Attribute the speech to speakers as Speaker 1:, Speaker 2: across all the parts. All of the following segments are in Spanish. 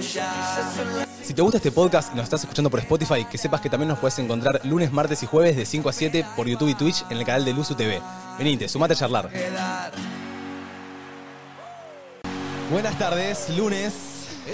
Speaker 1: Si te gusta este podcast y nos estás escuchando por Spotify, que sepas que también nos puedes encontrar lunes, martes y jueves de 5 a 7 por YouTube y Twitch en el canal de Luzu TV. Venite, sumate a charlar. Buenas tardes, lunes.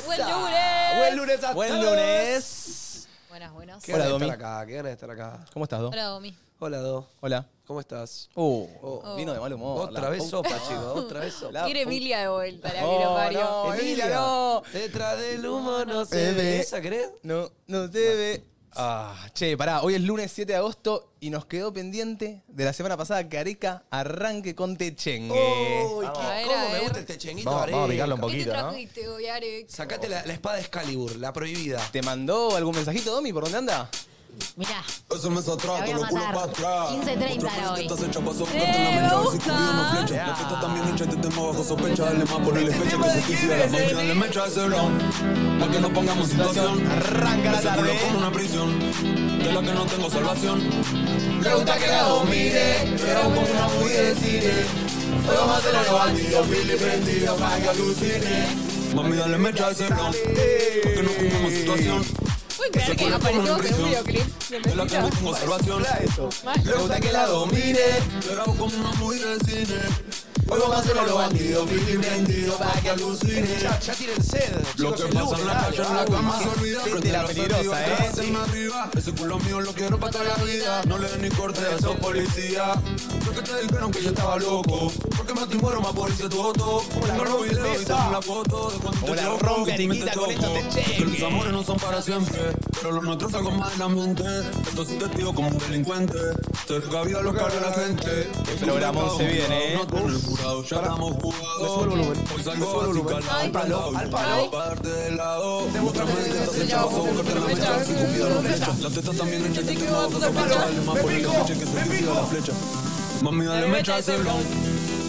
Speaker 2: ¡Buen lunes!
Speaker 3: Buen lunes a
Speaker 1: Buen
Speaker 3: todos.
Speaker 1: lunes.
Speaker 2: Buenas, buenas.
Speaker 3: Qué
Speaker 1: Hola,
Speaker 3: ganas de
Speaker 1: Domi.
Speaker 3: estar acá, qué ganas de estar acá.
Speaker 1: ¿Cómo estás, Do?
Speaker 2: Hola, Domi.
Speaker 3: Hola, Do.
Speaker 1: Hola.
Speaker 3: ¿Cómo estás?
Speaker 1: Uh,
Speaker 3: Oh.
Speaker 1: vino de mal humor.
Speaker 3: Otra
Speaker 1: La
Speaker 3: vez
Speaker 1: puta
Speaker 3: sopa, chicos. Otra vez sopa.
Speaker 1: La
Speaker 2: Quiere
Speaker 1: pu-
Speaker 2: Emilia de vuelta, la
Speaker 1: No,
Speaker 2: quiero Mario.
Speaker 1: no.
Speaker 3: Emilia,
Speaker 1: Emilia, no.
Speaker 3: Detrás del humo no se
Speaker 1: Bebé.
Speaker 3: ve. ¿Esa crees?
Speaker 1: No, no se ve. Ah, che, pará, hoy es lunes 7 de agosto y nos quedó pendiente de la semana pasada que Areca arranque con Techengue.
Speaker 3: Uy, qué-
Speaker 2: A ver,
Speaker 3: ¿Cómo
Speaker 2: a
Speaker 3: me
Speaker 2: ver.
Speaker 3: gusta este chenguito?
Speaker 4: Vamos- vamos a
Speaker 3: Gareca.
Speaker 4: picarlo un poco.
Speaker 2: ¿Qué te
Speaker 4: Poquito, ¿no?
Speaker 2: trajiste hoy, Arex?
Speaker 3: Sacate la, la espada Excalibur, la prohibida.
Speaker 1: ¿Te mandó algún mensajito, Domi? ¿Por dónde anda?
Speaker 5: Mirá,
Speaker 6: Eso me sotrato,
Speaker 5: Te voy a
Speaker 6: lo culo
Speaker 5: matar.
Speaker 6: para atrás.
Speaker 5: 15:30 era
Speaker 6: Otra frente
Speaker 5: hoy.
Speaker 6: estás hecha pa' soportarte
Speaker 2: Eh,
Speaker 6: la
Speaker 2: me
Speaker 6: mecha,
Speaker 2: gusta.
Speaker 6: si cuido no flecha.
Speaker 4: Ya.
Speaker 6: La fiesta también hincha, este tema bajo sospecha. Dale más, ponele
Speaker 3: Este
Speaker 6: fecha
Speaker 3: tema
Speaker 6: que se
Speaker 3: de quién
Speaker 6: suicida. La
Speaker 3: es,
Speaker 6: máquina
Speaker 3: eh,
Speaker 6: le mecha ese round. Pa' que no pongamos situación.
Speaker 1: Arranca la
Speaker 6: Ese culo
Speaker 3: ¿eh?
Speaker 1: tarde.
Speaker 6: como una prisión. De la que no tengo salvación. Le gusta que la domine. Pero como una mujer decide. Pero más en el bandido, Billy prendido, pa' que alucine. Mami, dale mecha ese round. Pa' que no pongamos situación.
Speaker 2: ¿Pueden creer
Speaker 6: Se
Speaker 2: que
Speaker 6: pone como una
Speaker 2: aparecemos en un
Speaker 6: prisión.
Speaker 2: videoclip?
Speaker 6: De la que no tengo salvación. Le gusta que la domine, pero como una muy de cine. Hoy vamos a hacerlo a los bandidos, bien vendido para que alucine.
Speaker 3: Ya, ya tienen sed. chicos,
Speaker 6: Lo que
Speaker 3: el
Speaker 6: pasa en
Speaker 3: lunes,
Speaker 6: la calle, en la
Speaker 3: dale,
Speaker 6: cama se
Speaker 3: vamos.
Speaker 6: olvida.
Speaker 1: gente
Speaker 6: Prende
Speaker 1: la peligrosa,
Speaker 6: activa,
Speaker 1: eh.
Speaker 6: haceme arriba. Ese culo mío lo quiero para toda la vida. No le den ni corte a esos policías. Creo que te dijeron que yo estaba loco. Porque me muero más por ese toto. Tengo los videos y tengo la foto de cuando
Speaker 1: Como
Speaker 6: te
Speaker 1: la
Speaker 6: toco,
Speaker 1: rompe,
Speaker 6: que tú me
Speaker 1: Ariquita,
Speaker 6: te
Speaker 1: con esto
Speaker 6: toco.
Speaker 1: te
Speaker 6: Que los
Speaker 1: cheque.
Speaker 6: amores no son para siempre. Pero los nuestros algo más en la mente. Esto sí te digo como un delincuente. Cerca había lo que habla la gente. El
Speaker 1: programón se viene, eh.
Speaker 6: No tenés curado, ya estamos jugados. Hoy salgo así calado,
Speaker 2: Ay.
Speaker 6: calado. Al
Speaker 2: Ay.
Speaker 6: palo, parte del lado. Otra mente está
Speaker 2: flecha,
Speaker 6: sellada,
Speaker 2: vos,
Speaker 6: vos cortar la
Speaker 2: flecha,
Speaker 6: mecha. Si cupido no
Speaker 2: flecha.
Speaker 6: flecha. La teta también este hecha,
Speaker 2: Yo sé
Speaker 6: te
Speaker 2: que
Speaker 6: tengo
Speaker 2: vas
Speaker 6: dos
Speaker 2: a hacer
Speaker 6: sospechas.
Speaker 2: palo.
Speaker 6: Dale más
Speaker 3: Me
Speaker 6: por el
Speaker 3: pico,
Speaker 6: flecha que se
Speaker 3: me
Speaker 6: suicida la
Speaker 3: pico.
Speaker 6: flecha. Mami,
Speaker 2: Le
Speaker 6: dale
Speaker 2: meto
Speaker 6: mecha a ese
Speaker 2: ese
Speaker 6: blon.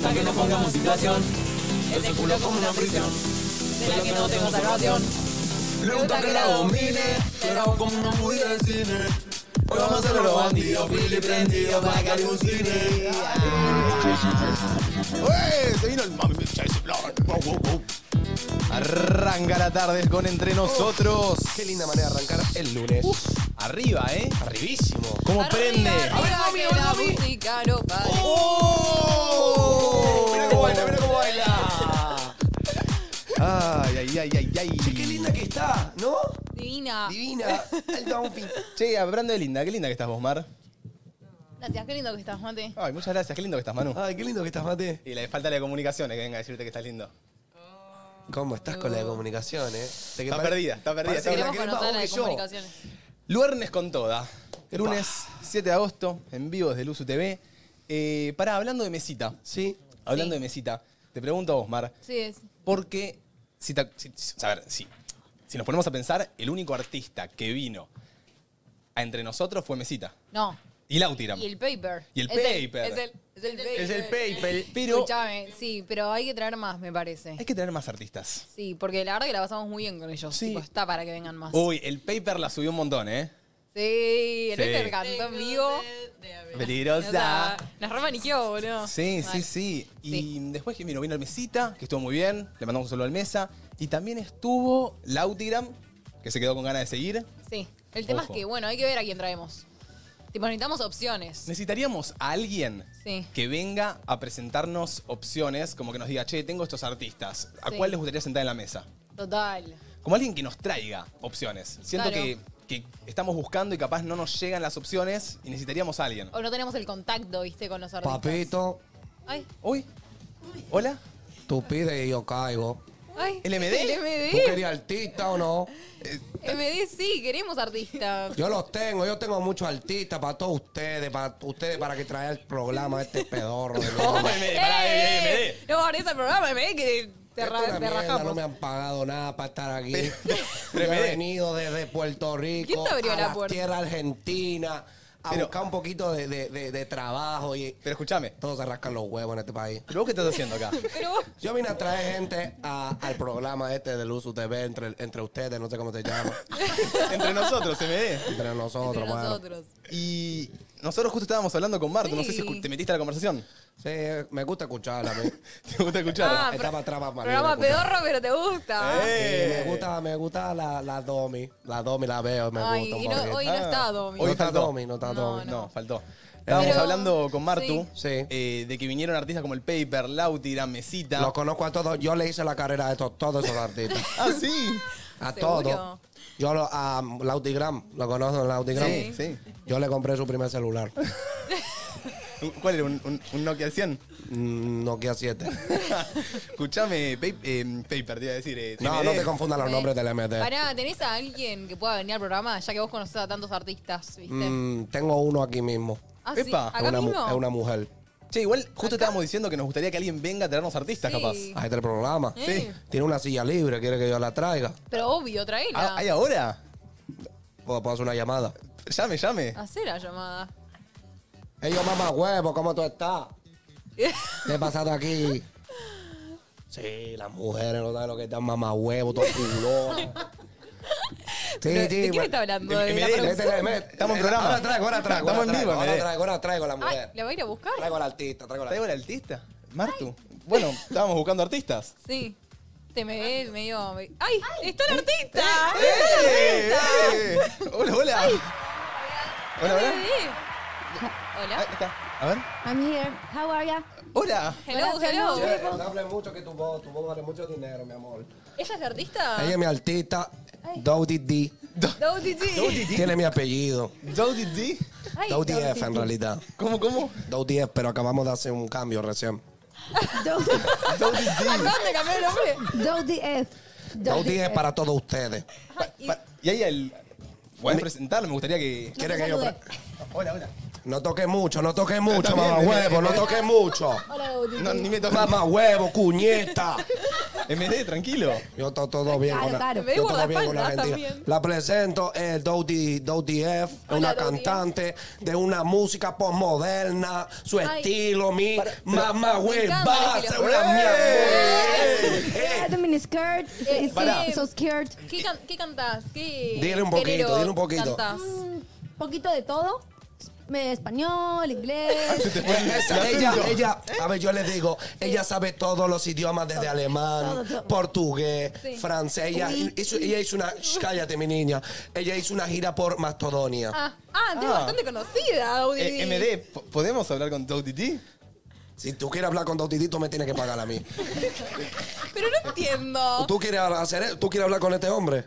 Speaker 6: Pa' que no pongamos situación.
Speaker 2: Este
Speaker 6: Ese culo como una prisión.
Speaker 2: De la que no tengo salvación.
Speaker 6: Le gusta que la domine, pero como una muy de cine. Hoy vamos a hacerlo los bandidos, Billy prendido para que alucine.
Speaker 1: ¡Eh! Se vino el mami, Arranca la tarde con entre nosotros.
Speaker 3: Qué linda manera de arrancar el lunes.
Speaker 1: Arriba, ¿eh?
Speaker 3: Arribísimo.
Speaker 1: ¿Cómo
Speaker 2: Arriba,
Speaker 1: prende?
Speaker 2: arriba, que la música no para.
Speaker 1: ¡Oh!
Speaker 3: Mirá cómo baila, mirá cómo
Speaker 1: baila. Ay, ay, ay, ay, ay.
Speaker 3: Che, qué linda que está, ¿no? Ah.
Speaker 2: Divina.
Speaker 3: Divina. Alta outfit.
Speaker 1: Che, hablando de linda, qué linda que estás vos, Mar.
Speaker 2: Gracias, qué lindo que estás, Mate.
Speaker 1: Ay, muchas gracias, qué lindo que estás, Manu.
Speaker 3: Ay, qué lindo que estás, Mate.
Speaker 1: Y la falta de comunicación es que venga a decirte que estás lindo.
Speaker 3: ¿Cómo estás con la de comunicación, eh? Te que
Speaker 1: Está
Speaker 3: pare-
Speaker 1: perdida, está perdida,
Speaker 3: parece
Speaker 1: está
Speaker 3: que la
Speaker 2: Queremos
Speaker 3: querés más
Speaker 2: conocer la de
Speaker 3: vos que yo.
Speaker 2: comunicaciones.
Speaker 1: Luernes con toda. Lunes 7 de agosto, en vivo desde Luzu TV. Eh, pará, hablando de mesita.
Speaker 3: Sí.
Speaker 1: Hablando
Speaker 2: Sí.
Speaker 1: de mesita, te pregunto a vos, Mar,
Speaker 2: Sí, es.
Speaker 1: porque si, te- si- si- a ver, si, si nos ponemos a pensar, el único artista que vino a entre nosotros fue Mesita.
Speaker 2: No.
Speaker 1: Y Lautiram.
Speaker 2: Y el paper.
Speaker 1: Y el
Speaker 2: Es él,
Speaker 1: paper.
Speaker 2: Es el, es el paper.
Speaker 3: Es el PayPal.
Speaker 1: Pero
Speaker 2: Escuchame, sí, pero hay que traer más, me parece.
Speaker 1: hay que tener más artistas.
Speaker 2: Sí, porque la verdad que la pasamos muy bien con ellos.
Speaker 1: Sí. Oh,
Speaker 2: Tipo, está para que vengan más.
Speaker 1: Uy, el paper la subió un montón, ¿eh?
Speaker 2: Sí, el
Speaker 1: Sí.
Speaker 2: Peter cantó en este vivo. O
Speaker 1: Peligrosa.
Speaker 2: sea, nos remaniqueó, boludo.
Speaker 1: Sí, sí,
Speaker 2: Mal.
Speaker 1: sí. Y
Speaker 2: Sí.
Speaker 1: después que vino, vino el Mesita, que estuvo muy bien, le mandamos un saludo al Mesa. Y también estuvo Lautiram, que se quedó con ganas de seguir.
Speaker 2: Sí. El tema
Speaker 1: Ojo.
Speaker 2: es que, bueno, hay que ver a quién traemos. Tipo, necesitamos opciones.
Speaker 1: Necesitaríamos a alguien
Speaker 2: Sí.
Speaker 1: que venga a presentarnos opciones, como que nos diga, che, tengo estos artistas, ¿a
Speaker 2: Sí.
Speaker 1: cuál les gustaría sentar en la mesa?
Speaker 2: Total.
Speaker 1: Como alguien que nos traiga opciones. Siento
Speaker 2: Claro.
Speaker 1: que, que estamos buscando y capaz no nos llegan las opciones y necesitaríamos a alguien.
Speaker 2: O no tenemos el contacto, viste, con los artistas.
Speaker 3: Papito,
Speaker 2: Ay,
Speaker 1: Uy, hola,
Speaker 3: tú pides y yo caigo.
Speaker 2: ay.
Speaker 1: ¿LMD?
Speaker 3: ¿Tú
Speaker 2: LMD.
Speaker 3: querías artista o no?
Speaker 2: LMD, sí, queremos artistas.
Speaker 3: Yo los tengo, yo tengo muchos artistas para todos ustedes, para ustedes para que traigan el programa este pedorro. de mierda.
Speaker 1: LMD, pará,
Speaker 2: ¡Eh!
Speaker 1: LMD.
Speaker 2: No, ahora es el programa LMD que te,
Speaker 3: Esto
Speaker 2: ra-
Speaker 3: es una
Speaker 2: te
Speaker 3: mierda,
Speaker 2: rajamos.
Speaker 3: no me han pagado nada para estar aquí. Yo he
Speaker 1: LMD.
Speaker 3: venido desde Puerto Rico
Speaker 2: ¿Quién te abrió
Speaker 3: a
Speaker 2: la
Speaker 3: la
Speaker 2: puerta?
Speaker 3: tierra argentina a
Speaker 1: Pero-
Speaker 3: buscar un poquito de, de- de- de trabajo y
Speaker 1: Pero escúchame,
Speaker 3: todos se rascan los huevos en este país.
Speaker 1: ¿pero vos qué estás haciendo acá?
Speaker 2: Pero vos,
Speaker 3: Yo vine a traer gente a- al programa este de Luz TV entre, entre ustedes, no sé cómo se llama,
Speaker 1: Entre nosotros, MD.
Speaker 3: entre nosotros,
Speaker 2: entre
Speaker 3: mano.
Speaker 2: nosotros.
Speaker 1: Y Nosotros justo estábamos hablando con Marto, no sé si
Speaker 2: Sí.
Speaker 1: escu- te metiste a la conversación.
Speaker 3: Sí, me gusta escucharla. Me,
Speaker 1: ¿Te gusta
Speaker 2: Ah,
Speaker 1: escuchar?
Speaker 3: Estaba
Speaker 2: pro-
Speaker 3: traba, María,
Speaker 2: programa
Speaker 3: me gusta.
Speaker 2: pedorro, pero te gusta.
Speaker 1: Eh,
Speaker 3: Sí, me gusta, me gusta la, la Domi. La Domi la veo, me
Speaker 2: Ay,
Speaker 3: gusta. un
Speaker 2: y no-
Speaker 3: poquito.
Speaker 2: hoy no
Speaker 1: Ah.
Speaker 2: está Domi.
Speaker 3: no
Speaker 1: hoy
Speaker 3: está
Speaker 1: faltó.
Speaker 3: Domi, no está
Speaker 2: No,
Speaker 3: Domi.
Speaker 2: no.
Speaker 1: No, faltó. Estábamos
Speaker 2: Pero-
Speaker 1: hablando con Martu
Speaker 3: Sí.
Speaker 1: eh, de que vinieron artistas como el Paper, Lautira, Mesita.
Speaker 3: Los conozco a todos. Yo le hice la carrera a estos, todos esos artistas.
Speaker 1: Ah, sí.
Speaker 3: A
Speaker 2: ¿Seguro?
Speaker 3: todos. Yo lo, a Lautigram, lo conozco en Lautigram.
Speaker 1: Sí, sí.
Speaker 3: Yo le compré su primer celular.
Speaker 1: ¿Cuál era? ¿Un, un- un Nokia 100?
Speaker 3: Mm, Nokia 7.
Speaker 1: Escuchame, pa- eh, Paper, te iba a decir. eh,
Speaker 3: No,
Speaker 1: TMD.
Speaker 3: no te confundas los
Speaker 2: Sí.
Speaker 3: nombres del MD.
Speaker 2: Pará, ¿tenés a alguien que pueda venir al programa? Ya que vos conocés a tantos artistas, ¿viste?
Speaker 3: Mm, tengo uno aquí mismo.
Speaker 2: ah, sí.
Speaker 1: epa,
Speaker 2: ¿Acá
Speaker 3: una, mu-
Speaker 2: mismo?
Speaker 3: Es una mujer.
Speaker 1: Che, igual justo estábamos diciendo que nos gustaría que alguien venga a traernos artistas,
Speaker 2: Sí.
Speaker 1: capaz.
Speaker 3: A este programa.
Speaker 2: Sí.
Speaker 3: Tiene una silla libre, quiere que yo la traiga.
Speaker 2: Pero obvio,
Speaker 1: Ah,
Speaker 2: traela.
Speaker 1: ¿Hay ahora?
Speaker 3: Puedo puedo hacer una llamada.
Speaker 1: Llame, llame.
Speaker 2: Hacer la llamada.
Speaker 3: Ellos mamá huevo, ¿cómo tú estás? ¿Qué ha pasado aquí? Sí, las mujeres no saben lo que están mamá huevo, todo culo.
Speaker 2: Pero,
Speaker 3: Sí,
Speaker 2: ¿De
Speaker 3: sí,
Speaker 2: quién
Speaker 3: bueno.
Speaker 2: está hablando?
Speaker 1: Em-
Speaker 2: ¿De
Speaker 1: em-
Speaker 2: la
Speaker 1: em-
Speaker 2: producción?
Speaker 3: Este es el-
Speaker 1: Estamos en programa.
Speaker 3: Ahora traigo, ahora traigo.
Speaker 1: Estamos
Speaker 3: ahora
Speaker 1: en vivo,
Speaker 3: traigo,
Speaker 1: Nere.
Speaker 3: Ahora traigo, ahora traigo la
Speaker 2: Ay,
Speaker 3: mujer.
Speaker 2: ¿la va a ir a buscar?
Speaker 3: Traigo al artista, traigo al
Speaker 1: ¿Traigo
Speaker 3: artista.
Speaker 1: el artista? ¿Martu? Bueno, estábamos buscando artistas.
Speaker 2: Sí. Te me ve medio. me- ¡Ay! ¡Está el artista!
Speaker 1: ¡Eh! ¡Eh! ¡Hola, hola!
Speaker 2: ¡Te
Speaker 1: Hola,
Speaker 2: me
Speaker 1: hola.
Speaker 2: ve!
Speaker 1: Ahí
Speaker 2: Hola.
Speaker 1: está. A ver.
Speaker 4: I'm here. How are ya?
Speaker 1: ¡Hola!
Speaker 2: Hello,
Speaker 4: Hola,
Speaker 2: hello.
Speaker 4: hello.
Speaker 3: No hables mucho que tu voz, tu voz vale mucho dinero, mi amor.
Speaker 2: ¿Ella es artista?
Speaker 3: Ella es mi artista, Doughty D.
Speaker 2: Doughty G.
Speaker 3: Tiene mi apellido.
Speaker 1: ¿Dowdy D?
Speaker 2: Ay,
Speaker 3: Doughty F en realidad.
Speaker 1: ¿Cómo, cómo?
Speaker 3: Doughty F, pero acabamos de hacer un cambio recién.
Speaker 1: ¿Dowdy D?
Speaker 2: ¿Acaban de cambiar el nombre?
Speaker 4: Doughty F.
Speaker 3: Doughty F para todos ustedes.
Speaker 1: Pa- pa- Y ahí el... ¿Puedes presentarlo? Me gustaría que...
Speaker 4: No
Speaker 3: ¿Quiere
Speaker 4: te
Speaker 3: que yo
Speaker 4: salude.
Speaker 1: Hola, hola.
Speaker 3: No toques mucho, no toques
Speaker 1: Está
Speaker 3: mucho,
Speaker 1: bien,
Speaker 3: mamá
Speaker 1: mire,
Speaker 3: huevo, no
Speaker 1: mire.
Speaker 3: toques mucho.
Speaker 4: Hola, Doughty.
Speaker 1: No, ni me toca.
Speaker 3: Mamá huevo, cuñeta.
Speaker 1: MD, tranquilo.
Speaker 3: Yo to- todo bien
Speaker 4: Claro,
Speaker 3: con la,
Speaker 4: claro.
Speaker 2: Me
Speaker 3: yo todo bien
Speaker 2: guardaespaldas
Speaker 3: con la Argentina.
Speaker 2: también.
Speaker 3: La presento, es Doughty, Doughty F, es una
Speaker 2: Doughty
Speaker 3: cantante de una música postmoderna, su
Speaker 4: Ay.
Speaker 3: estilo, mi mamá hueva,
Speaker 2: encanta el
Speaker 3: es
Speaker 2: estilo.
Speaker 3: una mierda.
Speaker 4: Yeah, the miniskirt. It's
Speaker 2: pará.
Speaker 4: so scared.
Speaker 2: ¿Qué, can- qué cantás? ¿Qué
Speaker 3: Dile un poquito,
Speaker 2: género
Speaker 3: dile un poquito.
Speaker 2: cantás?
Speaker 4: Poquito de todo. Me- Español,
Speaker 3: Ah,
Speaker 4: inglés.
Speaker 3: Eh, Esa- ella, ella, a ver, yo les digo, ella sabe todos los idiomas desde alemán,
Speaker 4: todo, todo.
Speaker 3: portugués,
Speaker 2: Sí.
Speaker 3: francés. Ella hizo, ella hizo una, Shh, cállate mi niña, ella hizo una gira por Macedonia.
Speaker 2: Ah, ah, es
Speaker 1: Ah.
Speaker 2: bastante conocida, Doughty
Speaker 1: Eh,
Speaker 2: G.
Speaker 1: MD, ¿po- ¿podemos hablar con Dowdy D?
Speaker 3: Si tú quieres hablar con Doutitito, me tienes que pagar a mí.
Speaker 2: Pero no entiendo.
Speaker 3: ¿Tú quieres hacer, eso? tú quieres hablar con este hombre?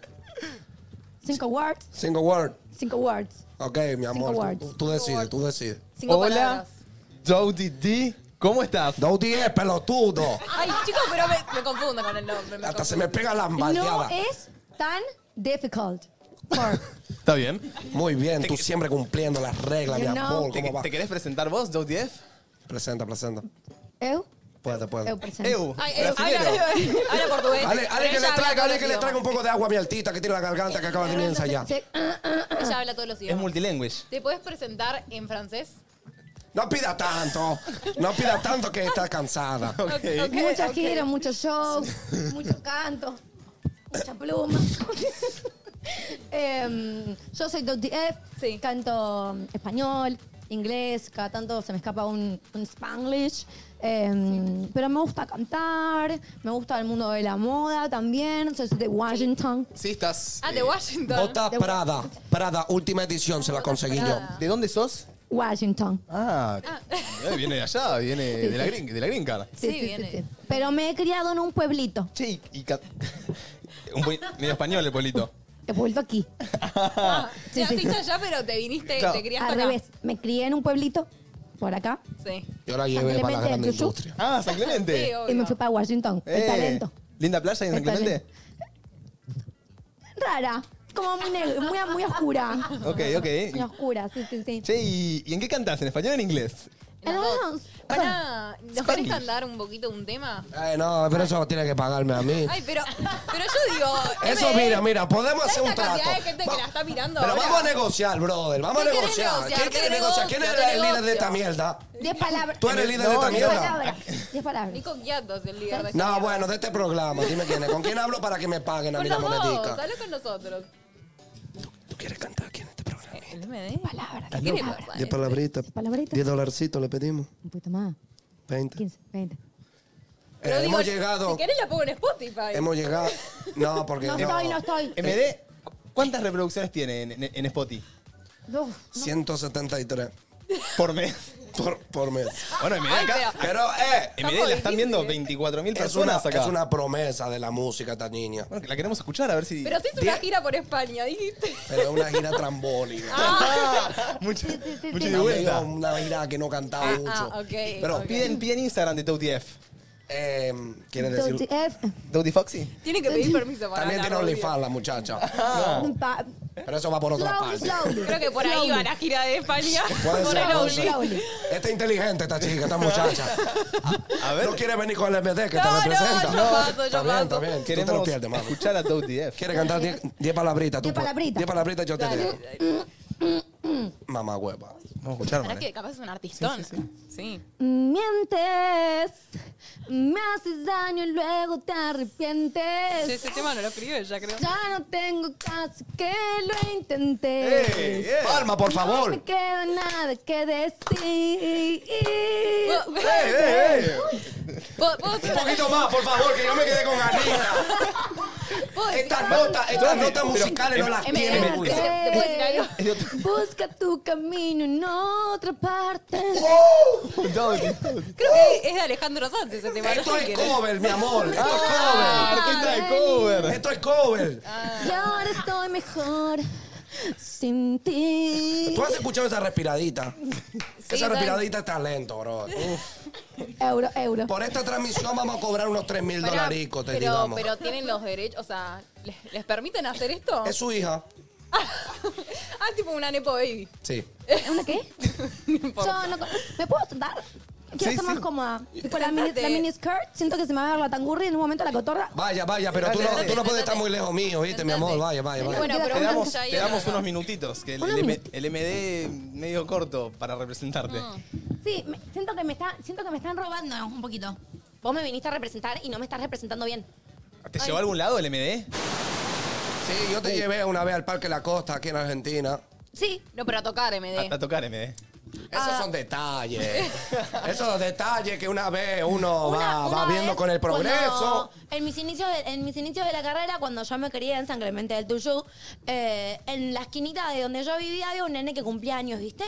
Speaker 4: Cinco words.
Speaker 3: Single word.
Speaker 4: Cinco words.
Speaker 3: Ok, mi
Speaker 4: Cinco
Speaker 3: amor. tú-
Speaker 4: words.
Speaker 3: Tú, tú decides, tú decides.
Speaker 2: Cinco
Speaker 1: Hola,
Speaker 2: palabras.
Speaker 1: Dowdy D. ¿Cómo estás?
Speaker 3: Douti es pelotudo.
Speaker 2: Ay, chicos, pero me, me confundo con el nombre. me
Speaker 3: Hasta se
Speaker 2: confundo.
Speaker 3: me pegan las
Speaker 4: No
Speaker 3: maldeadas.
Speaker 4: es tan difficult. Por-
Speaker 1: ¿Está bien?
Speaker 3: Muy bien, tú siempre cumpliendo las reglas, mi
Speaker 4: You know.
Speaker 3: amor.
Speaker 1: ¿Te,
Speaker 3: ¿Cómo va?
Speaker 1: te querés presentar vos, Dowdy F?
Speaker 3: Presenta, presenta.
Speaker 4: Eu.
Speaker 3: Puede, puede.
Speaker 4: Eu presente.
Speaker 1: Eu,
Speaker 2: Ay, eh,
Speaker 1: brasilero.
Speaker 2: habla, habla portugués.
Speaker 3: Ale, Ale,
Speaker 2: pero
Speaker 3: que
Speaker 2: ella
Speaker 3: le traiga,
Speaker 2: habla
Speaker 3: Ale, que
Speaker 2: todos
Speaker 3: le
Speaker 2: los
Speaker 3: traiga un poco de agua a mi altita que tiene la garganta que acaba de venir ensayar.
Speaker 4: Se-
Speaker 2: idiomas. Ella habla todos los
Speaker 1: Es
Speaker 2: idiomas.
Speaker 1: multilingüe.
Speaker 2: ¿Te puedes presentar en francés?
Speaker 3: No pida tanto, no pida tanto que está cansada.
Speaker 2: Ok,
Speaker 4: Mucha
Speaker 2: ok.
Speaker 4: gira, muchos shows, mucho canto, mucha pluma. Em, yo soy Dot F,
Speaker 2: Sí.
Speaker 4: canto español, inglés, cada tanto se me escapa un, un spanglish. em, Pero me gusta cantar, me gusta el mundo de la moda también, soy de Washington.
Speaker 1: Sí, estás.
Speaker 2: Ah,
Speaker 1: eh,
Speaker 2: de Washington.
Speaker 3: Bota Prada, Prada, última edición, se la conseguí yo.
Speaker 2: Prada.
Speaker 1: ¿De dónde sos?
Speaker 4: Washington.
Speaker 1: Ah, eh, viene de allá, viene de la green, de la green card.
Speaker 2: Sí, viene.
Speaker 4: Pero me he criado en un pueblito,
Speaker 1: Che, y, y ca- un pue- medio español el pueblito.
Speaker 4: he vuelto aquí.
Speaker 2: Ah,
Speaker 4: Sí,
Speaker 2: naciste
Speaker 4: sí.
Speaker 2: allá, pero te viniste,
Speaker 1: Claro.
Speaker 2: te criaste
Speaker 4: Al
Speaker 2: acá.
Speaker 4: revés, me crié en un pueblito, por acá,
Speaker 2: Sí.
Speaker 3: Yo la llevé para la gran industria.
Speaker 1: Ah, San Clemente.
Speaker 2: Sí, obvio.
Speaker 4: y me fui para Washington,
Speaker 1: Eh,
Speaker 4: el talento.
Speaker 1: ¿Linda playa en San
Speaker 4: El
Speaker 1: Clemente?
Speaker 4: rara, como muy, neg- muy, muy oscura.
Speaker 1: Ok,
Speaker 4: Muy
Speaker 1: ok.
Speaker 4: oscura, sí, sí, sí.
Speaker 1: Che, ¿y, y en qué cantas? ¿En español o en inglés?
Speaker 2: Las
Speaker 4: Las
Speaker 2: dos.
Speaker 4: dos.
Speaker 2: Pará, ¿nos
Speaker 1: Spanglish.
Speaker 2: querés cantar un poquito un tema?
Speaker 3: Ay, Eh, no, pero eso tiene que pagarme a mí.
Speaker 2: Ay, pero, pero yo digo.
Speaker 3: Eso,
Speaker 2: M,
Speaker 3: mira, mira, podemos
Speaker 2: ¿sabes
Speaker 3: hacer un
Speaker 2: la
Speaker 3: trato.
Speaker 2: cantidad de gente que
Speaker 3: Va-
Speaker 2: la está mirando
Speaker 3: Pero
Speaker 2: ahora?
Speaker 3: vamos a negociar, brother. Vamos a
Speaker 2: ¿Qué querés
Speaker 3: negociar.
Speaker 2: negociar?
Speaker 3: ¿Quién
Speaker 2: Te
Speaker 3: quiere negociar? ¿Quién es
Speaker 2: negocio, te
Speaker 3: el líder de esta
Speaker 2: negocio.
Speaker 3: mierda?
Speaker 4: Diez palabras.
Speaker 3: Tú eres el líder de esta
Speaker 1: No,
Speaker 4: Diez
Speaker 3: mierda.
Speaker 4: palabras. Diez palabras.
Speaker 2: Nico Guiatos, el líder de
Speaker 3: No, bueno, de este programa, dime quién es. ¿Con quién hablo para que me paguen a
Speaker 2: Con
Speaker 3: mí la
Speaker 2: los dos,
Speaker 3: monetica?
Speaker 2: dale con nosotros.
Speaker 3: ¿Tú quieres cantar aquí en este programa?
Speaker 2: El MD.
Speaker 4: Palabra.
Speaker 2: ¿Qué le pasa? este?
Speaker 3: Diez palabritas.
Speaker 4: Palabritas.
Speaker 3: 10 dolarcitos le pedimos.
Speaker 4: Un poquito más.
Speaker 3: 20.
Speaker 4: 15, 20.
Speaker 2: Pero
Speaker 3: Eh,
Speaker 2: digo,
Speaker 3: hemos llegado.
Speaker 2: Si pues. querés la pongo en Spotify.
Speaker 3: Hemos llegado. Eh, No, porque.
Speaker 4: No estoy, no estoy.
Speaker 1: MD, ¿cuántas reproducciones tiene en, en, en Spotify
Speaker 4: Dos.
Speaker 3: 173
Speaker 1: por mes?
Speaker 3: por, por mes.
Speaker 1: Bueno, MD
Speaker 2: Ay,
Speaker 1: acá.
Speaker 2: pero-
Speaker 3: Pero, eh,
Speaker 1: MD la están viendo
Speaker 2: difíciles.
Speaker 1: 24.000
Speaker 3: es una,
Speaker 1: personas acá.
Speaker 3: es una promesa de la música, esta niña.
Speaker 1: Bueno, que la queremos escuchar a ver si.
Speaker 2: Pero sí es una gira por España, dijiste.
Speaker 3: Pero es una gira trambólica.
Speaker 2: Ah,
Speaker 1: Mucho,
Speaker 4: sí,
Speaker 1: mucho
Speaker 4: sí.
Speaker 1: de
Speaker 3: Amigo,
Speaker 1: vuelta.
Speaker 3: una gira que no cantaba
Speaker 2: Ah,
Speaker 3: mucho.
Speaker 2: ah, ok,
Speaker 3: Pero,
Speaker 2: ok.
Speaker 1: Piden, piden Instagram de Tauti F.
Speaker 3: eh, ¿quieres
Speaker 4: Entonces,
Speaker 3: decir?
Speaker 4: F.
Speaker 1: ¿Tauti Foxy?
Speaker 2: Tiene que pedir permiso para
Speaker 3: También
Speaker 2: la
Speaker 3: tiene
Speaker 2: rubia.
Speaker 3: OnlyFans la muchacha. Ah.
Speaker 4: Pa-
Speaker 3: Pero eso va por otra
Speaker 4: Slowly,
Speaker 3: parte.
Speaker 4: slowly.
Speaker 2: Creo que por ahí ¿eh? va la gira de España.
Speaker 3: Puede
Speaker 2: por
Speaker 3: ser,
Speaker 2: el
Speaker 3: puede
Speaker 2: Only.
Speaker 3: ser.
Speaker 4: Slowly.
Speaker 3: Está inteligente esta chica, esta muchacha.
Speaker 1: A ver.
Speaker 3: No quiere venir con el MD que
Speaker 2: No, no,
Speaker 3: te representa.
Speaker 2: yo paso, yo
Speaker 3: está bien,
Speaker 2: paso.
Speaker 3: está bien. Tú te lo
Speaker 1: Queremos
Speaker 3: pierdes, mami.
Speaker 1: escuchar a Tauti F.
Speaker 3: Quiere cantar 10 palabritas. tú
Speaker 4: Diez
Speaker 3: puedes.
Speaker 4: palabritas.
Speaker 3: Diez palabritas yo te
Speaker 2: Dale,
Speaker 3: digo.
Speaker 2: dale.
Speaker 3: Mamá hueva.
Speaker 1: Vamos a escuchar,
Speaker 2: ¿Para
Speaker 1: man,
Speaker 2: que
Speaker 1: eh.
Speaker 2: Capaz es un artistón. Sí.
Speaker 4: Mientes, me haces daño y luego te arrepientes.
Speaker 2: Sí, Ese tema no lo escribió ella, creo.
Speaker 4: Ya no tengo caso que lo
Speaker 1: ¡Ey!
Speaker 4: intenté.
Speaker 1: ¡Eh!
Speaker 3: Palma, por
Speaker 4: No me
Speaker 3: favor.
Speaker 4: queda nada que decir.
Speaker 1: ¡Ey, ey, ey!
Speaker 2: ¿Puedo, puedo hacer
Speaker 3: Un
Speaker 2: una-
Speaker 3: poquito más, por favor, que yo me quedé con Anita.
Speaker 2: puedo decir-
Speaker 3: Estas notas, estas
Speaker 1: Dame,
Speaker 3: notas
Speaker 1: pero-
Speaker 3: musicales no las
Speaker 2: MD,
Speaker 3: tiene,
Speaker 2: ¿te-
Speaker 3: Julia.
Speaker 2: ¿Te puedo decir algo?
Speaker 1: Es de otro-
Speaker 4: Busca tu camino en otra parte.
Speaker 1: Tauti.
Speaker 2: Creo
Speaker 3: ¡Oh!
Speaker 2: que es de Alejandro Sanz ese tema. no
Speaker 3: Esto
Speaker 2: sé
Speaker 3: es
Speaker 2: quién es.
Speaker 3: cover, mi amor. Esto es
Speaker 1: ¡Ah!
Speaker 3: cover.
Speaker 1: ¡Artista de cover!
Speaker 3: Esto es cover.
Speaker 2: Ah.
Speaker 4: Y ahora estoy mejor sin ti.
Speaker 3: ¿Tú has escuchado esa respiradita? esa
Speaker 2: ¿sabes?
Speaker 3: respiradita es talento, bro.
Speaker 4: Euro, euro.
Speaker 3: Por esta transmisión vamos a cobrar unos 3 mil
Speaker 2: Pará,
Speaker 3: dolaricos, te
Speaker 2: pero,
Speaker 3: digamos.
Speaker 2: Pero tienen los derechos, o sea, ¿les, les permiten hacer esto?
Speaker 3: ¿Es su hija?
Speaker 2: Ah, tipo una Nepo Baby.
Speaker 3: Sí.
Speaker 4: ¿Una qué? Yo no, con- ¿Me puedo sentar? Quiero
Speaker 1: Sí,
Speaker 4: estar más
Speaker 1: sí.
Speaker 4: cómoda. Con la mini,
Speaker 2: Sentate.
Speaker 4: la mini skirt, siento que se me va a ver la tangurri y en un momento la cotorra.
Speaker 3: Vaya, vaya, pero tú no, tú no puedes estar muy lejos mío, ¿viste, mi amor? Vaya, vaya, vaya.
Speaker 2: Bueno, pero
Speaker 1: Te damos,
Speaker 2: ya ahí
Speaker 1: te damos
Speaker 2: no.
Speaker 1: unos minutitos, que el,
Speaker 4: Unos
Speaker 1: el M-
Speaker 4: minutitos.
Speaker 1: el MD medio corto para representarte.
Speaker 4: Sí, me- siento, que me está, siento que me están robando un poquito. Vos me viniste a representar y no me estás representando bien.
Speaker 1: ¿Te llevó a algún lado el MD?
Speaker 3: Sí, yo te llevé una vez al Parque La Costa, aquí en Argentina.
Speaker 4: Sí.
Speaker 2: No, pero a tocar
Speaker 1: A,
Speaker 2: MD.
Speaker 1: a tocar MD.
Speaker 3: Esos son detalles. Esos detalles que una vez uno
Speaker 4: Una-
Speaker 3: Oh, va,
Speaker 4: una
Speaker 3: va
Speaker 4: vez,
Speaker 3: viendo con el
Speaker 4: cuando-
Speaker 3: progreso.
Speaker 4: en, mis inicios de, en mis inicios de la carrera, cuando yo me quería en San Clemente del Tuyú, eh, en la esquinita de donde yo vivía había un nene que cumplía años, ¿viste?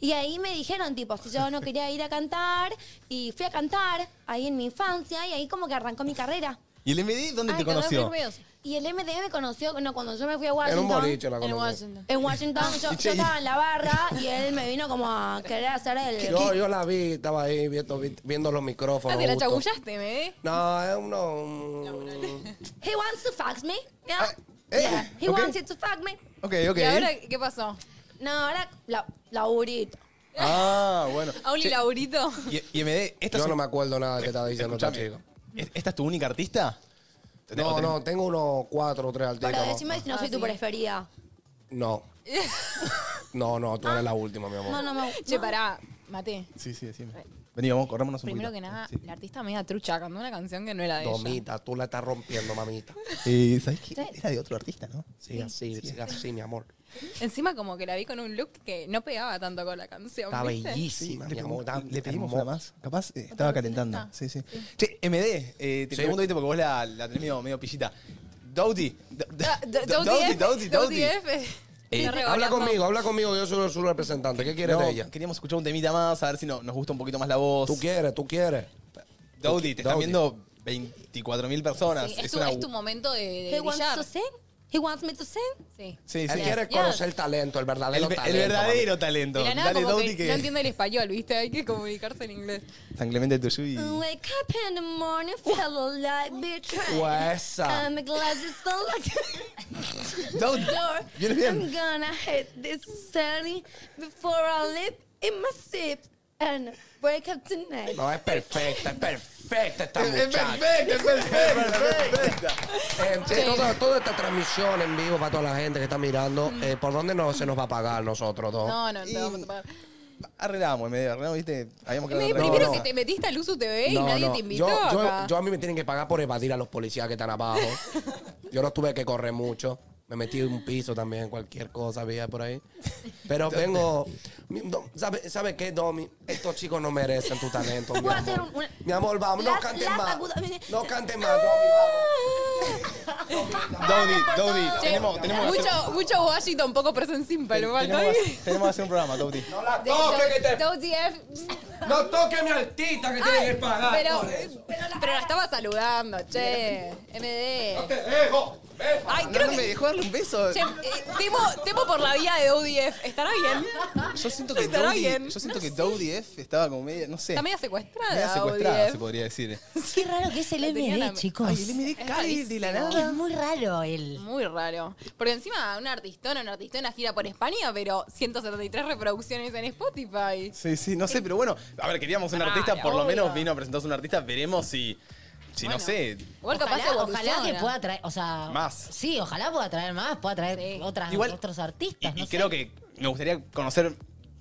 Speaker 4: Y ahí me dijeron, tipo, si yo no quería ir a cantar, y fui a cantar ahí en mi infancia, y ahí como que arrancó mi carrera.
Speaker 1: ¿Y el MD dónde
Speaker 2: Ay,
Speaker 1: te
Speaker 2: que no
Speaker 1: conoció?
Speaker 2: fui ruidoso.
Speaker 4: Y el MD me conoció no, cuando yo me fui a
Speaker 3: En un
Speaker 4: Washington.
Speaker 3: boliche la
Speaker 2: En
Speaker 3: conocí.
Speaker 2: Washington.
Speaker 4: En Washington yo,
Speaker 1: Y che,
Speaker 4: yo
Speaker 1: y-
Speaker 4: estaba en la barra y él me vino como a querer hacer el...
Speaker 3: Yo, yo la vi, estaba ahí viendo, viendo los micrófonos.
Speaker 2: Ah, te la
Speaker 3: justo.
Speaker 2: chagullaste, MD.
Speaker 3: No, es uno. un-
Speaker 4: He wants to fuck me. Yeah.
Speaker 1: Ah, eh,
Speaker 4: Yeah. He
Speaker 1: ok.
Speaker 4: wants you to fuck me.
Speaker 1: Ok, ok.
Speaker 2: ¿Y ahora qué pasó?
Speaker 4: No, ahora la, laburito.
Speaker 1: Ah, bueno.
Speaker 2: Auli
Speaker 1: Che,
Speaker 2: Laurito.
Speaker 1: Y, y MD, esta
Speaker 3: Yo
Speaker 1: es,
Speaker 3: no me acuerdo nada que estaba diciendo esta chica.
Speaker 1: escuchame, ¿es- ¿esta es tu única artista?
Speaker 3: No, no, tengo unos cuatro o tres
Speaker 4: Pero
Speaker 3: artistas.
Speaker 4: decime si no soy tu preferida.
Speaker 3: No. No, no, tú eres la última, mi amor.
Speaker 1: Ah,
Speaker 4: No, no me
Speaker 2: Che,
Speaker 4: no.
Speaker 2: pará, Mate.
Speaker 1: Sí, sí, decime. Vení, vamos, corrámonos un
Speaker 2: Primero que
Speaker 1: poquito.
Speaker 2: nada, la artista media trucha cantó una canción que no era de ella.
Speaker 3: Domita, tú la estás rompiendo, mamita.
Speaker 1: Sí. Eh, ¿Sabés qué? Era de otro artista, ¿no?
Speaker 3: Sí, así, sí, así, mi amor.
Speaker 2: Encima como que la vi con un look que no pegaba tanto con la canción,
Speaker 3: Está
Speaker 2: ¿viste?
Speaker 3: bellísima, mi
Speaker 1: Le,
Speaker 3: amor.
Speaker 1: pedimos-
Speaker 3: está
Speaker 1: le pedimos
Speaker 3: hermosa.
Speaker 1: una más. Capaz eh, estaba calentando. Sí, sí. Che, MD, eh, te
Speaker 3: Sí.
Speaker 1: pregunto, viste, porque vos la, la tenés medio, medio pillita. Doughty. Do-
Speaker 3: Ah,
Speaker 2: Da- da-
Speaker 1: Doughty,
Speaker 2: Ah, Doughty ¿eh? F,
Speaker 1: Doughty,
Speaker 2: Doughty
Speaker 1: Doughty.
Speaker 2: F. Está re
Speaker 3: Habla
Speaker 2: variando.
Speaker 3: conmigo, habla conmigo, que yo soy su representante. ¿Qué quieres
Speaker 1: No,
Speaker 3: de ella?
Speaker 1: Queríamos escuchar un temita más, a ver si no- nos gusta un poquito más la voz.
Speaker 3: Tú quieres, tú quieres.
Speaker 1: Doughty, te están
Speaker 3: Doughty.
Speaker 1: viendo 24.000 personas.
Speaker 2: Sí, es, tu,
Speaker 1: una-
Speaker 2: es tu momento de, de
Speaker 4: He wants
Speaker 2: brillar.
Speaker 4: to sing. He wants me to sing.
Speaker 2: Sí.
Speaker 1: Sí, sí.
Speaker 3: Él quiere
Speaker 2: Yes.
Speaker 3: conocer el talento, el
Speaker 1: El,
Speaker 3: verdadero
Speaker 1: ve- el
Speaker 3: talento.
Speaker 1: verdadero
Speaker 3: mami.
Speaker 1: talento.
Speaker 2: eh, De la nada
Speaker 1: Dale,
Speaker 2: como
Speaker 1: Doughty,
Speaker 2: que,
Speaker 1: que.
Speaker 2: no entiende el español, ¿viste? Hay que comunicarse en inglés.
Speaker 1: San Clemente Tuyú y.
Speaker 4: Wake up in the morning, feel alive, be trying.
Speaker 3: Huesa.
Speaker 4: I'm glad it's the lucky
Speaker 1: Doughty.
Speaker 4: door.
Speaker 1: Vienes
Speaker 4: I'm
Speaker 1: bien.
Speaker 4: gonna hit this sunny before I live in my sip and break up tonight.
Speaker 3: No, es perfecta, es perfecta esta
Speaker 1: Es
Speaker 3: muchacha.
Speaker 1: perfecta, es perfecta, es perfecta.
Speaker 3: Eh, eh, toda, toda esta transmisión en vivo para toda la gente que está mirando,
Speaker 1: Mm.
Speaker 3: eh, ¿por dónde no se nos va a pagar nosotros dos?
Speaker 2: No, no, te
Speaker 1: Y-
Speaker 2: vamos a pagar.
Speaker 1: Arreglamos, medio, arreglamos, viste. Habíamos
Speaker 2: Me-
Speaker 1: quedado en
Speaker 2: primero
Speaker 1: arreglar.
Speaker 2: que te metiste al uso TV y nadie te invitó
Speaker 3: Yo, yo-
Speaker 2: acá.
Speaker 3: yo a mí me tienen que pagar por evadir a los policías que están abajo. yo no tuve que correr mucho. Me metí en un piso también, cualquier cosa había por ahí. Pero vengo. mi- no, ¿Sabe, ¿Sabe qué, Domi? Estos chicos no merecen tu talento. Mi
Speaker 7: Voy a hacer
Speaker 3: amor,
Speaker 7: un- una-
Speaker 3: Mi amor, vamos, no
Speaker 7: Las-
Speaker 3: cantes
Speaker 7: las
Speaker 3: más.
Speaker 7: sacudas-
Speaker 3: No cantes más, Domi, vamos.
Speaker 1: Dodi, Dodi,
Speaker 2: Che,
Speaker 1: tenemos, tenemos que
Speaker 2: Eh,
Speaker 1: hacer-
Speaker 2: mucho, mucho Washington, poco person simple,
Speaker 1: ten-
Speaker 2: igual.
Speaker 1: tenemos que hacer- tenemos que hacer un programa, Dodi.
Speaker 3: No la toques, que te.
Speaker 2: DF.
Speaker 3: No toques mi altita que tiene que pagar.
Speaker 2: Pero,
Speaker 3: por eso.
Speaker 2: pero la estaba saludando, che.
Speaker 3: No
Speaker 2: MD.
Speaker 3: te dejo. Ven.
Speaker 2: Ay,
Speaker 1: No,
Speaker 2: creo
Speaker 1: no me
Speaker 2: que.
Speaker 1: dejó darle un beso.
Speaker 2: Che, eh, temo, temo por la vida de ODF. ¿Estará bien?
Speaker 1: Yo siento que
Speaker 2: Estará
Speaker 1: Dodi,
Speaker 2: bien.
Speaker 1: yo siento que Dodi F estaba como media, no sé.
Speaker 2: Está media secuestrada.
Speaker 1: media secuestrada,
Speaker 2: ODF.
Speaker 1: se podría decir.
Speaker 5: Qué raro que es el
Speaker 2: Tenía
Speaker 5: MD,
Speaker 2: la-
Speaker 5: chicos.
Speaker 1: Ay, el MD cae de la
Speaker 5: Es
Speaker 1: nada.
Speaker 5: muy raro el.
Speaker 2: Muy raro. Porque encima una artistona, una artistona gira por España, pero 173 reproducciones en Spotify.
Speaker 1: Sí, sí, no sé, pero bueno, a ver, queríamos un
Speaker 2: Ah,
Speaker 1: artista, por lo
Speaker 2: obvio.
Speaker 1: menos vino a presentarse un artista, veremos si, si no
Speaker 2: Bueno.
Speaker 1: sé.
Speaker 2: Igual capaz
Speaker 5: Ojalá,
Speaker 2: evoluciona.
Speaker 5: ojalá que pueda traer, o sea,
Speaker 1: Más.
Speaker 5: Sí, ojalá pueda traer más, pueda traer
Speaker 2: Sí.
Speaker 5: otras,
Speaker 1: Igual-
Speaker 5: otros
Speaker 1: Y,
Speaker 5: artistas.
Speaker 1: y
Speaker 5: no
Speaker 1: creo
Speaker 5: sé.
Speaker 1: que me gustaría conocer,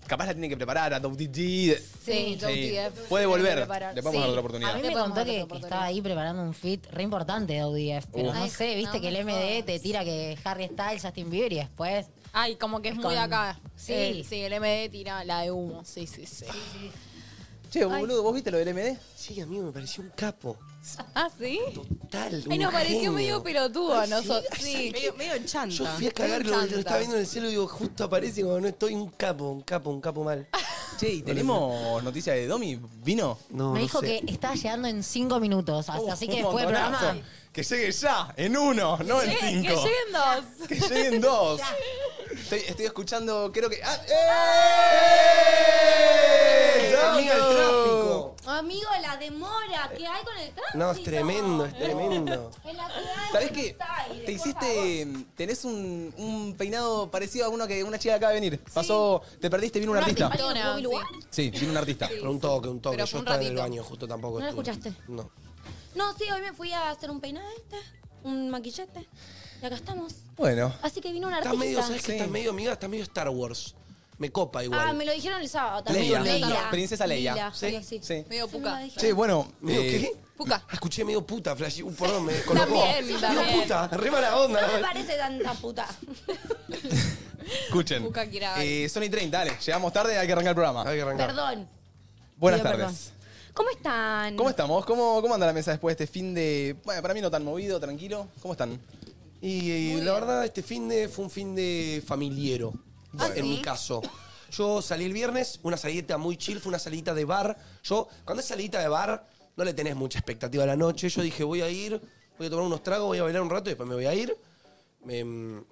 Speaker 1: capaz la tiene que preparar a Dodi G.
Speaker 2: Sí, Dodi
Speaker 1: Sí.
Speaker 2: F.
Speaker 1: Puede volver.
Speaker 2: Tiene que preparar.
Speaker 1: Le vamos a dar otra oportunidad.
Speaker 5: A mí
Speaker 2: Le
Speaker 5: me
Speaker 2: podemos
Speaker 5: contó
Speaker 2: dar otra
Speaker 5: que, que
Speaker 2: oportunidad.
Speaker 5: estaba ahí preparando un fit re importante de ODF, pero
Speaker 1: Uh.
Speaker 5: no
Speaker 2: Ay,
Speaker 5: sé, viste
Speaker 2: no
Speaker 5: que el
Speaker 2: me
Speaker 5: MD
Speaker 2: jodas.
Speaker 5: te tira que Harry Styles, Justin Bieber y después.
Speaker 2: Ay, como que es, muy de
Speaker 5: con-
Speaker 2: acá.
Speaker 5: Sí.
Speaker 2: Eh, sí, el MD tira la de humo. Sí, sí, sí.
Speaker 1: Che, boludo, ¿vos viste lo del MD?
Speaker 3: Sí, a mí me pareció un capo.
Speaker 2: ¿Ah, sí?
Speaker 3: Total.
Speaker 2: Ay,
Speaker 3: un
Speaker 2: nos pareció
Speaker 3: genio.
Speaker 2: medio pelotudo a nosotros. Sí.
Speaker 4: Medio, medio chanta.
Speaker 3: Yo fui a cagar, lo,
Speaker 2: Chanta.
Speaker 3: lo estaba viendo en el cielo y digo, justo aparece como no estoy un capo, un capo, un capo mal.
Speaker 1: Che, ¿y tenemos noticia de Domi? ¿Vino?
Speaker 3: No,
Speaker 5: me
Speaker 3: no
Speaker 5: dijo
Speaker 3: sé.
Speaker 5: que estaba llegando en cinco minutos, así, así que
Speaker 1: Uh, Oh, Un
Speaker 5: después del
Speaker 1: montonazo.
Speaker 5: programa.
Speaker 1: Que llegue ya, en uno, no en
Speaker 2: Eh, que
Speaker 1: cinco.
Speaker 2: lleguen dos.
Speaker 1: Que lleguen dos. Estoy, estoy escuchando, creo que. ¡Ah! ¡Eh!
Speaker 3: Amiga, el tráfico.
Speaker 7: Amigo, la demora que hay con el tránsito.
Speaker 3: No, es tremendo, es tremendo.
Speaker 7: En la ciudad de
Speaker 1: ¿Sabés qué?
Speaker 7: Buenos Aires,
Speaker 1: Te
Speaker 7: por
Speaker 1: hiciste. em, Tenés un, un peinado parecido a uno que una chica acaba de venir. Pasó. Te perdiste, vino un artista.
Speaker 2: Tona, sí.
Speaker 1: Sí, vino un artista.
Speaker 3: Pero un toque, un toque.
Speaker 2: Pero
Speaker 3: Yo
Speaker 2: fue un
Speaker 3: estaba en el
Speaker 2: ratito.
Speaker 3: baño, justo
Speaker 7: ¿No
Speaker 3: tampoco.
Speaker 7: lo
Speaker 3: estuve.
Speaker 7: escuchaste?
Speaker 3: No.
Speaker 7: favor. No, sí, hoy me fui a hacer un peinadete, un maquillete. Y acá estamos.
Speaker 1: Bueno.
Speaker 7: Así que vino un
Speaker 3: Estás
Speaker 7: artista.
Speaker 3: medio, ¿sabes
Speaker 1: Sí.
Speaker 3: que Estás medio, amiga, estás medio Star Wars. Me copa igual.
Speaker 7: Ah, me lo dijeron el sábado también.
Speaker 1: Leia.
Speaker 7: Leia.
Speaker 1: No, Princesa Leia.
Speaker 7: Sí, sí.
Speaker 1: Sí.
Speaker 2: Medio
Speaker 7: Se me la
Speaker 2: puca.
Speaker 7: dijeron.
Speaker 1: Che, bueno.
Speaker 3: ¿Medio
Speaker 1: eh,
Speaker 3: qué? Ah,
Speaker 2: Puca.
Speaker 3: Escuché medio puta, Flash. Uh, perdón, me colocó.
Speaker 2: También,
Speaker 3: Medio
Speaker 2: también.
Speaker 3: puta, re mala onda.
Speaker 7: No me parece tanta puta.
Speaker 1: Escuchen.
Speaker 2: Busca que era-
Speaker 1: Eh, Sony 30, dale. Llegamos tarde, hay que arrancar el programa.
Speaker 3: Hay que arrancar.
Speaker 7: Perdón.
Speaker 1: Buenas
Speaker 7: Pido
Speaker 1: tardes.
Speaker 7: perdón. ¿Cómo están?
Speaker 1: ¿Cómo estamos? ¿Cómo, ¿Cómo anda la mesa después de este fin de.? Bueno, para mí no tan movido, tranquilo. ¿Cómo están?
Speaker 3: Y, eh, la verdad, este fin de fue un fin de familiero. en mi caso. Yo salí el viernes, una salidita muy chill, fue una salidita de bar. Yo, cuando es salidita de bar, no le tenés mucha expectativa a la noche. Yo dije, voy a ir, voy a tomar unos tragos, voy a bailar un rato y después me voy a ir. Em,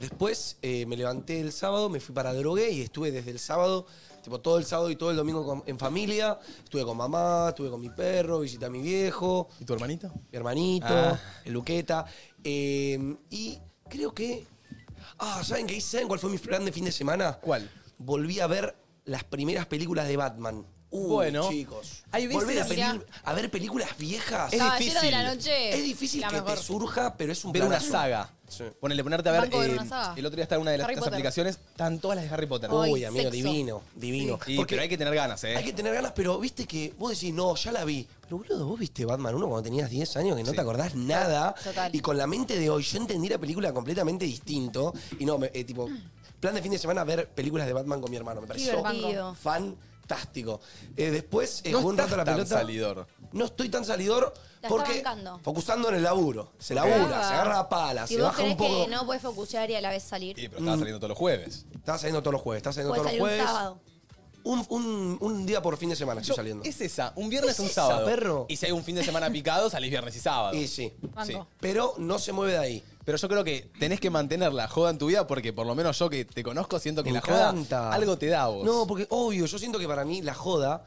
Speaker 3: después eh, me levanté el sábado, me fui para drogué y estuve desde el sábado, tipo todo el sábado y todo el domingo con- en familia. Estuve con mamá, estuve con mi perro, visité a mi viejo
Speaker 1: ¿Y tu hermanito?
Speaker 3: mi hermanito,
Speaker 1: Ah.
Speaker 3: el Luqueta. eh, y creo que. Ah, ¿saben qué hice? ¿Saben cuál fue mi plan de fin de semana?
Speaker 1: ¿Cuál?
Speaker 3: Volví a ver las primeras películas de Batman. Uh,
Speaker 1: Bueno,
Speaker 3: chicos.
Speaker 1: hay veces-
Speaker 3: Volver a, peli-
Speaker 2: Mirá.
Speaker 3: a ver películas viejas.
Speaker 1: Es
Speaker 3: Es,
Speaker 2: Caballero de la
Speaker 1: difícil.
Speaker 2: noche.
Speaker 3: difícil
Speaker 2: la
Speaker 3: que
Speaker 2: mejor.
Speaker 3: te surja, pero es un
Speaker 1: ver una
Speaker 3: planazo.
Speaker 1: saga.
Speaker 3: Sí.
Speaker 1: Ponele, ponerte a ver.
Speaker 2: Banco ver
Speaker 1: eh,
Speaker 2: una saga.
Speaker 1: el otro día estaba en una de las,
Speaker 2: Harry
Speaker 1: estas
Speaker 2: Potter.
Speaker 1: aplicaciones. Están todas las de Harry Potter.
Speaker 2: Ay,
Speaker 3: Uy, amigo,
Speaker 2: sexo.
Speaker 3: divino, divino.
Speaker 1: Sí,
Speaker 3: Porque
Speaker 1: pero hay que tener ganas, ¿eh?
Speaker 3: hay que tener ganas, pero viste que vos decís, no, ya la vi. Pero boludo, vos viste Batman 1 cuando tenías 10 años que no te acordás nada.
Speaker 2: Total.
Speaker 3: Y con la mente de hoy, yo entendí la película completamente distinto. Y no, me- eh, tipo, plan de fin de semana ver películas de Batman con mi hermano. Me pareció
Speaker 7: Divertido.
Speaker 3: fantástico. Eh, después eh,
Speaker 1: No
Speaker 3: jugué un
Speaker 1: estás
Speaker 3: rato a la
Speaker 1: tan
Speaker 3: pelota.
Speaker 1: salidor.
Speaker 3: No estoy tan salidor
Speaker 7: La
Speaker 3: porque
Speaker 7: está bancando.
Speaker 3: focusando en el laburo. Se labura, se agarra a pala,
Speaker 7: Si
Speaker 3: se
Speaker 7: vos
Speaker 3: baja
Speaker 7: crees
Speaker 3: un poco.
Speaker 7: que no puedes focusear y a la vez salir,
Speaker 1: Sí, pero
Speaker 3: Mm.
Speaker 1: estaba saliendo todos los jueves.
Speaker 3: Estás saliendo todos los jueves, estás saliendo
Speaker 7: puedes
Speaker 3: todos los
Speaker 7: salir un
Speaker 3: jueves.
Speaker 7: sábado.
Speaker 3: Un, un- un día por fin de semana estoy
Speaker 1: Yo-
Speaker 3: saliendo.
Speaker 1: Es esa, un viernes,
Speaker 3: Es
Speaker 1: un
Speaker 3: esa,
Speaker 1: sábado.
Speaker 3: perro.
Speaker 1: Y si hay un fin de semana picado, salís viernes y sábado.
Speaker 3: Y sí.
Speaker 2: Banco.
Speaker 1: Sí.
Speaker 3: Pero no se mueve de ahí.
Speaker 1: Pero yo creo que tenés que mantener la joda en tu vida porque por lo menos yo que te conozco siento que
Speaker 3: Me
Speaker 1: la
Speaker 3: encanta.
Speaker 1: joda algo te da a vos.
Speaker 3: No, porque obvio, yo siento que para mí la joda,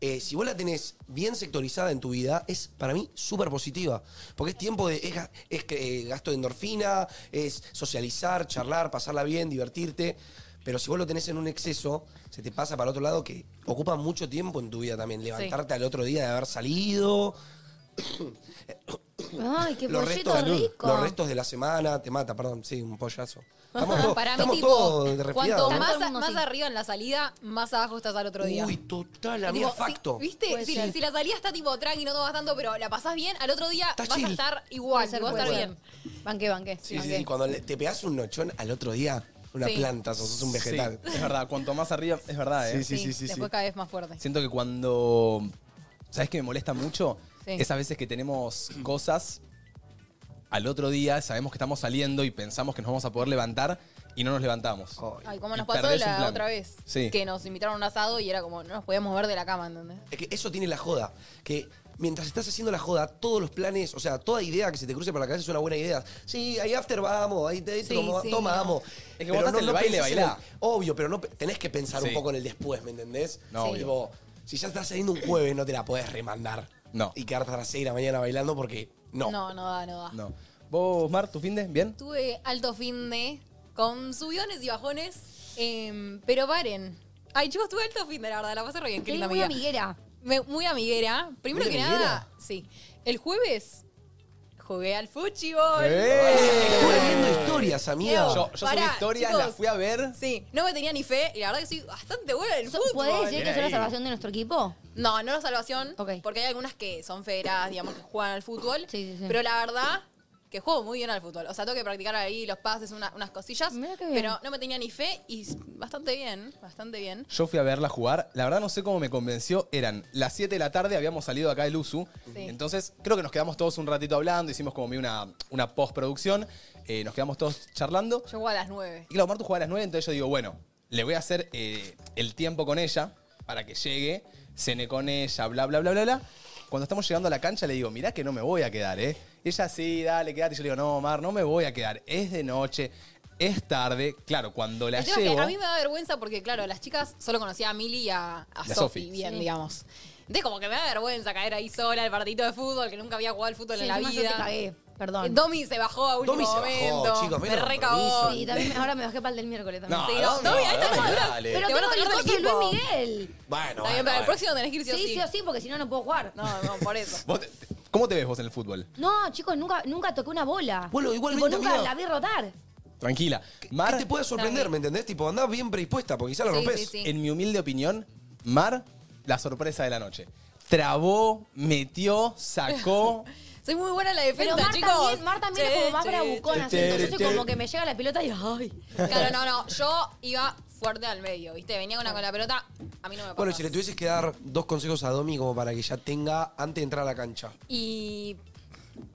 Speaker 3: eh, si vos la tenés bien sectorizada en tu vida, es para mí súper positiva. Porque es tiempo de. Es, ga- es que, eh, gasto de endorfina, es socializar, charlar, pasarla bien, divertirte. Pero si vos lo tenés en un exceso, se te pasa para otro lado que ocupa mucho tiempo en tu vida también. Levantarte al otro día de haber salido.
Speaker 4: Ay, qué
Speaker 3: los
Speaker 4: pollito
Speaker 3: restos,
Speaker 4: rico.
Speaker 3: los restos de la semana te mata, perdón, sí, un pollazo. Estamos, todos-
Speaker 2: Para mí,
Speaker 3: estamos
Speaker 2: tipo,
Speaker 3: todos de resfriado,
Speaker 2: cuanto
Speaker 3: ¿no?
Speaker 2: más,
Speaker 4: Todo el mundo
Speaker 2: más
Speaker 4: sí.
Speaker 2: arriba en la salida, más abajo estás al otro día.
Speaker 3: Uy, total, a mí
Speaker 2: Digo, si-
Speaker 3: facto.
Speaker 2: ¿Viste? Si, si la salida está tipo tranqui, no tomas tanto, pero la pasás bien, al otro día
Speaker 3: Estás
Speaker 2: vas
Speaker 3: chill.
Speaker 2: a estar igual,
Speaker 4: ser,
Speaker 2: vas a estar
Speaker 4: puede
Speaker 2: bien.
Speaker 4: Banqué, banqué.
Speaker 3: Sí, sí,
Speaker 4: banqué.
Speaker 3: sí, cuando le- te pegas un nochón al otro día, una
Speaker 2: Sí.
Speaker 3: planta, sos, sos un vegetal.
Speaker 1: Sí, es verdad, cuanto más arriba, es verdad, ¿eh?
Speaker 2: Sí, Después cada vez más fuerte.
Speaker 1: Siento que cuando. ¿Sabes que me molesta mucho?
Speaker 2: Sí.
Speaker 1: Esas veces que tenemos cosas al otro día, sabemos que estamos saliendo y pensamos que nos vamos a poder levantar y no nos levantamos.
Speaker 2: Ay, como nos
Speaker 1: Y
Speaker 2: pasó
Speaker 1: perdés un
Speaker 2: la
Speaker 1: plan.
Speaker 2: otra vez.
Speaker 1: Sí.
Speaker 2: Que nos invitaron a un asado y era como, no nos podíamos ver de la cama, ¿entendés?
Speaker 3: Es que eso tiene la joda. Que mientras estás haciendo la joda, todos los planes, o sea, toda idea que se te cruce por la cabeza es una buena idea. Sí, ahí after vamos, ahí te
Speaker 2: Sí,
Speaker 3: toma-
Speaker 2: sí.
Speaker 3: toma, vamos.
Speaker 1: Es que vos estás en el baile,
Speaker 3: pensás en
Speaker 1: bailá.
Speaker 3: el- Obvio, pero no pe- tenés que pensar
Speaker 1: Sí.
Speaker 3: un poco en el después, ¿me entendés?
Speaker 1: No, Sí. obvio.
Speaker 3: Tipo, si ya estás saliendo un jueves, no te la podés remandar.
Speaker 1: No.
Speaker 3: Y quedarte a las 6 de la mañana bailando porque no.
Speaker 2: No, no da, no da.
Speaker 1: No. ¿Vos, Mar, tu fin de? ¿Bien?
Speaker 2: Tuve alto fin de. con subidones y bajones. em, pero paren. Ay, chicos, tuve alto fin de, la verdad, la pasé re bien. Qué linda
Speaker 4: Eres muy
Speaker 2: amiga.
Speaker 4: amiguera.
Speaker 2: Me- muy amiguera. Primero
Speaker 3: ¿Muy
Speaker 2: que nada, sí. El jueves jugué al fútbol.
Speaker 3: Estuve viendo historias, amiga.
Speaker 1: Yo, yo subí
Speaker 2: Pará,
Speaker 1: historias,
Speaker 2: chicos.
Speaker 1: las fui a ver.
Speaker 2: Sí, no me tenía ni fe y la verdad que soy bastante buena en el
Speaker 4: So-
Speaker 2: fútbol.
Speaker 4: ¿Podés decir que
Speaker 1: Bien
Speaker 4: sos la
Speaker 1: ahí.
Speaker 4: salvación de nuestro equipo?
Speaker 2: No, no la salvación,
Speaker 4: Ok.
Speaker 2: porque hay algunas que son federas, digamos, que juegan al fútbol.
Speaker 4: Sí, sí, sí.
Speaker 2: Pero la verdad que juego muy bien al fútbol. O sea, tengo que practicar ahí los pases, una- unas cosillas.
Speaker 4: Mira qué bien.
Speaker 2: Pero no me tenía ni fe y s- bastante bien, bastante bien.
Speaker 1: Yo fui a verla jugar. La verdad no sé cómo me convenció. Eran las 7 de la tarde, habíamos salido acá del USU.
Speaker 2: Sí.
Speaker 1: Entonces, creo que nos quedamos todos un ratito hablando, hicimos como medio una, una postproducción. eh, nos quedamos todos charlando.
Speaker 2: Yo juego a las 9.
Speaker 1: Y claro, Martu jugaba a las 9, entonces yo digo, bueno, le voy a hacer eh, el tiempo con ella para que llegue, cene con ella, bla, bla, bla, bla, bla. Cuando estamos llegando a la cancha le digo, mirá que no me voy a quedar, ¿eh? Y ella, sí, dale, quédate. Y yo le digo, no, Mar, no me voy a quedar. Es de noche, es tarde. Claro, cuando la
Speaker 2: El tema es
Speaker 1: llevo...
Speaker 2: que a mí me da vergüenza porque, claro, las chicas solo conocía a Mili y a, a
Speaker 1: Y a
Speaker 2: Sofi,
Speaker 1: Sofi.
Speaker 2: bien, digamos. Entonces, como que me da vergüenza caer ahí sola al partidito de fútbol, que nunca había jugado al fútbol
Speaker 4: Sí,
Speaker 2: en la
Speaker 4: encima yo
Speaker 2: vida.
Speaker 4: te cagué, perdón.
Speaker 2: Eh, Domi se bajó a último
Speaker 3: Domi se bajó,
Speaker 2: momento.
Speaker 3: chicos,
Speaker 2: me
Speaker 3: menos Ah,
Speaker 2: recabó.
Speaker 3: compromiso.
Speaker 4: Y también ahora me bajé para el del miércoles también.
Speaker 1: No,
Speaker 2: Sí,
Speaker 1: no,
Speaker 2: no, no, mira,
Speaker 1: no,
Speaker 2: esta es
Speaker 1: dale,
Speaker 2: la-
Speaker 1: dale.
Speaker 4: Pero
Speaker 2: Te
Speaker 4: tengo
Speaker 2: van a
Speaker 4: el
Speaker 2: sacar del
Speaker 4: coso de
Speaker 2: equipo.
Speaker 4: Luis Miguel.
Speaker 2: Está bien,
Speaker 3: Bueno, bueno,
Speaker 2: para el
Speaker 3: bueno.
Speaker 2: próximo tenés que ir sí o
Speaker 4: Sí,
Speaker 2: sí.
Speaker 4: sí o sí, porque si no, no puedo jugar. No,
Speaker 2: No, no, por eso.
Speaker 1: ¿Vos te- ¿Cómo te ves vos en el fútbol?
Speaker 4: chicos, nunca, nunca toqué una bola.
Speaker 3: Bueno, igualmente,
Speaker 4: Tipo, nunca
Speaker 3: amiga.
Speaker 4: la vi rotar.
Speaker 1: Tranquila.
Speaker 3: ¿Qué
Speaker 1: Mar,
Speaker 3: te puede sorprender,
Speaker 2: Dale.
Speaker 3: ¿me entendés? Tipo, andás bien predispuesta porque quizá lo
Speaker 2: Sí,
Speaker 3: rompes.
Speaker 2: sí, sí.
Speaker 1: en mi humilde opinión, Mar, la sorpresa de la noche. Trabó, metió, sacó.
Speaker 2: Soy muy buena en la defensa,
Speaker 4: Pero Mar
Speaker 2: chicos.
Speaker 4: también, Mar también es
Speaker 2: Che,
Speaker 4: como más
Speaker 2: che,
Speaker 4: bravucona. así.
Speaker 1: che,
Speaker 4: Entonces
Speaker 1: che.
Speaker 4: como que me llega la pelota y ay.
Speaker 2: che. Claro, no, no. Yo iba fuerte al medio, ¿viste? Venía una con la pelota, a mí no me pasa.
Speaker 3: Bueno, si le tuvieses que dar dos consejos a Domi como para que ya tenga antes de entrar a la cancha.
Speaker 2: Y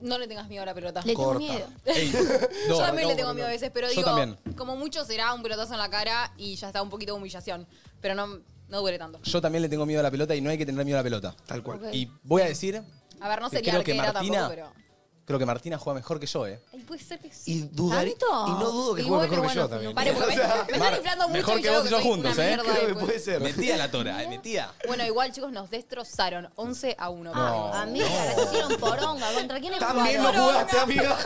Speaker 2: no le tengas miedo a la pelota.
Speaker 4: Le tengo
Speaker 3: Corta.
Speaker 4: miedo.
Speaker 1: Ey,
Speaker 2: Yo
Speaker 1: no,
Speaker 2: también le
Speaker 1: no,
Speaker 2: tengo
Speaker 1: no,
Speaker 2: miedo a
Speaker 1: no.
Speaker 2: veces, pero
Speaker 1: Yo
Speaker 2: digo,
Speaker 1: también.
Speaker 2: como mucho será un pelotazo en la cara y ya está un poquito de humillación. Pero no, no duele tanto.
Speaker 1: Yo también le tengo miedo a la pelota y no hay que tener miedo a la pelota.
Speaker 3: Tal cual.
Speaker 4: Ok.
Speaker 1: Y voy a decir.
Speaker 2: A ver, no
Speaker 1: que
Speaker 2: sería
Speaker 1: creo que
Speaker 2: arquera
Speaker 1: Martina.
Speaker 2: tampoco, pero.
Speaker 1: Creo que Martina juega mejor que yo, ¿eh?
Speaker 2: Ay, puede ser que sí.
Speaker 3: Y, dudar, y
Speaker 4: ¿Tanto?
Speaker 3: no dudo que
Speaker 4: Y
Speaker 3: juegue
Speaker 4: bueno,
Speaker 3: mejor que
Speaker 4: bueno,
Speaker 3: yo también.
Speaker 2: Pare, porque me, me están
Speaker 1: Mar,
Speaker 2: inflando mucho.
Speaker 1: mejor
Speaker 2: y
Speaker 1: que
Speaker 2: yo
Speaker 1: vos y yo
Speaker 2: soy una
Speaker 1: juntos, ¿eh?
Speaker 2: mierda
Speaker 3: Creo que
Speaker 2: después.
Speaker 3: puede ser.
Speaker 1: Metía la tora, eh, metía.
Speaker 2: Bueno, igual, chicos, nos destrozaron. 11 a 1.
Speaker 4: Ah, a mí me hicieron poronga. ¿Contra quién
Speaker 3: También lo
Speaker 4: jugaron?
Speaker 3: jugaste, amiga.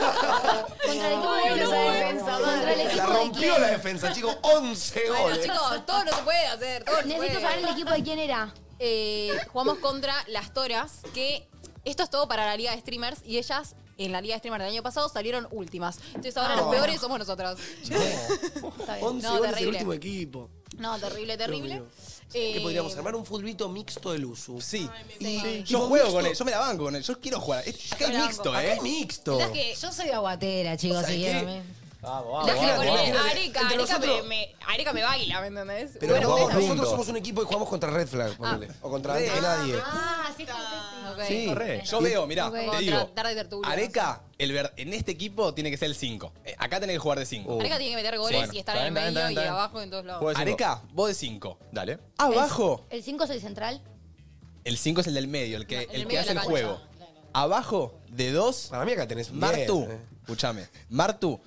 Speaker 4: Contra el equipo
Speaker 5: Ay,
Speaker 4: de
Speaker 5: no,
Speaker 4: Contra el
Speaker 5: defensa,
Speaker 3: La
Speaker 4: equipo de
Speaker 3: rompió
Speaker 4: quién.
Speaker 3: la defensa, chicos. 11
Speaker 2: Bueno,
Speaker 3: goles.
Speaker 2: chicos, todo no se puede hacer. Todo no se
Speaker 4: Necesito
Speaker 2: puede.
Speaker 4: saber el equipo de quién era.
Speaker 2: Eh, jugamos contra las Toras, que esto es todo para la liga de streamers y ellas en la liga de streamers del año pasado salieron últimas. Entonces ahora los peores somos nosotras.
Speaker 4: Está bien.
Speaker 3: 11
Speaker 2: No,
Speaker 3: Ah. goles el
Speaker 2: terrible.
Speaker 3: último equipo.
Speaker 2: No, terrible, terrible.
Speaker 3: Dios mío.
Speaker 2: Eh,
Speaker 3: Que podríamos armar un futbolito mixto del uso.
Speaker 1: Sí.
Speaker 2: Sí.
Speaker 3: Y-
Speaker 1: Yo
Speaker 3: y
Speaker 1: juego
Speaker 3: mixto-
Speaker 1: con él, yo me la banco con él, yo quiero jugar. Es- Acá
Speaker 2: me
Speaker 1: hay
Speaker 2: la
Speaker 1: mixto,
Speaker 2: banco.
Speaker 3: Acá hay
Speaker 1: ¿eh?
Speaker 3: mixto.
Speaker 2: Mirá que-
Speaker 5: Yo soy aguatera, chicos,
Speaker 3: ¿Sabes
Speaker 5: si
Speaker 3: qué?
Speaker 5: quieren. ¿eh?
Speaker 2: mirá que
Speaker 3: imagínate,
Speaker 2: ponele
Speaker 3: imagínate.
Speaker 2: Areca,
Speaker 3: Ah, Entre
Speaker 2: Areca me
Speaker 3: nosotros-
Speaker 2: me- Areca me baila, ¿me entendés?
Speaker 3: Pero
Speaker 2: Bueno,
Speaker 3: vamos,
Speaker 2: ustedes
Speaker 1: también.
Speaker 3: nosotros somos un equipo y jugamos contra Red Flag, ponele. O contra antes que nadie.
Speaker 4: Ah, sí, está.
Speaker 2: también. Ok.
Speaker 3: Sí.
Speaker 1: Corre. Yo veo, mirá,
Speaker 2: Ok.
Speaker 1: te
Speaker 2: Contra
Speaker 1: digo.
Speaker 2: Tarde Tertulia,
Speaker 1: Areca, el ver- en este equipo tiene que ser el 5. acá tenés que jugar de 5.
Speaker 3: Uh,
Speaker 2: Areca tiene que meter goles
Speaker 1: Bueno,
Speaker 2: y estar en el
Speaker 8: está bien,
Speaker 2: medio
Speaker 8: está bien, está
Speaker 2: y
Speaker 8: bien.
Speaker 2: abajo en todos lados.
Speaker 8: Pues-
Speaker 1: Areca, vos de 5.
Speaker 8: Dale.
Speaker 1: Abajo,
Speaker 4: El 5 soy central.
Speaker 1: el 5 es el del medio, el que,
Speaker 2: el
Speaker 1: el que
Speaker 2: medio de
Speaker 1: hace el
Speaker 2: la cancha.
Speaker 1: juego. Abajo, de 2,
Speaker 3: Para mí acá tenés un
Speaker 1: Martu.
Speaker 3: 10, Ah, eh.
Speaker 1: Escúchame. Martu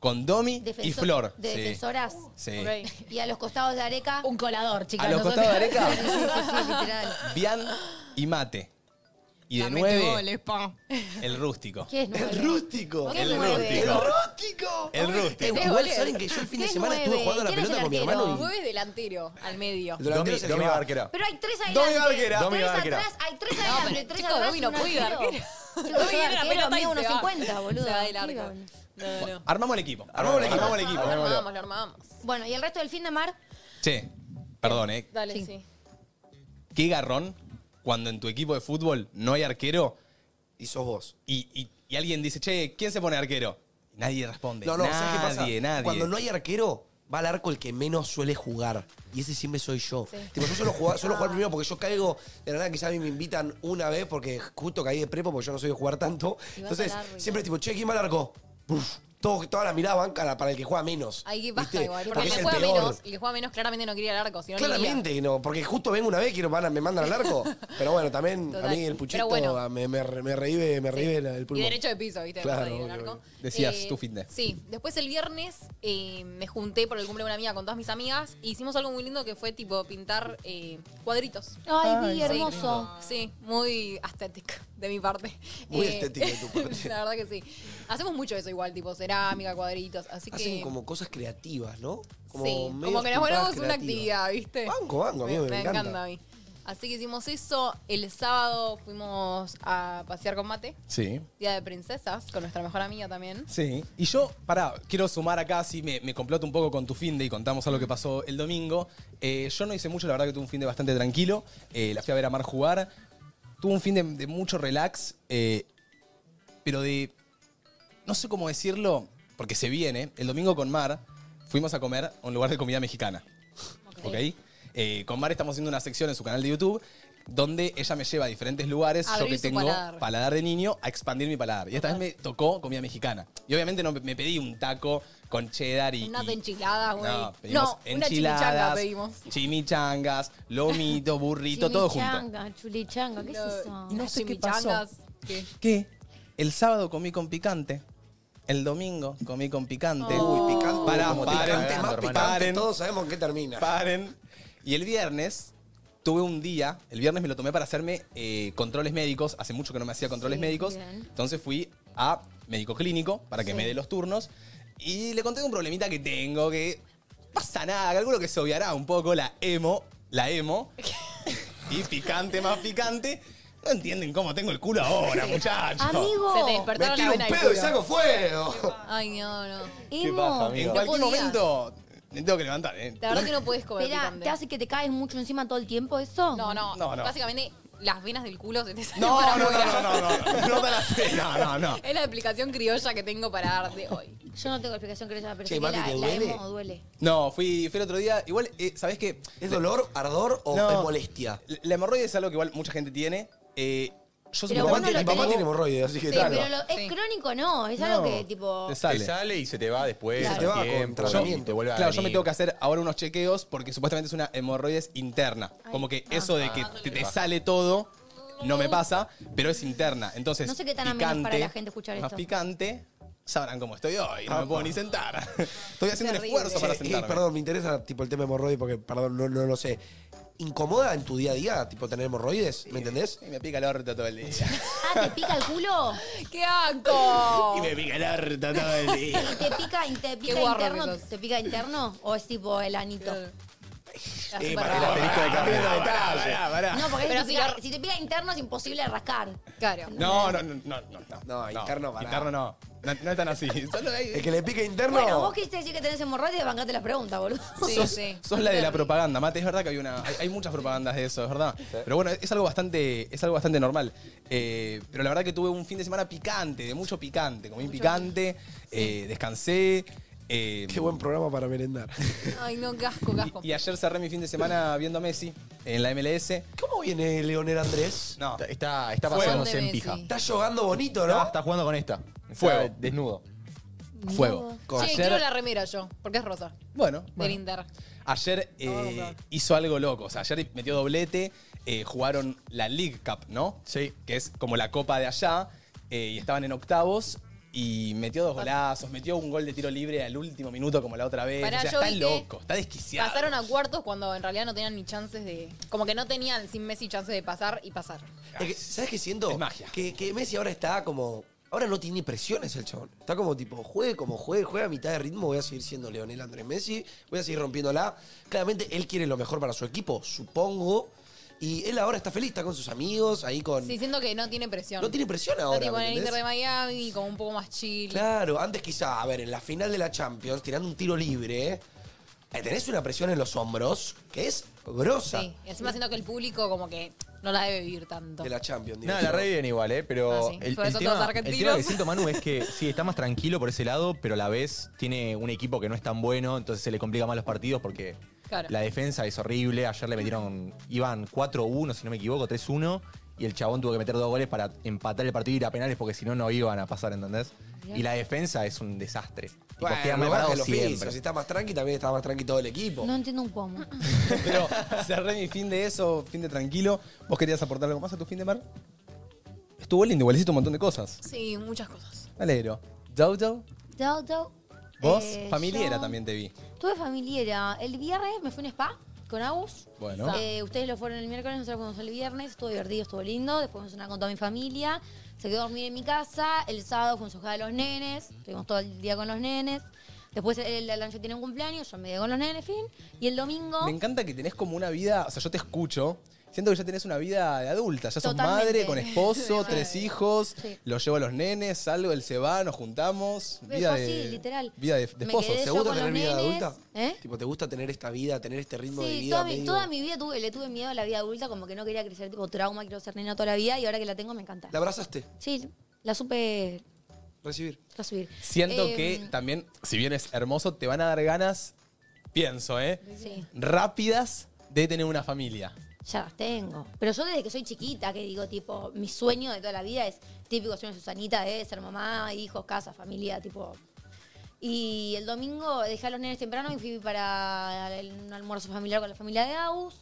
Speaker 1: con Domi y
Speaker 4: Defenso-
Speaker 1: Flor.
Speaker 4: De
Speaker 1: Sí.
Speaker 4: defensoras.
Speaker 1: Sí.
Speaker 2: Ok.
Speaker 4: Y a los costados de Areca.
Speaker 2: Uh.
Speaker 5: Un colador, chicas.
Speaker 1: A los
Speaker 5: nosotros.
Speaker 1: costados de Areca,
Speaker 4: Sí, sí, sí, literal.
Speaker 1: Bian y Mate. Y de
Speaker 2: La mete goles,
Speaker 1: 9,
Speaker 2: pa.
Speaker 1: el rústico.
Speaker 4: ¿Qué es nueve?
Speaker 3: El rústico.
Speaker 4: ¿Qué es
Speaker 1: El
Speaker 4: nueve?
Speaker 1: rústico.
Speaker 3: rústico.
Speaker 1: El rústico.
Speaker 3: Eh, igual saben que yo el fin de
Speaker 4: ¿Qué
Speaker 3: semana
Speaker 4: nueve?
Speaker 3: estuve jugando a la
Speaker 4: ¿Quién es
Speaker 3: pelota
Speaker 4: el
Speaker 3: con mi
Speaker 4: arquero?
Speaker 3: hermano y
Speaker 2: Mueve delantero al medio.
Speaker 3: el delantero es el que
Speaker 8: Domi
Speaker 3: va.
Speaker 8: Barquera.
Speaker 4: Pero hay tres
Speaker 1: Domi
Speaker 4: adelante.
Speaker 1: Barquera.
Speaker 8: Domi
Speaker 4: Tres
Speaker 8: Barquera.
Speaker 4: atrás, hay tres
Speaker 2: No,
Speaker 4: adelante,
Speaker 2: pero
Speaker 4: tres
Speaker 2: chico,
Speaker 4: atrás.
Speaker 2: Domi no
Speaker 4: un
Speaker 2: puede
Speaker 4: arquero.
Speaker 2: arquero.
Speaker 4: Chicos,
Speaker 2: No
Speaker 4: yo
Speaker 2: viene la
Speaker 4: arquero
Speaker 2: pelota y se
Speaker 4: mío
Speaker 2: va.
Speaker 4: 1.50, boludo.
Speaker 2: Se va del
Speaker 4: Arriba,
Speaker 2: arco.
Speaker 4: boludo.
Speaker 2: No, no, no.
Speaker 1: Armamos el equipo.
Speaker 3: Armamos el equipo.
Speaker 1: Armamos el equipo.
Speaker 2: Lo armamos, lo armamos.
Speaker 4: Bueno, y el resto del fin de mar,
Speaker 1: Che, perdón, ¿eh?
Speaker 2: Dale, sí.
Speaker 1: Qué garrón cuando en tu equipo de fútbol no hay arquero
Speaker 3: Y sos vos.
Speaker 1: y, y- y alguien dice, che, ¿quién se pone arquero? Y nadie responde.
Speaker 3: No, no,
Speaker 1: nadie,
Speaker 3: ¿sabes qué pasa?
Speaker 1: Nadie,
Speaker 3: Cuando no hay arquero, va al arco el que menos suele jugar. Y ese siempre soy yo. Tipo, yo suelo jugar, suelo
Speaker 2: Ah.
Speaker 3: jugar primero porque yo caigo. De la nada que ya a mí me invitan una vez porque justo caí de prepo porque yo no soy de jugar tanto. Entonces, siempre tipo, che, ¿quién va al arco? Uf, todo- toda la mirada banca la- para el que juega menos.
Speaker 2: Ahí que baja
Speaker 3: ¿viste?
Speaker 2: igual. Porque
Speaker 3: Porque
Speaker 2: el
Speaker 3: es
Speaker 2: que
Speaker 3: el
Speaker 2: juega
Speaker 3: peor.
Speaker 2: menos, el que juega menos claramente no quería el arco, sino
Speaker 3: Claramente que no, porque justo vengo una vez que nos van a- me mandan al arco. Pero bueno, también
Speaker 2: Total.
Speaker 3: a mí el
Speaker 2: Pero
Speaker 3: puchito
Speaker 2: bueno.
Speaker 3: ah, me, me, me revive, me revive la- el
Speaker 2: Y
Speaker 3: pulmón.
Speaker 2: derecho de piso, ¿viste?
Speaker 3: Claro,
Speaker 2: Ahí en el
Speaker 3: obvio,
Speaker 2: arco. Eh,
Speaker 3: obvio.
Speaker 1: Decías, tu fitness.
Speaker 2: Sí. Después el viernes eh, me junté por el cumple de una amiga con todas mis amigas. e hicimos algo muy lindo que fue tipo pintar eh, cuadritos.
Speaker 4: Ay, vi,
Speaker 2: Sí.
Speaker 4: hermoso.
Speaker 2: Sí, muy estético de mi parte. Eh,
Speaker 3: Muy aesthetic de tu parte.
Speaker 2: La verdad que sí. Hacemos mucho eso igual, tipo cerámica, cuadritos. Así
Speaker 3: Hacen
Speaker 2: que.
Speaker 3: como cosas creativas, ¿no?
Speaker 2: sí, como
Speaker 3: medios
Speaker 2: que nos ponemos
Speaker 3: pintadas
Speaker 2: una
Speaker 3: creativas.
Speaker 2: actividad, ¿viste?
Speaker 3: Banco, banco, amigo, me, encanta.
Speaker 2: a mí. Así que hicimos eso. El sábado fuimos a pasear con mate.
Speaker 1: Sí.
Speaker 2: Día de princesas, con nuestra mejor amiga también.
Speaker 1: Sí. Y yo, pará, quiero sumar acá, si me, me comploto un poco con tu fin de y contamos algo que pasó el domingo. Eh, yo no hice mucho, la verdad que tuve un fin de bastante tranquilo. Eh, la fui a ver a Mar jugar. Tuve un fin de, de mucho relax, eh, pero de. No sé cómo decirlo, porque se viene. El domingo con Mar fuimos a comer a un lugar de comida mexicana. ¿Ok? Eh, con Mar estamos haciendo una sección en su canal de YouTube donde ella me lleva a diferentes lugares, yo
Speaker 2: Abrir
Speaker 1: que
Speaker 2: su
Speaker 1: tengo
Speaker 2: paladar.
Speaker 1: paladar de niño a expandir mi paladar. Y esta vez me tocó comida mexicana. Y obviamente no me pedí un taco con cheddar y.
Speaker 2: Unas
Speaker 1: y-
Speaker 2: enchiladas, güey.
Speaker 1: No, pedimos
Speaker 2: No, una
Speaker 1: enchiladas,
Speaker 2: chimichanga pedimos.
Speaker 1: Chimichangas, lomito, burrito, todo junto.
Speaker 4: Chimichanga, chulichanga, ¿qué es eso?
Speaker 1: No
Speaker 2: Las
Speaker 1: sé qué pasó.
Speaker 2: chimichangas, ¿qué?
Speaker 1: Que el sábado comí con picante. El domingo comí con picante.
Speaker 3: Uy, picante.
Speaker 1: Pará,
Speaker 3: como
Speaker 1: paren,
Speaker 3: picante,
Speaker 1: paren,
Speaker 3: más
Speaker 1: hermano.
Speaker 3: picante.
Speaker 1: Paren.
Speaker 3: Todos sabemos en qué termina.
Speaker 1: Paren. Y el viernes tuve un día, el viernes me lo tomé para hacerme eh, controles médicos, hace mucho que no me hacía controles
Speaker 4: Sí,
Speaker 1: médicos,
Speaker 4: bien.
Speaker 1: entonces fui a médico clínico para que me dé los turnos y le conté de un problemita que tengo que pasa nada, calculo que se obviará un poco la emo, la emo y picante más picante. No entienden cómo tengo el culo ahora, muchachos.
Speaker 4: Amigo,
Speaker 2: Se te
Speaker 3: Me
Speaker 2: despertaron
Speaker 3: tiro
Speaker 2: la
Speaker 3: un
Speaker 2: vena del
Speaker 3: pedo y
Speaker 2: culo.
Speaker 3: saco fuego.
Speaker 2: Ay, no, no.
Speaker 4: emo.
Speaker 1: En
Speaker 2: No
Speaker 1: cualquier
Speaker 2: podías.
Speaker 1: momento me tengo que levantar, ¿eh?
Speaker 2: La verdad que no puedes comer
Speaker 4: Espera,
Speaker 2: picante.
Speaker 4: ¿te hace que te caes mucho encima todo el tiempo eso?
Speaker 2: No, no,
Speaker 1: No, no.
Speaker 2: Básicamente, las venas del culo se te salen
Speaker 1: No,
Speaker 2: para
Speaker 1: no, no,
Speaker 2: afuera.
Speaker 1: no, no, no, no, te la sé, no, no, no.
Speaker 2: Es la explicación criolla que tengo para darte hoy.
Speaker 4: Yo no tengo explicación que pero
Speaker 3: Che,
Speaker 4: sé que
Speaker 3: Mati,
Speaker 4: la,
Speaker 3: ¿te
Speaker 4: la
Speaker 3: duele?
Speaker 4: emo duele.
Speaker 1: No, fui, fui el otro día. Igual, eh, ¿sabés qué?
Speaker 3: ¿Es dolor, ardor o
Speaker 1: No.
Speaker 3: es molestia?
Speaker 1: La- La hemorroide es algo que igual mucha gente tiene. Eh, yo
Speaker 4: Pero
Speaker 3: Mi
Speaker 4: vos
Speaker 3: papá,
Speaker 4: no
Speaker 3: tiene,
Speaker 4: lo
Speaker 3: mi papá
Speaker 4: tenés.
Speaker 3: tiene hemorroides, así que
Speaker 4: Sí,
Speaker 3: claro.
Speaker 4: pero lo- es
Speaker 2: Sí.
Speaker 4: crónico, no. Es algo que, tipo...
Speaker 1: Te
Speaker 8: Te
Speaker 1: sale.
Speaker 8: sale y se te va después. al
Speaker 3: Claro. Se te va con
Speaker 8: tiempo,
Speaker 3: tratamiento.
Speaker 8: y te vuelve a
Speaker 1: Claro, yo me
Speaker 8: venir.
Speaker 1: tengo que hacer ahora unos chequeos porque supuestamente es una hemorroides interna. Como que
Speaker 4: ah.
Speaker 1: eso de que te, te sale todo no me pasa, pero es interna. Entonces,
Speaker 4: No sé qué tan ameno es
Speaker 1: picante,
Speaker 4: para la gente escuchar
Speaker 1: más
Speaker 4: esto.
Speaker 1: picante, sabrán cómo estoy hoy. No me puedo ni sentar. Estoy haciendo un
Speaker 2: Terrible.
Speaker 1: esfuerzo para
Speaker 3: Che, eh,
Speaker 1: sentarme.
Speaker 3: perdón, me interesa tipo el tema hemorroides porque, perdón, no, no lo sé. ¿Incomoda en tu día a día, tipo, tener hemorroides? ¿Me entendés?
Speaker 1: Y me pica el orto todo el día.
Speaker 4: Ah, ¿te pica el culo?
Speaker 2: ¡Qué asco!
Speaker 1: y me pica el orto todo el día.
Speaker 4: ¿Y te pica, y te pica
Speaker 2: guarro que
Speaker 4: interno?
Speaker 2: sos.
Speaker 4: ¿Te pica interno? ¿O es tipo el
Speaker 2: Eh,
Speaker 4: anito?
Speaker 1: Eh,
Speaker 2: Así para-
Speaker 3: Pará, pará, pará, pará, pará.
Speaker 1: Pará, pará.
Speaker 4: No, porque
Speaker 2: Pero
Speaker 4: si, te
Speaker 2: si
Speaker 4: pica,
Speaker 2: la-
Speaker 4: si te pica interno es imposible rascar.
Speaker 2: Claro.
Speaker 1: No, no, no, no, no.
Speaker 3: No, interno pará.
Speaker 1: Interno no. No, no es tan así. Solo hay-
Speaker 3: El que le pica interno.
Speaker 4: Bueno, vos quisiste decir que tenés hemorroides, bancate la pregunta, boludo.
Speaker 2: Sí,
Speaker 1: sos,
Speaker 2: sí.
Speaker 1: sos la de la propaganda, Mate. Es verdad que hay una. Hay, hay muchas propagandas de eso, es verdad. Pero bueno, es algo bastante, es algo bastante normal. Eh, pero la verdad que tuve un fin de semana picante, de mucho picante. Comí picante, eh, descansé. eh,
Speaker 3: Qué buen programa para merendar.
Speaker 2: Ay, no, qué asco, qué asco.
Speaker 1: y, y ayer cerré mi fin de semana viendo a Messi en la MLS.
Speaker 3: ¿Cómo viene Leonel Andrés?
Speaker 1: No,
Speaker 8: Está, está, está
Speaker 2: Fuego.
Speaker 8: pasándose
Speaker 2: Son de
Speaker 8: en pija.
Speaker 2: Messi.
Speaker 3: Está jugando bonito,
Speaker 8: No,
Speaker 3: ¿no?
Speaker 8: está jugando con esta. Está
Speaker 1: Fuego.
Speaker 8: Desnudo.
Speaker 1: fuego.
Speaker 2: Che,
Speaker 1: Ayer-
Speaker 2: quiero la remera yo, porque es rosa.
Speaker 1: Bueno,
Speaker 2: Del
Speaker 1: bueno.
Speaker 2: Inter.
Speaker 1: Ayer
Speaker 2: Oh,
Speaker 1: eh, hizo algo loco. O sea, ayer metió doblete. eh, jugaron la League Cup, ¿no?
Speaker 8: Sí.
Speaker 1: Que es como la copa de allá. eh, y estaban en octavos. Y metió dos golazos. Metió un gol de tiro libre al último minuto, como la otra vez.
Speaker 2: Pará,
Speaker 1: o sea,
Speaker 2: yo
Speaker 1: está
Speaker 2: vi que
Speaker 1: loco. Está desquiciado.
Speaker 2: Pasaron a cuartos cuando en realidad no tenían ni chances de. Como que no tenían sin Messi chances de pasar y pasar.
Speaker 3: Es que, ¿Sabes qué siento?
Speaker 1: Es magia.
Speaker 3: Que, que Messi ahora está como. Ahora no tiene presiones el chabón. Está como tipo, juegue como juegue, juega a mitad de ritmo, voy a seguir siendo Leonel Andrés Messi, voy a seguir rompiéndola. Claramente él quiere lo mejor para su equipo, supongo. Y él ahora está feliz, está con sus amigos, ahí con.
Speaker 2: Sí, siento que no tiene presión.
Speaker 3: No tiene presión
Speaker 2: Está
Speaker 3: ahora,
Speaker 2: tipo
Speaker 3: ¿me
Speaker 2: en el
Speaker 3: entendés?
Speaker 2: Inter de Miami, como un poco más chill.
Speaker 3: Claro, antes quizá, a ver, en la final de la Champions, tirando un tiro libre, eh, tenés una presión en los hombros que es grosa
Speaker 2: Sí, y encima siento que el público como que no la debe vivir tanto.
Speaker 3: de la Champions. digo
Speaker 6: No, la
Speaker 3: yo.
Speaker 6: re bien igual, ¿eh? Pero
Speaker 2: Ah, sí.
Speaker 6: el,
Speaker 2: Por
Speaker 6: el
Speaker 2: eso todos
Speaker 6: tema, el
Speaker 2: argentinos.
Speaker 6: tema que siento, Manu, es que sí, está más tranquilo por ese lado, pero a la vez tiene un equipo que no es tan bueno, entonces se le complica más los partidos porque
Speaker 2: Claro.
Speaker 6: la defensa es horrible. Ayer le metieron, iban 4-1, si no me equivoco, 3-1, y el chabón tuvo que meter dos goles para empatar el partido y ir a penales porque si no, no iban a pasar, ¿entendés? Y la defensa es un desastre. Tipo,
Speaker 3: Bueno,
Speaker 6: queda mal
Speaker 3: baja
Speaker 6: parado
Speaker 3: el oficio,
Speaker 6: siempre.
Speaker 3: Si está más tranqui, también está más tranqui todo el equipo.
Speaker 4: No entiendo un cómo.
Speaker 1: Pero cerré mi fin de eso, fin de tranquilo. ¿Vos querías aportar algo más a tu fin de mar? Estuvo lindo, igual hiciste un montón de cosas.
Speaker 2: Sí, muchas cosas.
Speaker 1: Me alegro. Dodo,
Speaker 4: Dodo.
Speaker 1: vos,
Speaker 4: eh,
Speaker 1: familiera
Speaker 4: yo
Speaker 1: también te vi.
Speaker 4: Tuve familiera. El viernes me fui a un spa con Agus.
Speaker 1: Bueno.
Speaker 4: Eh, ustedes lo fueron el miércoles, nosotros fuimos el viernes. Estuvo divertido, estuvo lindo. Después fuimos a cenar con toda mi familia. Se quedó a dormir en mi casa. El sábado fuimos a jugar a los nenes. Estuvimos todo el día con los nenes. Después el, el ancho tiene un cumpleaños, yo me quedé con los nenes, fin. Y el domingo...
Speaker 1: Me encanta que tenés como una vida, o sea, yo te escucho. Siento que ya tenés una vida de adulta, ya sos
Speaker 4: Totalmente.
Speaker 1: madre, con esposo, tres hijos,
Speaker 4: Sí.
Speaker 1: los llevo a los nenes, salgo, él se va, nos juntamos.
Speaker 4: Fue
Speaker 1: Vida
Speaker 4: así,
Speaker 1: de,
Speaker 4: literal.
Speaker 1: Vida de, de
Speaker 4: Me
Speaker 1: esposo.
Speaker 4: quedé
Speaker 3: ¿Te
Speaker 4: yo
Speaker 3: gusta
Speaker 4: con
Speaker 3: tener
Speaker 4: los
Speaker 3: vida
Speaker 4: nenes,
Speaker 3: adulta?
Speaker 4: ¿eh?
Speaker 3: Tipo, ¿te gusta tener esta vida, tener este ritmo de
Speaker 4: Sí,
Speaker 3: vida?
Speaker 4: toda, mi,
Speaker 3: medio-
Speaker 4: toda mi vida tuve, le tuve miedo a la vida adulta, como que no quería crecer, tipo trauma, quiero ser nena toda la vida y ahora que la tengo me encanta.
Speaker 3: ¿La abrazaste?
Speaker 4: Sí, la supe
Speaker 3: Recibir.
Speaker 4: recibir.
Speaker 1: Siento
Speaker 4: Eh,
Speaker 1: que también, si bien es hermoso, te van a dar ganas, pienso, ¿eh?
Speaker 4: Sí,
Speaker 1: Rápidas de tener una familia.
Speaker 4: ya las tengo. Pero yo desde que soy chiquita, que digo, tipo, mi sueño de toda la vida es típico sueño de Susanita, de ser mamá, hijos, casa, familia, tipo. Y el domingo dejé a los nenes temprano y fui para el- un almuerzo familiar con la familia de Agus.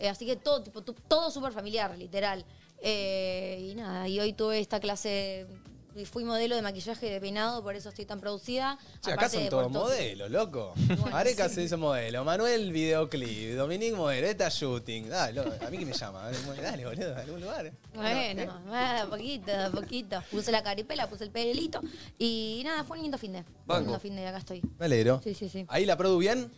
Speaker 4: Eh, así que todo, tipo, tu- todo súper familiar, literal. Eh, y nada, y hoy tuve esta clase. y Fui modelo de maquillaje de peinado, por eso estoy tan producida.
Speaker 1: Che, acá
Speaker 4: Aparte
Speaker 1: son
Speaker 4: de
Speaker 1: todos
Speaker 4: por todo-
Speaker 1: modelos, loco. Areca se hizo modelo, Manuel videoclip, Dominique modelo, esta shooting. Dale, loco, a mí que me llama. Dale, boludo, a algún lugar.
Speaker 4: Bueno, ah, poquito, poquito. Puse la caripela, puse el pelito. Y nada, fue un lindo fin de. Fue Un
Speaker 3: Banco.
Speaker 4: lindo fin de, acá estoy.
Speaker 1: Me alegro.
Speaker 4: Sí, sí, sí.
Speaker 1: Ahí la produ bien.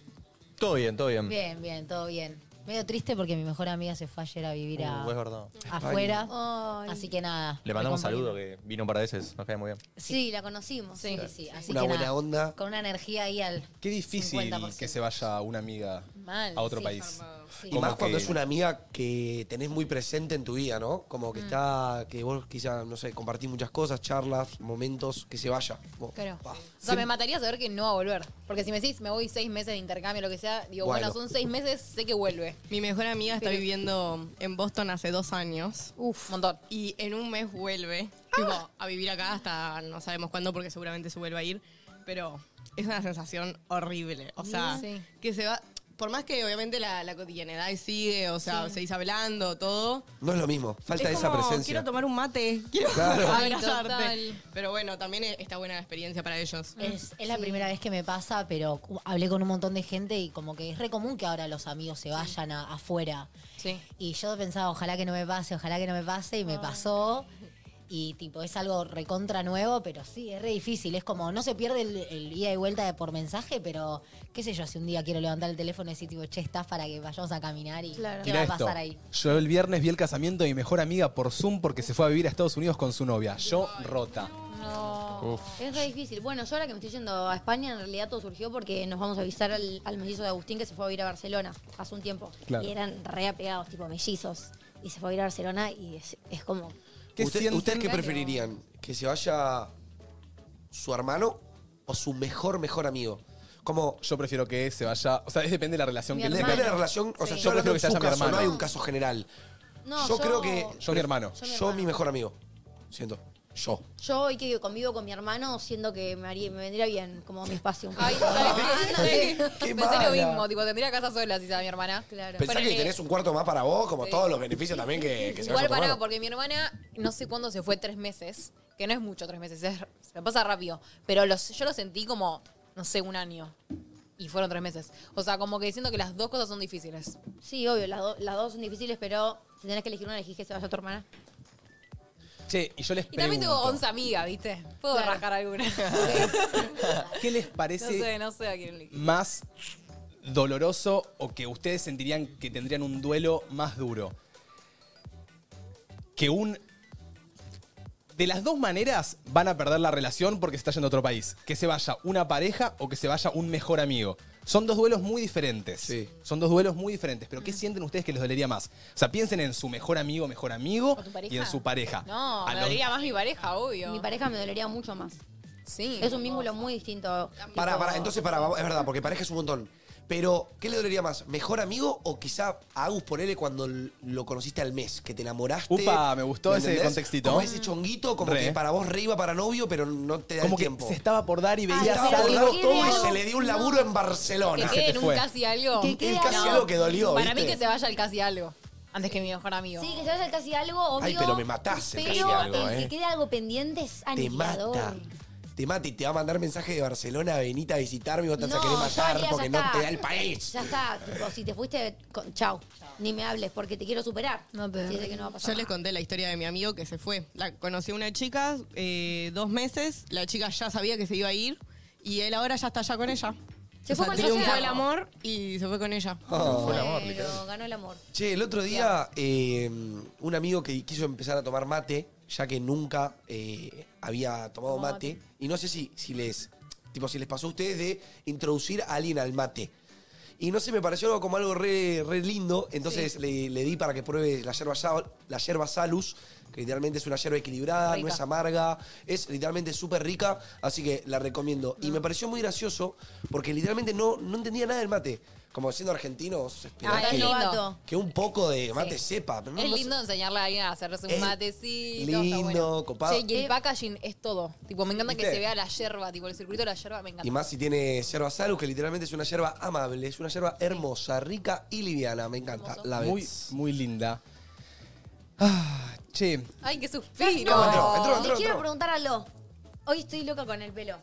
Speaker 6: Todo bien, todo bien.
Speaker 5: Bien, bien, todo bien. Medio triste porque mi mejor amiga se fue ayer a vivir a-
Speaker 6: Uh, es verdad.
Speaker 5: afuera.
Speaker 4: Ay.
Speaker 5: Así que nada.
Speaker 6: Le mandamos un
Speaker 5: me acompañó.
Speaker 6: saludo que vino un par de veces, nos cae muy bien.
Speaker 4: Sí, la conocimos.
Speaker 2: Sí.
Speaker 5: Sí, sí, así
Speaker 3: Una
Speaker 5: que
Speaker 3: buena
Speaker 5: nada,
Speaker 3: onda.
Speaker 5: Con una energía ahí al.
Speaker 1: Qué difícil
Speaker 5: 50%.
Speaker 1: que se vaya una amiga
Speaker 2: Mal,
Speaker 1: a otro
Speaker 2: sí,
Speaker 1: país.
Speaker 5: Sí.
Speaker 3: Y más
Speaker 1: que-
Speaker 3: cuando es una amiga que tenés muy presente en tu vida, ¿no? Como que
Speaker 4: Mm.
Speaker 3: está, que vos quizá, no sé, compartís muchas cosas, charlas, momentos, que se vaya. Como,
Speaker 2: Claro.
Speaker 3: pa.
Speaker 2: O sea, me mataría saber que no va a volver. Porque si me decís, me voy seis meses de intercambio, lo que sea, digo, bueno,
Speaker 3: Bueno.
Speaker 2: son seis meses, sé que vuelve.
Speaker 9: Mi mejor amiga está
Speaker 2: Pero-
Speaker 9: viviendo en Boston hace dos años
Speaker 2: Uf, montón.
Speaker 9: y en un mes vuelve tipo, a vivir acá hasta no sabemos cuándo porque seguramente se vuelva a ir, pero es una sensación horrible. O sea,
Speaker 2: Sí.
Speaker 9: que se va, por más que obviamente la, la cotidianidad sigue, o sea, seguís hablando, todo.
Speaker 3: No es lo mismo, falta
Speaker 9: es
Speaker 3: esa
Speaker 9: como,
Speaker 3: presencia.
Speaker 9: Quiero tomar un mate, quiero
Speaker 2: Ay,
Speaker 9: abrazarte.
Speaker 2: total.
Speaker 9: Pero bueno, también e- está buena la experiencia para ellos.
Speaker 5: Es,
Speaker 4: Mm,
Speaker 5: es la primera vez que me pasa, pero cu- hablé con un montón de gente y como que es re común que ahora los amigos se vayan a- afuera.
Speaker 2: Sí.
Speaker 5: Y yo pensaba, ojalá que no me pase, ojalá que no me pase, y me pasó. Y tipo, es algo recontra nuevo, pero sí, es re difícil. Es como, no se pierde el, el ida y vuelta de por mensaje, pero qué sé yo, si un día quiero levantar el teléfono y decir, tipo, che, estás para que vayamos a caminar y qué va
Speaker 1: Mirá
Speaker 5: a
Speaker 1: esto.
Speaker 5: pasar ahí.
Speaker 1: Yo el viernes vi el casamiento de mi mejor amiga por Zoom porque se fue a vivir a Estados Unidos con su novia. Yo rota.
Speaker 4: No. Es re difícil. Bueno, yo ahora que me estoy yendo a España, en realidad todo surgió porque nos vamos a avisar al, al mellizo de Agustín que se fue a vivir a Barcelona hace un tiempo.
Speaker 1: Claro.
Speaker 4: Y eran re apegados, tipo mellizos. Y se fue a ir a Barcelona y es, es como.
Speaker 1: ¿Qué
Speaker 3: ¿Usted-
Speaker 1: sienten?
Speaker 3: ¿Ustedes qué preferirían? ¿Que se vaya su hermano o su mejor, mejor amigo? Como,
Speaker 1: Yo prefiero que se vaya. O sea, es depende de la relación
Speaker 4: Mi
Speaker 1: que
Speaker 4: hermano.
Speaker 1: tengan.
Speaker 3: depende de la relación, o sea,
Speaker 4: Sí.
Speaker 3: yo
Speaker 1: Yo
Speaker 3: creo
Speaker 1: prefiero
Speaker 3: que
Speaker 1: que
Speaker 3: su
Speaker 1: sea mi
Speaker 3: caso, no
Speaker 1: hermano.
Speaker 3: hay un caso general.
Speaker 4: No,
Speaker 3: yo, creo que...
Speaker 1: Yo mi hermano.
Speaker 3: Yo, mi mejor amigo. Siento, yo.
Speaker 4: Yo hoy que convivo con mi hermano, siento que me, haría- me vendría bien como mi espacio. un poco.
Speaker 2: Ay, ¿sabes qué? Pensé
Speaker 3: Qué mala.
Speaker 2: lo misó, tipo, tendría casa sola si sabe mi hermana.
Speaker 4: Claro.
Speaker 3: Pensá que
Speaker 2: Ponele-
Speaker 3: tenés un cuarto más para vos, como todos los beneficios también que, que se
Speaker 2: Igual
Speaker 3: vaya
Speaker 2: pará,
Speaker 3: tomando.
Speaker 2: porque mi hermana no sé cuándo se fue tres meses, que no es mucho tres meses, es- se me pasa rápido, pero los, yo lo sentí como, no sé, un año. Y fueron tres meses. O sea, como que diciendo que las dos cosas son difíciles.
Speaker 4: Sí, obvio, las, do- las dos son difíciles, pero si tenés que elegir una, elegís que se vaya tu hermana.
Speaker 1: Che, y yo les
Speaker 2: Y también tengo
Speaker 1: pregunto,
Speaker 2: 11 amigas, ¿viste? Puedo
Speaker 4: Claro.
Speaker 2: rascar alguna.
Speaker 1: ¿Qué les
Speaker 2: no
Speaker 1: parece
Speaker 2: sé, no sé a quién elegir.
Speaker 1: más doloroso o que ustedes sentirían que tendrían un duelo más duro? que un... De las dos maneras van a perder la relación porque se está yendo a otro país. Que se vaya una pareja o que se vaya un mejor amigo. Son dos duelos muy diferentes. Son dos duelos muy diferentes. Pero ¿qué sienten ustedes que les dolería más? O sea, piensen en su mejor amigo, mejor amigo
Speaker 2: tu pareja?
Speaker 1: y en su pareja.
Speaker 2: No,
Speaker 1: A
Speaker 2: me
Speaker 1: los-
Speaker 2: dolería más mi pareja, obvio.
Speaker 4: Mi pareja me dolería mucho más.
Speaker 2: Sí.
Speaker 4: Es un vínculo muy distinto.
Speaker 3: Para,
Speaker 4: Tipo,
Speaker 3: para, entonces para, es verdad, porque pareja es un montón. Pero, ¿qué le dolería más? ¿Mejor amigo o quizá a Agus ponele cuando l- lo conociste al mes, que te enamoraste?
Speaker 1: Upa, me gustó
Speaker 3: ¿me
Speaker 1: ese
Speaker 3: entendés?
Speaker 1: contextito.
Speaker 3: Como ese chonguito, como
Speaker 1: Re.
Speaker 3: que para vos reiba para novio, pero no te da
Speaker 1: Como
Speaker 3: el
Speaker 1: que
Speaker 3: tiempo.
Speaker 1: se estaba por
Speaker 2: Ah,
Speaker 1: dar y
Speaker 3: Se
Speaker 1: veía
Speaker 3: estaba
Speaker 1: algo
Speaker 3: por dar
Speaker 1: que
Speaker 3: todo y
Speaker 1: quede-
Speaker 3: se le dio un laburo en Barcelona.
Speaker 2: Que quede en un casi algo.
Speaker 4: Que quede El casi algo.
Speaker 3: algo que dolió,
Speaker 2: eh, Para mí
Speaker 3: ¿viste?
Speaker 2: que se vaya el casi algo. Antes que mi mejor amigo.
Speaker 4: Sí, que se vaya el casi algo, obvio.
Speaker 3: Ay, pero me matás el
Speaker 4: pero
Speaker 3: casi algo,
Speaker 4: el
Speaker 3: ¿eh?
Speaker 4: que quede algo pendiente es
Speaker 3: Te
Speaker 4: aniquilador.
Speaker 3: mata. Te mata y te va a mandar mensaje de Barcelona, venite a visitarme y vos te vas a
Speaker 4: No,
Speaker 3: querer
Speaker 4: ya,
Speaker 3: matar
Speaker 4: mira, ya
Speaker 3: porque no
Speaker 4: está.
Speaker 3: te da el país.
Speaker 4: Ya está, tipo, si te fuiste, con, chau, ni me hables porque te quiero superar.
Speaker 2: No te-
Speaker 4: Si sé que no va a pasar.
Speaker 9: Yo les conté la historia de mi amigo que se fue. La conocí a una chica, eh, dos meses, la chica ya sabía que se iba a ir y él ahora ya está allá con ella.
Speaker 4: Se
Speaker 9: O
Speaker 4: fue
Speaker 9: sea,
Speaker 4: con
Speaker 9: triunfó
Speaker 4: ella.
Speaker 9: el amor y se fue con ella.
Speaker 3: Oh.
Speaker 4: Pero ganó el amor.
Speaker 3: Che, el otro día eh, un amigo que quiso empezar a tomar mate, ya que nunca eh, había tomado mate, y no sé si, si les tipo si les pasó a ustedes de introducir a alguien al mate. Y no sé, me pareció algo como algo re, re lindo, entonces le, le di para que pruebe la yerba, sal- la yerba salus, que literalmente es una yerba equilibrada, no
Speaker 2: Rica.
Speaker 3: es amarga, es literalmente súper rica, así que la recomiendo. Y me pareció muy gracioso porque literalmente no, no entendía nada del mate. Como siendo argentinos, esperá
Speaker 2: Ay,
Speaker 3: que-
Speaker 2: lindo.
Speaker 4: ah, Novato.
Speaker 3: que un poco de mate sepa. pero no-
Speaker 2: Es
Speaker 3: no
Speaker 2: lindo
Speaker 3: sé.
Speaker 2: enseñarle a alguien a hacerse un
Speaker 3: Es
Speaker 2: matecito. está bueno.
Speaker 3: lindo, copado.
Speaker 2: Che, y el packaging es todo. Tipo, me encanta que
Speaker 3: ¿Viste?
Speaker 2: se vea la yerba, tipo, el circuito de la yerba, me encanta.
Speaker 3: Y más si tiene yerba salus, que literalmente es una yerba amable, es una yerba hermosa, rica y liviana. Me encanta. La ves.
Speaker 1: Muy, muy linda. Ah, che,
Speaker 2: Ay, qué suspiro.
Speaker 3: No, entró, entró, entró,
Speaker 4: Les quiero
Speaker 3: entró.
Speaker 4: preguntar algo. Hoy estoy loca con el pelo.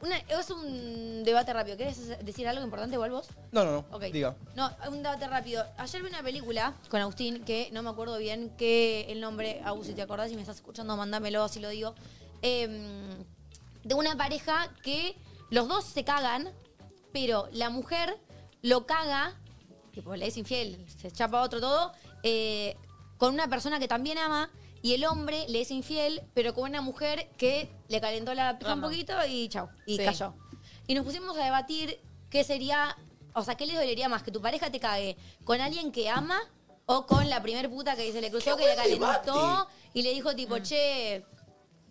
Speaker 4: Una- es un debate rápido. ¿Querés hacer- decir algo importante igual vos?
Speaker 1: no, no, no.
Speaker 4: Ok.
Speaker 1: Diga.
Speaker 4: No, un debate rápido. Ayer vi una película con Agustín que no me acuerdo bien que el nombre. Agus, si te acordás, si me estás escuchando, mándamelo, así lo digo. Eh, de una pareja que los dos se cagan, pero la mujer lo caga, tipo, le es infiel, se chapa a otro todo, eh, con una persona que también ama. Y el hombre le es infiel, pero con una mujer que le calentó la pija un
Speaker 2: Rama.
Speaker 4: poquito y chau, y
Speaker 2: Sí.
Speaker 4: cayó. Y nos pusimos a debatir qué sería, o sea, qué les dolería más, que tu pareja te cague con alguien que ama o con la primer puta que se le cruzó, que le calentó y le dijo tipo,
Speaker 2: Mm.
Speaker 4: che,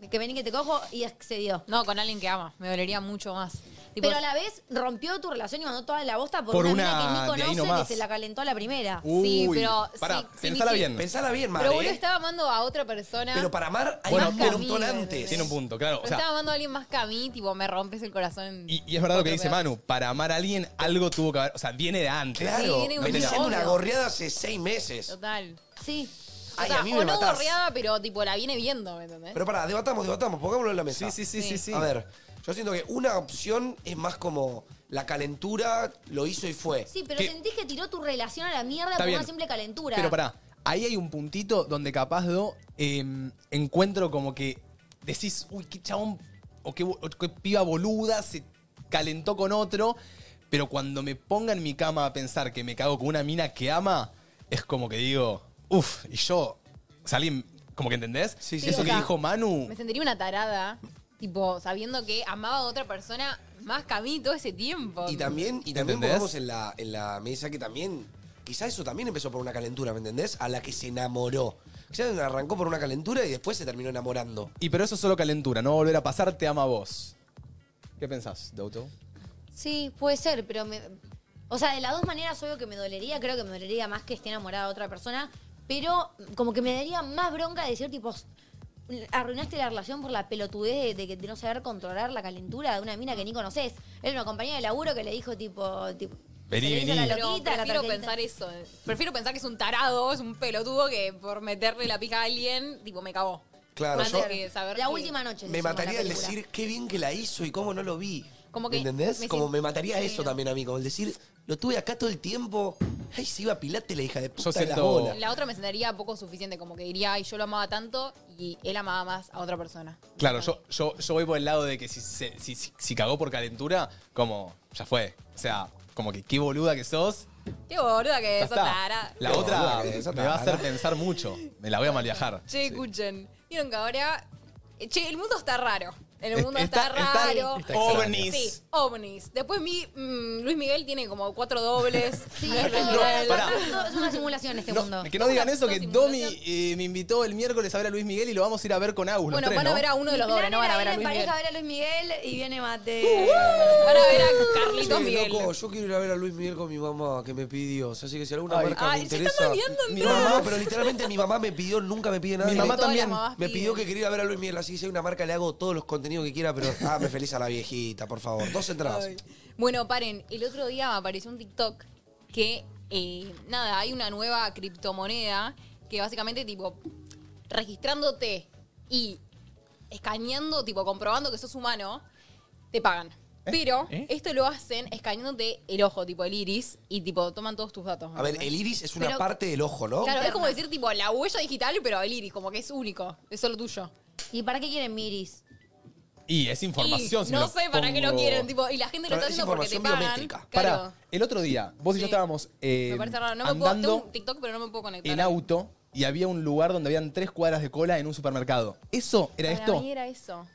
Speaker 4: que vení que te cojo y accedió.
Speaker 2: No, con alguien que ama. Me dolería mucho más. Tipo,
Speaker 4: Pero a la vez rompió tu relación y mandó toda la bosta por,
Speaker 1: Por
Speaker 4: una,
Speaker 1: una
Speaker 4: mina
Speaker 1: de
Speaker 4: que
Speaker 1: ahí
Speaker 4: ni conoce,
Speaker 1: nomás.
Speaker 4: que se la calentó a la primera.
Speaker 2: Sí,
Speaker 1: Uy,
Speaker 2: pero
Speaker 1: Pará,
Speaker 2: sí, sí,
Speaker 1: pensala
Speaker 2: sí.
Speaker 1: bien.
Speaker 3: Pensala bien, madre.
Speaker 2: pero uno
Speaker 3: ¿eh?
Speaker 2: estaba amando a otra persona.
Speaker 3: Pero para amar hay
Speaker 1: Bueno,
Speaker 3: que
Speaker 1: tiene
Speaker 3: tener un
Speaker 2: un-
Speaker 3: ton antes.
Speaker 1: Tiene un punto, claro.
Speaker 2: Pero
Speaker 1: O sea,
Speaker 2: estaba amando a alguien más que a mí, tipo, me rompes el corazón. en
Speaker 1: y, y es verdad lo
Speaker 2: cuatro
Speaker 1: que dice
Speaker 2: pedazos.
Speaker 1: Manu. Para amar a alguien, algo tuvo que haber. O sea, viene de antes.
Speaker 2: Sí,
Speaker 3: Claro.
Speaker 2: tiene un
Speaker 3: me
Speaker 2: punto,
Speaker 3: hicieron una
Speaker 2: obvio.
Speaker 3: gorreada hace seis meses.
Speaker 2: Total.
Speaker 4: Sí.
Speaker 3: Ay,
Speaker 2: o sea,
Speaker 3: a mí
Speaker 2: o
Speaker 3: me
Speaker 2: no
Speaker 3: matás.
Speaker 2: gorreada, pero tipo, la viene viendo, ¿me entendés?
Speaker 3: Pero pará, debatamos, debatamos, pongámoslo en la mesa.
Speaker 1: Sí, sí, sí, sí, sí.
Speaker 2: Sí.
Speaker 3: A ver, yo siento que una opción es más como la calentura, lo hizo y fue.
Speaker 4: Sí, pero
Speaker 1: ¿Qué?
Speaker 4: sentís que tiró tu relación a la mierda
Speaker 1: Está
Speaker 4: por
Speaker 1: bien.
Speaker 4: una simple calentura.
Speaker 1: Pero pará, ahí hay un puntito donde capaz do, eh, encuentro como que decís, uy, qué chabón o qué, bo- o qué piba boluda se calentó con otro. Pero cuando me ponga en mi cama a pensar que me cago con una mina que ama, es como que digo, uff, y yo salí, como que entendés.
Speaker 3: sí,
Speaker 1: Eso
Speaker 2: sí.
Speaker 1: que
Speaker 2: O sea,
Speaker 1: dijo Manu.
Speaker 2: Me sentiría una tarada, tipo, sabiendo que amaba a otra persona más que a mí todo ese tiempo.
Speaker 3: Y también, y también
Speaker 1: ¿Entendés?
Speaker 3: pongamos en la, en la mesa que también. Quizá eso también empezó por una calentura, ¿me entendés? A la que se enamoró. Quizá arrancó por una calentura y después se terminó enamorando.
Speaker 1: Y pero eso es solo calentura, no va a volver a pasar, te ama vos. ¿Qué pensás, Douto?
Speaker 4: Sí, puede ser, pero me. O sea, de las dos maneras, obvio que me dolería, creo que me dolería más que esté enamorada de otra persona, pero como que me daría más bronca decir, tipo, arruinaste la relación por la pelotudez de, de que- de no saber controlar la calentura de una mina que ni conoces. Era una compañía de laburo que le dijo, tipo. tipo
Speaker 1: Vení,
Speaker 4: se le hizo
Speaker 1: vení.
Speaker 4: La
Speaker 2: Pero
Speaker 4: loquita, la
Speaker 2: prefiero
Speaker 4: tarjetita.
Speaker 2: pensar eso. Prefiero pensar que es un tarado, es un pelotudo que por meterle la pija a alguien, tipo, me cagó.
Speaker 3: Claro,
Speaker 2: Antes
Speaker 3: yo
Speaker 2: que saber
Speaker 4: La
Speaker 2: que-
Speaker 4: última noche. se
Speaker 3: me
Speaker 4: llama la
Speaker 3: mataría el
Speaker 4: película.
Speaker 3: decir qué bien que la hizo y cómo no lo vi.
Speaker 2: Como
Speaker 3: ¿Me
Speaker 2: que
Speaker 3: entendés?
Speaker 2: me
Speaker 3: como
Speaker 2: sien-
Speaker 3: me mataría eso también a mí, como el decir, lo tuve acá todo el tiempo. Ay, se iba a pilate la hija de puta de la
Speaker 1: siento-
Speaker 3: bola.
Speaker 2: La otra me sentiría poco suficiente, como que diría, ay, yo lo amaba tanto y él amaba más a otra persona.
Speaker 1: Claro, yo, yo, yo voy por el lado de que si, se- si, si- si cagó por calentura, como, ya fue. O sea, como que qué boluda que sos,
Speaker 2: Qué boluda que
Speaker 1: Ya
Speaker 2: es,
Speaker 1: está.
Speaker 2: Tara.
Speaker 1: La
Speaker 3: Qué
Speaker 1: otra
Speaker 3: boluda que es,
Speaker 1: me va a hacer
Speaker 3: Tara.
Speaker 1: pensar mucho. Me la voy a mal viajar.
Speaker 2: Che, escuchen. Vieron que ahora. eh, Che, el mundo está raro. El mundo está,
Speaker 1: Está- está-
Speaker 2: raro.
Speaker 1: está extraño. Ovnis.
Speaker 2: Sí, ovnis. Después mi, mm, Luis Miguel tiene como cuatro dobles.
Speaker 4: Sí,
Speaker 2: No es
Speaker 4: es
Speaker 2: real.
Speaker 4: verdad.
Speaker 1: pará.
Speaker 4: Todo Es una simulación este mundo.
Speaker 1: No, que no digan eso, que Domi eh, me invitó el miércoles a ver a Luis Miguel y lo vamos a ir a ver con Agus. los
Speaker 2: Bueno,
Speaker 1: tres,
Speaker 2: van a
Speaker 1: ¿no?
Speaker 2: ver a uno de los
Speaker 4: Mi
Speaker 2: dobles,
Speaker 4: plan
Speaker 2: no van a
Speaker 4: era
Speaker 2: ver a
Speaker 4: ir en
Speaker 2: Luis Miguel. Uh,
Speaker 4: pareja a ver a Luis Miguel y viene Mate.
Speaker 2: Van a ver a Carlitos
Speaker 3: Che,
Speaker 2: Miguel.
Speaker 3: loco, yo quiero ir a ver a Luis Miguel con mi mamá, que me pidió. O sea, así que si alguna
Speaker 1: Ay.
Speaker 3: marca me
Speaker 2: Ay, se están
Speaker 3: interesa...
Speaker 2: odiando
Speaker 3: mi
Speaker 2: entonces.
Speaker 3: mamá, pero literalmente mi mamá me pidió, nunca me pide nada.
Speaker 1: Mi
Speaker 3: Y
Speaker 1: mamá
Speaker 3: me-
Speaker 2: Todas las
Speaker 1: también
Speaker 2: mamás
Speaker 3: Me pidió que
Speaker 2: piden.
Speaker 3: quería ir a ver a Luis Miguel, así que si hay una marca le hago todos los contenidos que quiera, pero ah, me feliz a la viejita, por favor. Dos entradas.
Speaker 2: Ay. Bueno, paren, el otro día me apareció un TikTok que, eh, nada, hay una nueva criptomoneda que básicamente, tipo, registrándote y escaneando, tipo, comprobando que sos humano, te pagan. Pero
Speaker 6: ¿Eh?
Speaker 2: esto lo hacen escaneándote el ojo, tipo el iris, y tipo toman todos tus datos.
Speaker 3: A ver,
Speaker 2: ¿entendés?
Speaker 3: el iris es una
Speaker 2: Pero-
Speaker 3: parte del ojo, ¿no?
Speaker 2: Claro, es como decir tipo la huella digital, pero el iris, como que es único, es solo tuyo.
Speaker 4: ¿Y para qué quieren Miris?
Speaker 1: Y es información.
Speaker 2: Y
Speaker 1: si me
Speaker 2: no
Speaker 1: lo
Speaker 2: sé para qué lo
Speaker 1: pongo.
Speaker 2: quieren, tipo, y la gente lo
Speaker 3: Pero
Speaker 2: está
Speaker 3: es
Speaker 2: haciendo porque te
Speaker 3: información
Speaker 2: pagan.
Speaker 3: biométrica.
Speaker 1: Pará,
Speaker 2: Claro.
Speaker 1: el otro día, vos y yo
Speaker 2: Sí.
Speaker 1: estábamos eh,
Speaker 2: Me parece raro. No me puedo, tengo
Speaker 1: andando
Speaker 2: un TikTok, pero no me puedo conectar.
Speaker 1: en auto y había un lugar donde habían tres cuadras de cola en un supermercado. ¿Eso era
Speaker 2: Para
Speaker 1: esto?
Speaker 2: mí era eso.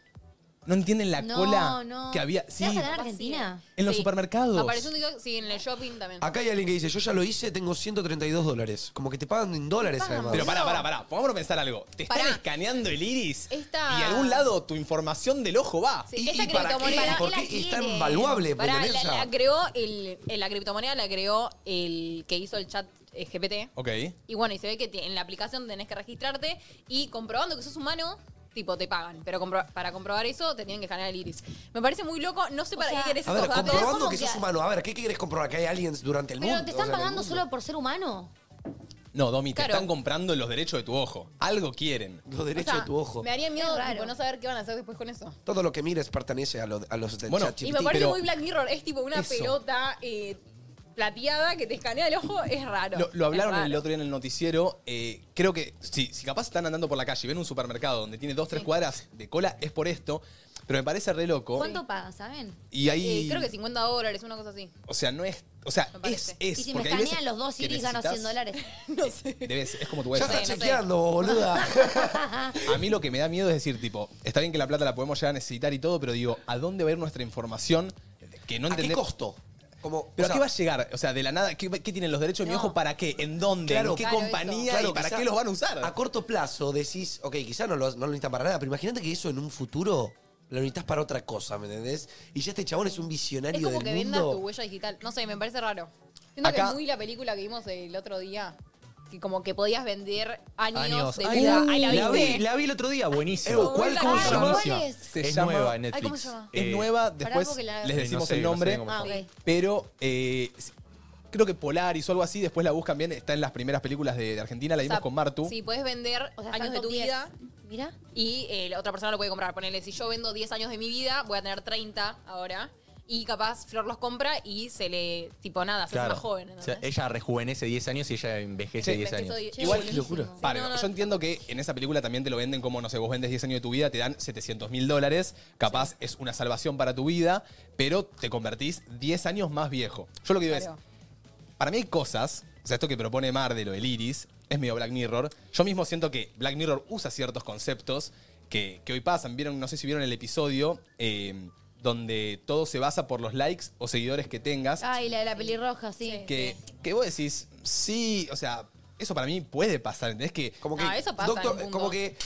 Speaker 1: ¿No entienden la
Speaker 4: No,
Speaker 1: cola
Speaker 4: no.
Speaker 1: que había?
Speaker 4: ¿Se
Speaker 1: Sí,
Speaker 4: hace acá en Argentina?
Speaker 1: en los
Speaker 2: Sí.
Speaker 1: supermercados.
Speaker 2: Apareció un TikTok, sí, en el shopping también.
Speaker 3: Acá hay alguien que dice, yo ya lo hice, tengo 132 dólares. Como que te pagan en dólares
Speaker 2: pagan,
Speaker 3: además.
Speaker 1: Pero pará,
Speaker 2: No.
Speaker 1: pará, pará. Pongámonos a pensar algo. Te están
Speaker 2: Pará.
Speaker 1: escaneando el iris
Speaker 2: Esta-
Speaker 1: y a algún lado tu información del ojo va.
Speaker 2: Sí, esta
Speaker 3: para qué?
Speaker 2: criptomoneda.
Speaker 3: ¿Por
Speaker 4: ¿Para qué
Speaker 3: qué
Speaker 4: la
Speaker 3: es tan
Speaker 4: quieren?
Speaker 3: valuable?
Speaker 2: Pará,
Speaker 3: ¿Entendés?
Speaker 2: la,
Speaker 3: O sea,
Speaker 2: la creó el, el- la criptomoneda la creó el que hizo el chat eh, GPT.
Speaker 1: Ok.
Speaker 2: Y bueno, y se ve que te- en la aplicación tenés que registrarte y comprobando que sos humano, tipo, te pagan. Pero compro- para comprobar eso, te tienen que escanear el iris. Me parece muy loco. No sé para
Speaker 4: sea,
Speaker 2: qué querés
Speaker 3: A ver,
Speaker 2: esos datos.
Speaker 3: comprobando
Speaker 4: ¿cómo
Speaker 3: que
Speaker 4: que-
Speaker 3: sos humano. A ver, ¿qué querés comprobar? Que hay aliens durante el mundo.
Speaker 4: ¿Pero te
Speaker 3: o
Speaker 4: están
Speaker 3: sea, en el
Speaker 4: pagando
Speaker 3: mundo.
Speaker 4: solo por ser humano?
Speaker 1: No, Domi,
Speaker 2: Claro.
Speaker 1: te están comprando los derechos de tu ojo. Algo quieren.
Speaker 3: Los derechos
Speaker 2: O sea,
Speaker 3: de tu ojo.
Speaker 2: Me haría
Speaker 4: Es
Speaker 2: miedo
Speaker 4: raro.
Speaker 2: tipo, no saber qué van a hacer después con eso.
Speaker 3: Todo lo que mires pertenece a, lo- a los del
Speaker 1: Bueno,
Speaker 3: chat
Speaker 2: Y
Speaker 3: GPT.
Speaker 2: me parece
Speaker 1: pero-
Speaker 2: muy Black Mirror. Es tipo una
Speaker 1: Eso.
Speaker 2: pelota eh, plateada que te escanea el ojo. Es raro.
Speaker 1: Lo, lo hablaron
Speaker 2: Es raro.
Speaker 1: el otro día en el noticiero. eh, creo que si, si capaz están andando por la calle y ven un supermercado donde tiene dos, tres cuadras de cola, es por esto. Pero me parece re loco.
Speaker 4: ¿Cuánto pagan, saben?
Speaker 1: Y ahí.
Speaker 2: Eh, creo que 50 dólares, una cosa así.
Speaker 1: O sea, no es. O sea,
Speaker 2: Me
Speaker 1: es.
Speaker 2: parece.
Speaker 1: es
Speaker 4: y si me
Speaker 1: porque hay
Speaker 4: escanean
Speaker 1: veces
Speaker 4: los dos
Speaker 1: que
Speaker 4: iris gano
Speaker 1: necesitas-
Speaker 4: 100 dólares.
Speaker 2: No sé.
Speaker 1: Debes, es como tu
Speaker 3: Ya
Speaker 1: huella.
Speaker 3: está
Speaker 2: no sé.
Speaker 3: chequeando, boluda.
Speaker 1: A mí lo que me da miedo es decir, tipo, está bien que la plata la podemos llegar a necesitar y todo, pero digo, ¿a dónde va a ir nuestra información que no
Speaker 3: ¿A qué
Speaker 1: entendemos?
Speaker 3: costo? Como, o
Speaker 1: ¿Pero
Speaker 3: sea,
Speaker 1: a qué va a llegar? O sea, de la nada, ¿qué, qué tienen los derechos de mi
Speaker 4: No.
Speaker 1: ojo? ¿Para qué? ¿En dónde?
Speaker 3: Claro,
Speaker 1: ¿En qué
Speaker 2: claro,
Speaker 1: compañía?
Speaker 3: Claro,
Speaker 1: ¿Y para
Speaker 3: quizá
Speaker 1: qué los van a usar?
Speaker 3: A corto plazo decís, ok, quizás no lo, no lo necesitas para nada, pero imagínate que eso en un futuro lo necesitas para otra cosa, ¿me entendés? Y ya este chabón es un
Speaker 2: Es
Speaker 3: visionario
Speaker 2: como que
Speaker 3: del
Speaker 2: vendas tu
Speaker 3: mundo.
Speaker 2: huella digital. No sé, me parece raro. Siento que
Speaker 1: Acá-
Speaker 2: es muy la película que vimos el otro día. Que como que podías vender años,
Speaker 6: Años.
Speaker 2: de
Speaker 6: Ay,
Speaker 2: vida.
Speaker 6: uh,
Speaker 2: Ay, ¿la
Speaker 6: la, vi,
Speaker 2: viste?
Speaker 6: la vi el otro día, buenísima.
Speaker 3: Ew, ¿cuál? ¿Cómo se llama?
Speaker 6: Buenísima.
Speaker 4: ¿Cuál es?
Speaker 1: Se
Speaker 6: es
Speaker 1: llama-
Speaker 6: nueva en
Speaker 2: Ay,
Speaker 6: Netflix.
Speaker 2: ¿cómo se llama?
Speaker 1: Es
Speaker 6: Eh,
Speaker 1: nueva, después
Speaker 4: porque la-
Speaker 1: les
Speaker 6: no
Speaker 1: decimos
Speaker 6: sé,
Speaker 1: el
Speaker 6: no sé
Speaker 1: nombre,
Speaker 6: cómo
Speaker 4: Ah,
Speaker 6: se llama.
Speaker 4: ok.
Speaker 1: pero eh, s- creo que Polaris o algo así, después la buscan bien, está en las primeras películas de, de Argentina,
Speaker 2: O
Speaker 1: la vimos
Speaker 2: sea,
Speaker 1: con Martu.
Speaker 2: Sí, puedes vender
Speaker 4: O sea,
Speaker 2: años de tu vida
Speaker 4: Mira.
Speaker 2: y eh, la otra persona lo puede comprar. Ponele, si yo vendo 10 años de mi vida, voy a tener 30 ahora. Y capaz Flor los compra y se le, tipo nada, se hace
Speaker 6: Claro.
Speaker 2: más joven.
Speaker 6: O sea,
Speaker 2: ¿entendés?
Speaker 6: ella rejuvenece 10 años y ella envejece
Speaker 1: Sí.
Speaker 6: 10 años.
Speaker 2: Envejece
Speaker 1: Igual,
Speaker 2: diez.
Speaker 1: qué locura.
Speaker 2: Sí,
Speaker 1: Paren,
Speaker 2: no, no.
Speaker 1: yo entiendo que en esa película también te lo venden como, no sé, vos vendes 10 años de tu vida, te dan 700 mil dólares, capaz es una salvación para tu vida, pero te convertís 10 años más viejo. Yo lo que digo
Speaker 2: Claro.
Speaker 1: es, para mí hay cosas, o sea, esto que propone Mar de lo del iris, es medio Black Mirror. Yo mismo siento que Black Mirror usa ciertos conceptos que, que hoy pasan. Vieron, no sé si vieron el episodio eh, donde todo se basa por los likes o seguidores que tengas
Speaker 4: Ay, la de la pelirroja, sí.
Speaker 2: Sí.
Speaker 1: que, que vos decís, sí, o sea, eso para mí puede pasar, ¿entendés? Que
Speaker 3: Como que,
Speaker 2: Ah, eso pasa en el mundo.
Speaker 3: como que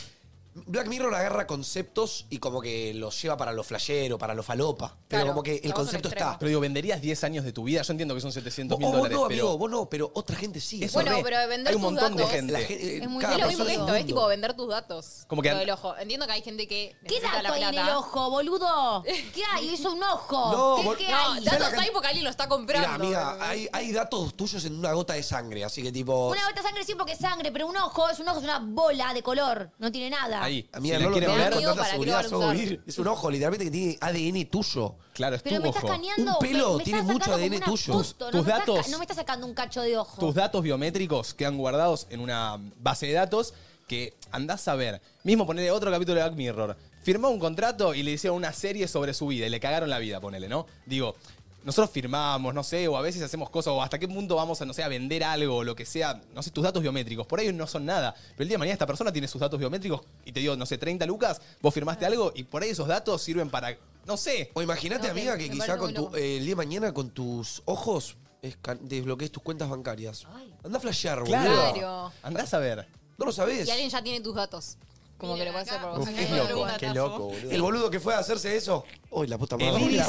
Speaker 3: Black Mirror agarra conceptos y como que los lleva para los flayero, para los falopa. Pero
Speaker 2: Claro,
Speaker 3: como que el
Speaker 2: vamos a un
Speaker 3: concepto
Speaker 2: extremo.
Speaker 3: está.
Speaker 1: Pero digo, ¿venderías 10 años de tu vida? Yo entiendo que son 700
Speaker 3: Vos,
Speaker 1: mil
Speaker 3: o vos
Speaker 1: dólares,
Speaker 3: no,
Speaker 1: pero
Speaker 3: amigo, vos no, pero otra gente sí.
Speaker 1: eso
Speaker 2: Bueno,
Speaker 1: re-
Speaker 2: pero vender
Speaker 1: hay
Speaker 2: tus
Speaker 1: un montón
Speaker 2: datos-
Speaker 1: de gente.
Speaker 3: La gente-
Speaker 4: Es muy
Speaker 3: cada
Speaker 2: Es lo mismo que
Speaker 3: persona es un
Speaker 2: esto, es
Speaker 3: mundo.
Speaker 2: tipo vender tus datos.
Speaker 1: Como que
Speaker 2: Lo
Speaker 1: an-
Speaker 2: del ojo. Entiendo que hay gente que
Speaker 4: ¿Qué
Speaker 2: necesita la
Speaker 4: dato hay en
Speaker 2: plata.
Speaker 4: el ojo, boludo? ¿Qué hay? Hizo un
Speaker 3: No,
Speaker 4: ojo.
Speaker 3: bol-
Speaker 4: ¿Qué, qué
Speaker 2: No,
Speaker 4: hay?
Speaker 3: ya la
Speaker 2: datos
Speaker 3: gente-
Speaker 2: hay porque alguien lo está
Speaker 3: Mira,
Speaker 2: comprando.
Speaker 3: amiga, hay, hay datos tuyos en una gota de sangre, así que tipo.
Speaker 4: Una gota de sangre sí porque es sangre, pero un ojo es un ojo, es una bola de color. No tiene nada.
Speaker 1: Ahí,
Speaker 3: Amiga,
Speaker 1: si
Speaker 3: no
Speaker 1: la
Speaker 3: lo
Speaker 1: quieren
Speaker 2: ver-
Speaker 3: tenés con
Speaker 2: Amigo,
Speaker 3: tanta
Speaker 2: ¿para qué lo
Speaker 3: seguridad,
Speaker 2: van a
Speaker 3: se va a
Speaker 2: usar?
Speaker 3: morir. Es un ojo, literalmente, que tiene ADN tuyo.
Speaker 1: Claro, es
Speaker 4: Pero
Speaker 1: tu
Speaker 4: me estás
Speaker 1: ojo.
Speaker 4: caneando.
Speaker 3: Un
Speaker 4: me-
Speaker 3: pelo
Speaker 4: me, estás
Speaker 3: tiene
Speaker 4: sacando
Speaker 3: mucho
Speaker 4: como
Speaker 3: ADN
Speaker 4: una
Speaker 3: tuyo.
Speaker 4: fusto,
Speaker 1: Tus
Speaker 4: no me estás
Speaker 1: datos-
Speaker 4: ca- no me estás sacando un cacho de ojo.
Speaker 1: Tus datos biométricos quedan guardados en una base de datos que andás a ver. Mismo ponerle otro capítulo de Black Mirror. Firmó un contrato y le hicieron una serie sobre su vida y le cagaron la vida, ponele, ¿no? Digo, nosotros firmamos, no sé, o a veces hacemos cosas, o hasta qué punto vamos a, no sé, a vender algo, o lo que sea, no sé, tus datos biométricos. Por ahí no son nada. Pero el día de mañana esta persona tiene sus datos biométricos y te digo, no sé, 30 lucas, vos firmaste algo y por ahí esos datos sirven para, no sé.
Speaker 3: O imagínate,
Speaker 1: No, me-
Speaker 3: amiga,
Speaker 1: me
Speaker 3: que
Speaker 1: parece
Speaker 3: quizá con
Speaker 1: muy
Speaker 3: tu-
Speaker 1: loco.
Speaker 3: eh, el día de mañana con tus ojos esca- desbloquees tus cuentas bancarias. Anda a flashear,
Speaker 1: Claro.
Speaker 3: boludo.
Speaker 2: Claro.
Speaker 1: Andás a ver.
Speaker 3: No lo sabés.
Speaker 2: Y alguien ya tiene tus datos. Como que lo puede hacer por vos.
Speaker 3: Uf, qué loco, qué loco, boludo. El boludo que fue a hacerse eso. Uy, la puta madre.
Speaker 1: El iris,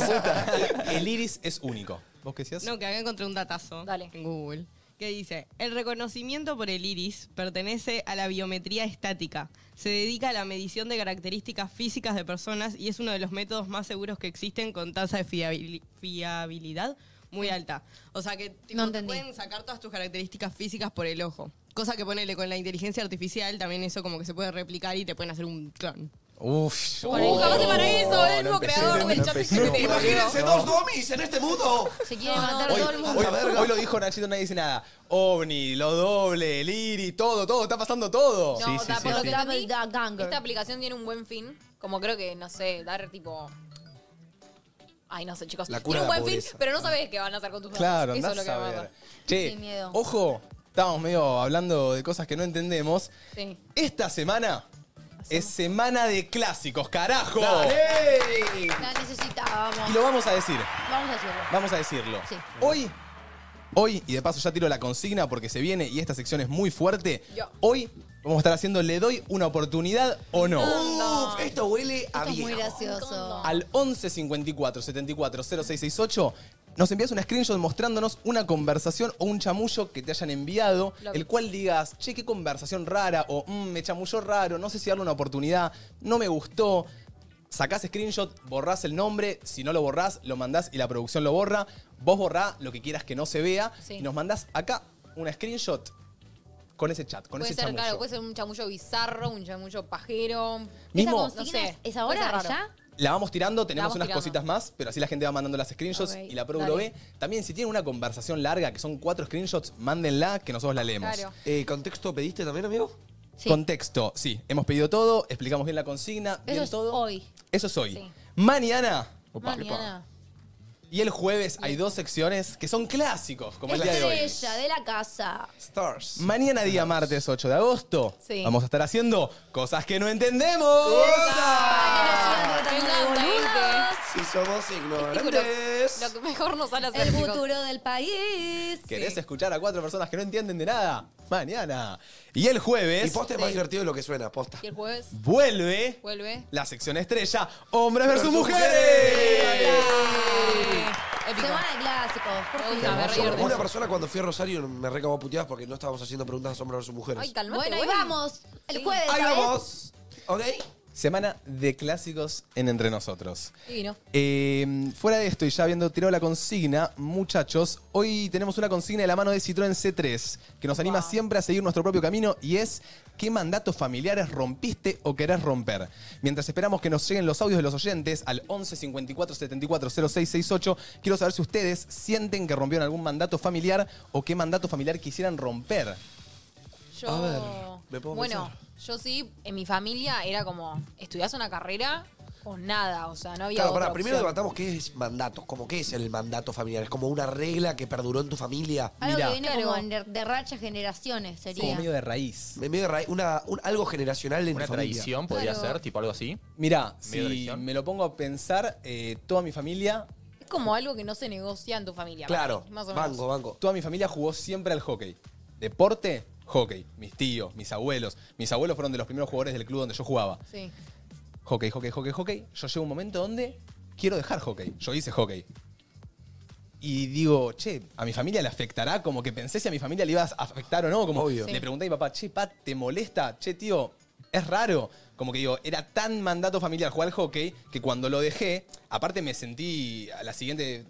Speaker 1: el iris es único. ¿Vos qué decías?
Speaker 9: No, que acá encontré un datazo en Google. Que dice, el reconocimiento por el iris pertenece a la biometría estática. Se dedica a la medición de características físicas de personas y es uno de los métodos más seguros que existen con tasa de fiabili- fiabilidad muy alta. O sea que tipo,
Speaker 5: No
Speaker 9: te
Speaker 5: entendí.
Speaker 9: pueden sacar todas tus características físicas por el ojo. Cosa que ponele con la inteligencia artificial, también eso como que se puede replicar y te pueden hacer un clon.
Speaker 1: Uf. Oh,
Speaker 9: Capaz de paraíso, el mismo creador del chat GPT.
Speaker 3: Imagínense
Speaker 1: No.
Speaker 3: dos domis en este mundo.
Speaker 4: Se quiere
Speaker 3: No,
Speaker 4: matar
Speaker 3: no,
Speaker 4: todo el mundo.
Speaker 1: Hoy, hoy lo dijo Nachito, nadie dice nada. OVNI, lo doble, el iris, todo, todo, está pasando todo.
Speaker 2: No, o sea, por lo que entendí, esta aplicación tiene un buen fin. Como creo que, no sé, dar tipo. Ay, no sé, chicos.
Speaker 1: La cura
Speaker 2: tiene un
Speaker 1: de la
Speaker 2: buen fin,
Speaker 1: pobreza.
Speaker 2: pero no sabes qué van a hacer con tus
Speaker 1: Claro,
Speaker 2: datos. Eso es
Speaker 1: andás
Speaker 2: lo que
Speaker 1: a
Speaker 2: me
Speaker 1: ver.
Speaker 2: mata.
Speaker 1: Che,
Speaker 2: Sin miedo.
Speaker 1: ojo, estábamos medio hablando de cosas que no entendemos.
Speaker 2: Sí.
Speaker 1: Esta semana es semana de clásicos, carajo.
Speaker 4: La necesitábamos.
Speaker 1: Y lo vamos a decir,
Speaker 4: Vamos a hacerlo.
Speaker 1: vamos a decirlo.
Speaker 4: Sí.
Speaker 1: Hoy, hoy, y de paso ya tiro la consigna porque se viene y esta sección es muy fuerte.
Speaker 4: Yo.
Speaker 1: Hoy vamos a estar haciendo ¿Le doy una oportunidad o no?
Speaker 4: Ah.
Speaker 3: Uf, esto huele
Speaker 5: Esto
Speaker 3: a
Speaker 5: es muy
Speaker 3: viejo.
Speaker 5: gracioso.
Speaker 1: al 11 54 74 0668 nos envías una screenshot mostrándonos una conversación o un chamullo que te hayan enviado,
Speaker 6: Lo
Speaker 1: el
Speaker 6: vi.
Speaker 1: cual digas, che, qué conversación rara, o "Mm, me chamulló raro, no sé si darle una oportunidad, no me gustó. Sacás screenshot, borrás el nombre, si no lo borrás, lo mandás y la producción lo borra. Vos borrá lo que quieras que no se vea
Speaker 2: Sí.
Speaker 1: y nos mandás acá una screenshot con ese chat, con
Speaker 2: Puede
Speaker 1: ese
Speaker 2: ser,
Speaker 1: chamullo.
Speaker 2: claro, puede ser un chamullo bizarro, un chamullo pajero.
Speaker 1: Mismo-
Speaker 2: no
Speaker 4: consigna
Speaker 2: sé,
Speaker 4: es ahora,
Speaker 2: puede ser raro.
Speaker 1: La vamos tirando, tenemos
Speaker 2: vamos
Speaker 1: unas
Speaker 2: tirando.
Speaker 1: cositas más, pero así la gente va mandando las screenshots
Speaker 2: Ok,
Speaker 1: y la produ lo
Speaker 2: dale.
Speaker 1: ve. También, si tienen una conversación larga, que son cuatro screenshots, mándenla, que nosotros la leemos.
Speaker 2: Claro.
Speaker 3: Eh, ¿Contexto pediste también, amigo?
Speaker 1: Contexto, sí, hemos pedido todo, explicamos bien la consigna, bien todo.
Speaker 4: hoy.
Speaker 1: Eso es hoy.
Speaker 4: Sí.
Speaker 1: Mañana.
Speaker 4: Mañana.
Speaker 1: Y el jueves hay dos secciones que son clásicos, como el día de hoy.
Speaker 4: Estrella de la casa.
Speaker 3: Stars.
Speaker 1: Mañana día martes 8 de agosto
Speaker 4: Sí.
Speaker 1: vamos a estar haciendo cosas que no entendemos.
Speaker 4: Ah,
Speaker 3: Si somos
Speaker 2: ignorantes. Lo que mejor nos sale hacer.
Speaker 4: El
Speaker 2: chicos.
Speaker 4: futuro del país.
Speaker 1: ¿Querés escuchar a cuatro personas que no entienden de nada? Mañana. Y el jueves.
Speaker 3: Y posta es más divertido de lo que suena, posta.
Speaker 2: Y el jueves
Speaker 1: Vuelve
Speaker 2: vuelve.
Speaker 1: la sección estrella: Hombres versus
Speaker 3: Versus
Speaker 1: Mujeres.
Speaker 4: Semana de clásicos. por fin.
Speaker 3: Yo, una persona cuando fui a Rosario me recabó puteadas porque no estábamos haciendo preguntas a hombres versus mujeres.
Speaker 4: Ay, calmate, Bueno, ahí vamos. El jueves.
Speaker 3: Ahí
Speaker 4: ¿sabes?
Speaker 3: vamos. ¿Ok?
Speaker 1: Semana de clásicos en Entre Nosotros.
Speaker 2: Divino.
Speaker 1: Eh, fuera de esto y ya habiendo tirado la consigna, muchachos, hoy tenemos una consigna de la mano de Citroën C3 que nos anima siempre a seguir nuestro propio camino y es ¿qué mandatos familiares rompiste o querés romper? Mientras esperamos que nos lleguen los audios de los oyentes al 11 54 74 06 68, quiero saber si ustedes sienten que rompieron algún mandato familiar o qué mandato familiar quisieran romper.
Speaker 2: Yo.
Speaker 1: A ver, me puedo
Speaker 2: bueno, yo sí, en mi familia era como, estudiás una carrera o nada, o sea, no había.
Speaker 3: Claro,
Speaker 2: otra
Speaker 3: pará, primero
Speaker 2: opción.
Speaker 3: debatamos qué es mandato. Como qué es el mandato familiar. Es como una regla que perduró en tu familia.
Speaker 4: Algo que viene como en de, de racha generaciones sería.
Speaker 1: de raíz.
Speaker 3: Medio de raíz. Una, un- algo generacional en
Speaker 6: Una
Speaker 3: tu familia.
Speaker 6: tradición podría
Speaker 2: Claro.
Speaker 6: ser, tipo algo así.
Speaker 1: Mirá,
Speaker 6: Medio
Speaker 1: si
Speaker 6: religión.
Speaker 1: me lo pongo a pensar, eh, toda mi familia
Speaker 2: Es como algo que no se negocia en tu familia. para mí, más o menos.
Speaker 3: banco.
Speaker 1: Toda mi familia jugó siempre al hockey. Deporte, hockey. Mis tíos, mis abuelos. Mis abuelos fueron de los primeros jugadores del club donde yo jugaba.
Speaker 2: Sí.
Speaker 1: Hockey, hockey, hockey, hockey. Yo llego a un momento donde quiero dejar hockey. Yo hice hockey. Y digo, che, ¿a mi familia le afectará? Como que pensé si a mi familia le iba a afectar o no. Como
Speaker 3: Obvio.
Speaker 1: le pregunté a mi papá, che, pa, ¿te molesta? Che, tío, es raro. Como que digo, era tan mandato familiar jugar al hockey que cuando lo dejé, aparte me sentí a la siguiente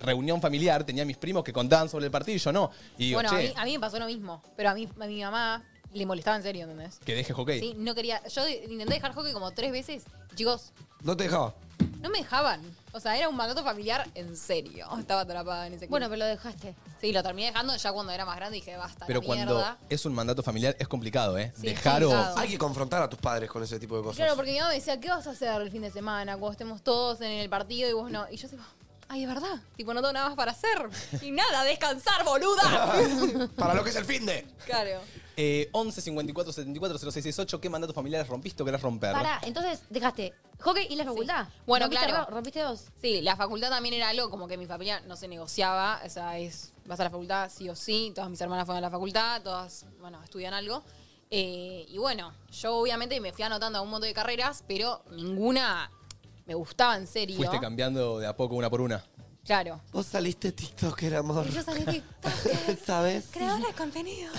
Speaker 1: reunión familiar, tenía mis primos que contaban sobre el partido y yo no. Y digo,
Speaker 2: bueno, a
Speaker 1: che,
Speaker 2: mí, a mí me pasó lo mismo, pero a mí a mi mamá le molestaba en serio, ¿entendés?
Speaker 1: que deje hockey.
Speaker 2: Sí, no quería. Yo de- intenté dejar hockey como tres veces. Chicos,
Speaker 3: No te dejaba.
Speaker 2: no me dejaban. O sea, era un mandato familiar en serio. Estaba atrapada en ese
Speaker 4: Bueno,
Speaker 2: club.
Speaker 4: pero lo dejaste.
Speaker 2: Sí, lo terminé dejando ya cuando era más grande y dije, basta.
Speaker 1: Pero
Speaker 2: la
Speaker 1: cuando
Speaker 2: mierda.
Speaker 1: es un mandato familiar es complicado, ¿eh?
Speaker 2: Sí, es
Speaker 1: dejar o...
Speaker 2: complicado.
Speaker 3: Hay que confrontar a tus padres con ese tipo de cosas.
Speaker 2: Claro, porque mi mamá me decía, ¿qué vas a hacer el fin de semana cuando estemos todos en el partido y vos no? Y yo digo, Ay, es verdad. Tipo, no tengo nada más para hacer. Y nada, descansar, boluda.
Speaker 3: Para lo que es el fin de.
Speaker 2: claro.
Speaker 1: Eh, 11 54 74 0668. ¿Qué mandatos familiares rompiste o querés romper?
Speaker 4: Pará, entonces dejaste hockey y la facultad.
Speaker 2: Bueno,
Speaker 4: ¿Rompiste
Speaker 2: claro.
Speaker 4: algo? ¿Rompiste dos?
Speaker 2: Sí, la facultad también era algo como que mi familia no se negociaba. O sea, es, vas a la facultad sí o sí. Todas mis hermanas fueron a la facultad, todas, bueno, estudian algo. Eh, y bueno, yo obviamente me fui anotando a un montón de carreras, pero ninguna me gustaba en serio.
Speaker 1: Fuiste cambiando de a poco una por una.
Speaker 2: Claro.
Speaker 3: Vos saliste TikToker, amor.
Speaker 2: Yo salí de
Speaker 3: ¿Sabes?
Speaker 2: creadora de contenido.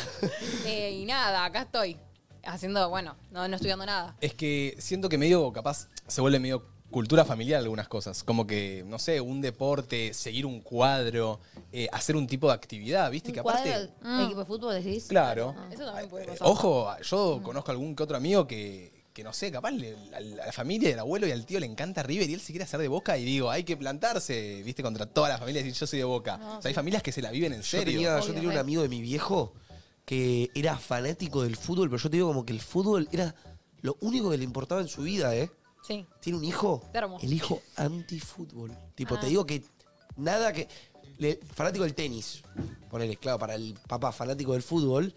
Speaker 2: Eh, y nada, acá estoy. Haciendo, bueno, no, no estudiando nada.
Speaker 1: Es que siento que medio, capaz, se vuelve medio cultura familiar algunas cosas. Como que, no sé, un deporte, seguir un cuadro, eh, hacer un tipo de actividad, ¿viste? Que aparte.
Speaker 4: ¿Cuadro de equipo de fútbol decís?
Speaker 1: Claro.
Speaker 2: Eso también puede pasar.
Speaker 1: Ojo, yo conozco algún que otro amigo que, que no sé, capaz le- a la, a la familia del abuelo y al tío le encanta River y él se quiere hacer de boca y digo, hay que plantarse, viste, contra todas las familias y yo soy de boca. o sea, hay familias que se la viven en
Speaker 3: Yo
Speaker 1: serio.
Speaker 3: tenía, yo tenía un amigo de mi viejo que era fanático del fútbol, pero yo te digo como que el fútbol era lo único que le importaba en su vida, ¿eh?
Speaker 2: Sí.
Speaker 3: Tiene un hijo.
Speaker 2: Termo.
Speaker 3: El hijo antifútbol. Tipo,
Speaker 2: Ah.
Speaker 3: te digo que nada que. le- fanático del tenis. Ponele, claro, para el papá fanático del fútbol.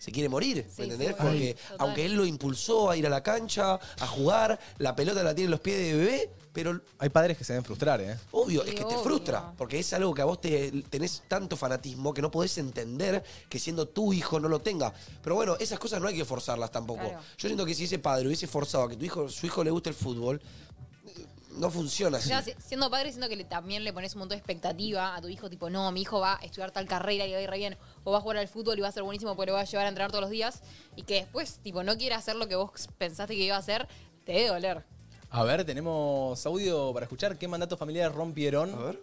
Speaker 3: Se quiere morir,
Speaker 2: Sí,
Speaker 3: ¿me entendés?
Speaker 2: sí,
Speaker 3: Porque
Speaker 2: total.
Speaker 3: aunque él lo impulsó a ir a la cancha, a jugar, la pelota la tiene en los pies de bebé, pero
Speaker 1: Hay padres que se deben frustrar, ¿eh?
Speaker 3: Obvio,
Speaker 2: Sí,
Speaker 3: es que
Speaker 2: obvio.
Speaker 3: te frustra, porque es algo que a vos te, tenés tanto fanatismo que no podés entender que siendo tu hijo no lo tenga. Pero bueno, esas cosas no hay que forzarlas tampoco.
Speaker 2: Claro.
Speaker 3: Yo siento que si ese padre hubiese forzado a que tu hijo, su hijo le guste el fútbol, eh, no funciona así.
Speaker 2: Ya, si- siendo padre, siento que le- también le pones un montón de expectativa a tu hijo, tipo, no, mi hijo va a estudiar tal carrera y le va a ir re bien, o va a jugar al fútbol y va a ser buenísimo porque lo va a llevar a entrenar todos los días, y que después, tipo, no quiera hacer lo que vos pensaste que iba a hacer, te debe doler.
Speaker 1: A ver, tenemos audio para escuchar qué mandatos familiares rompieron.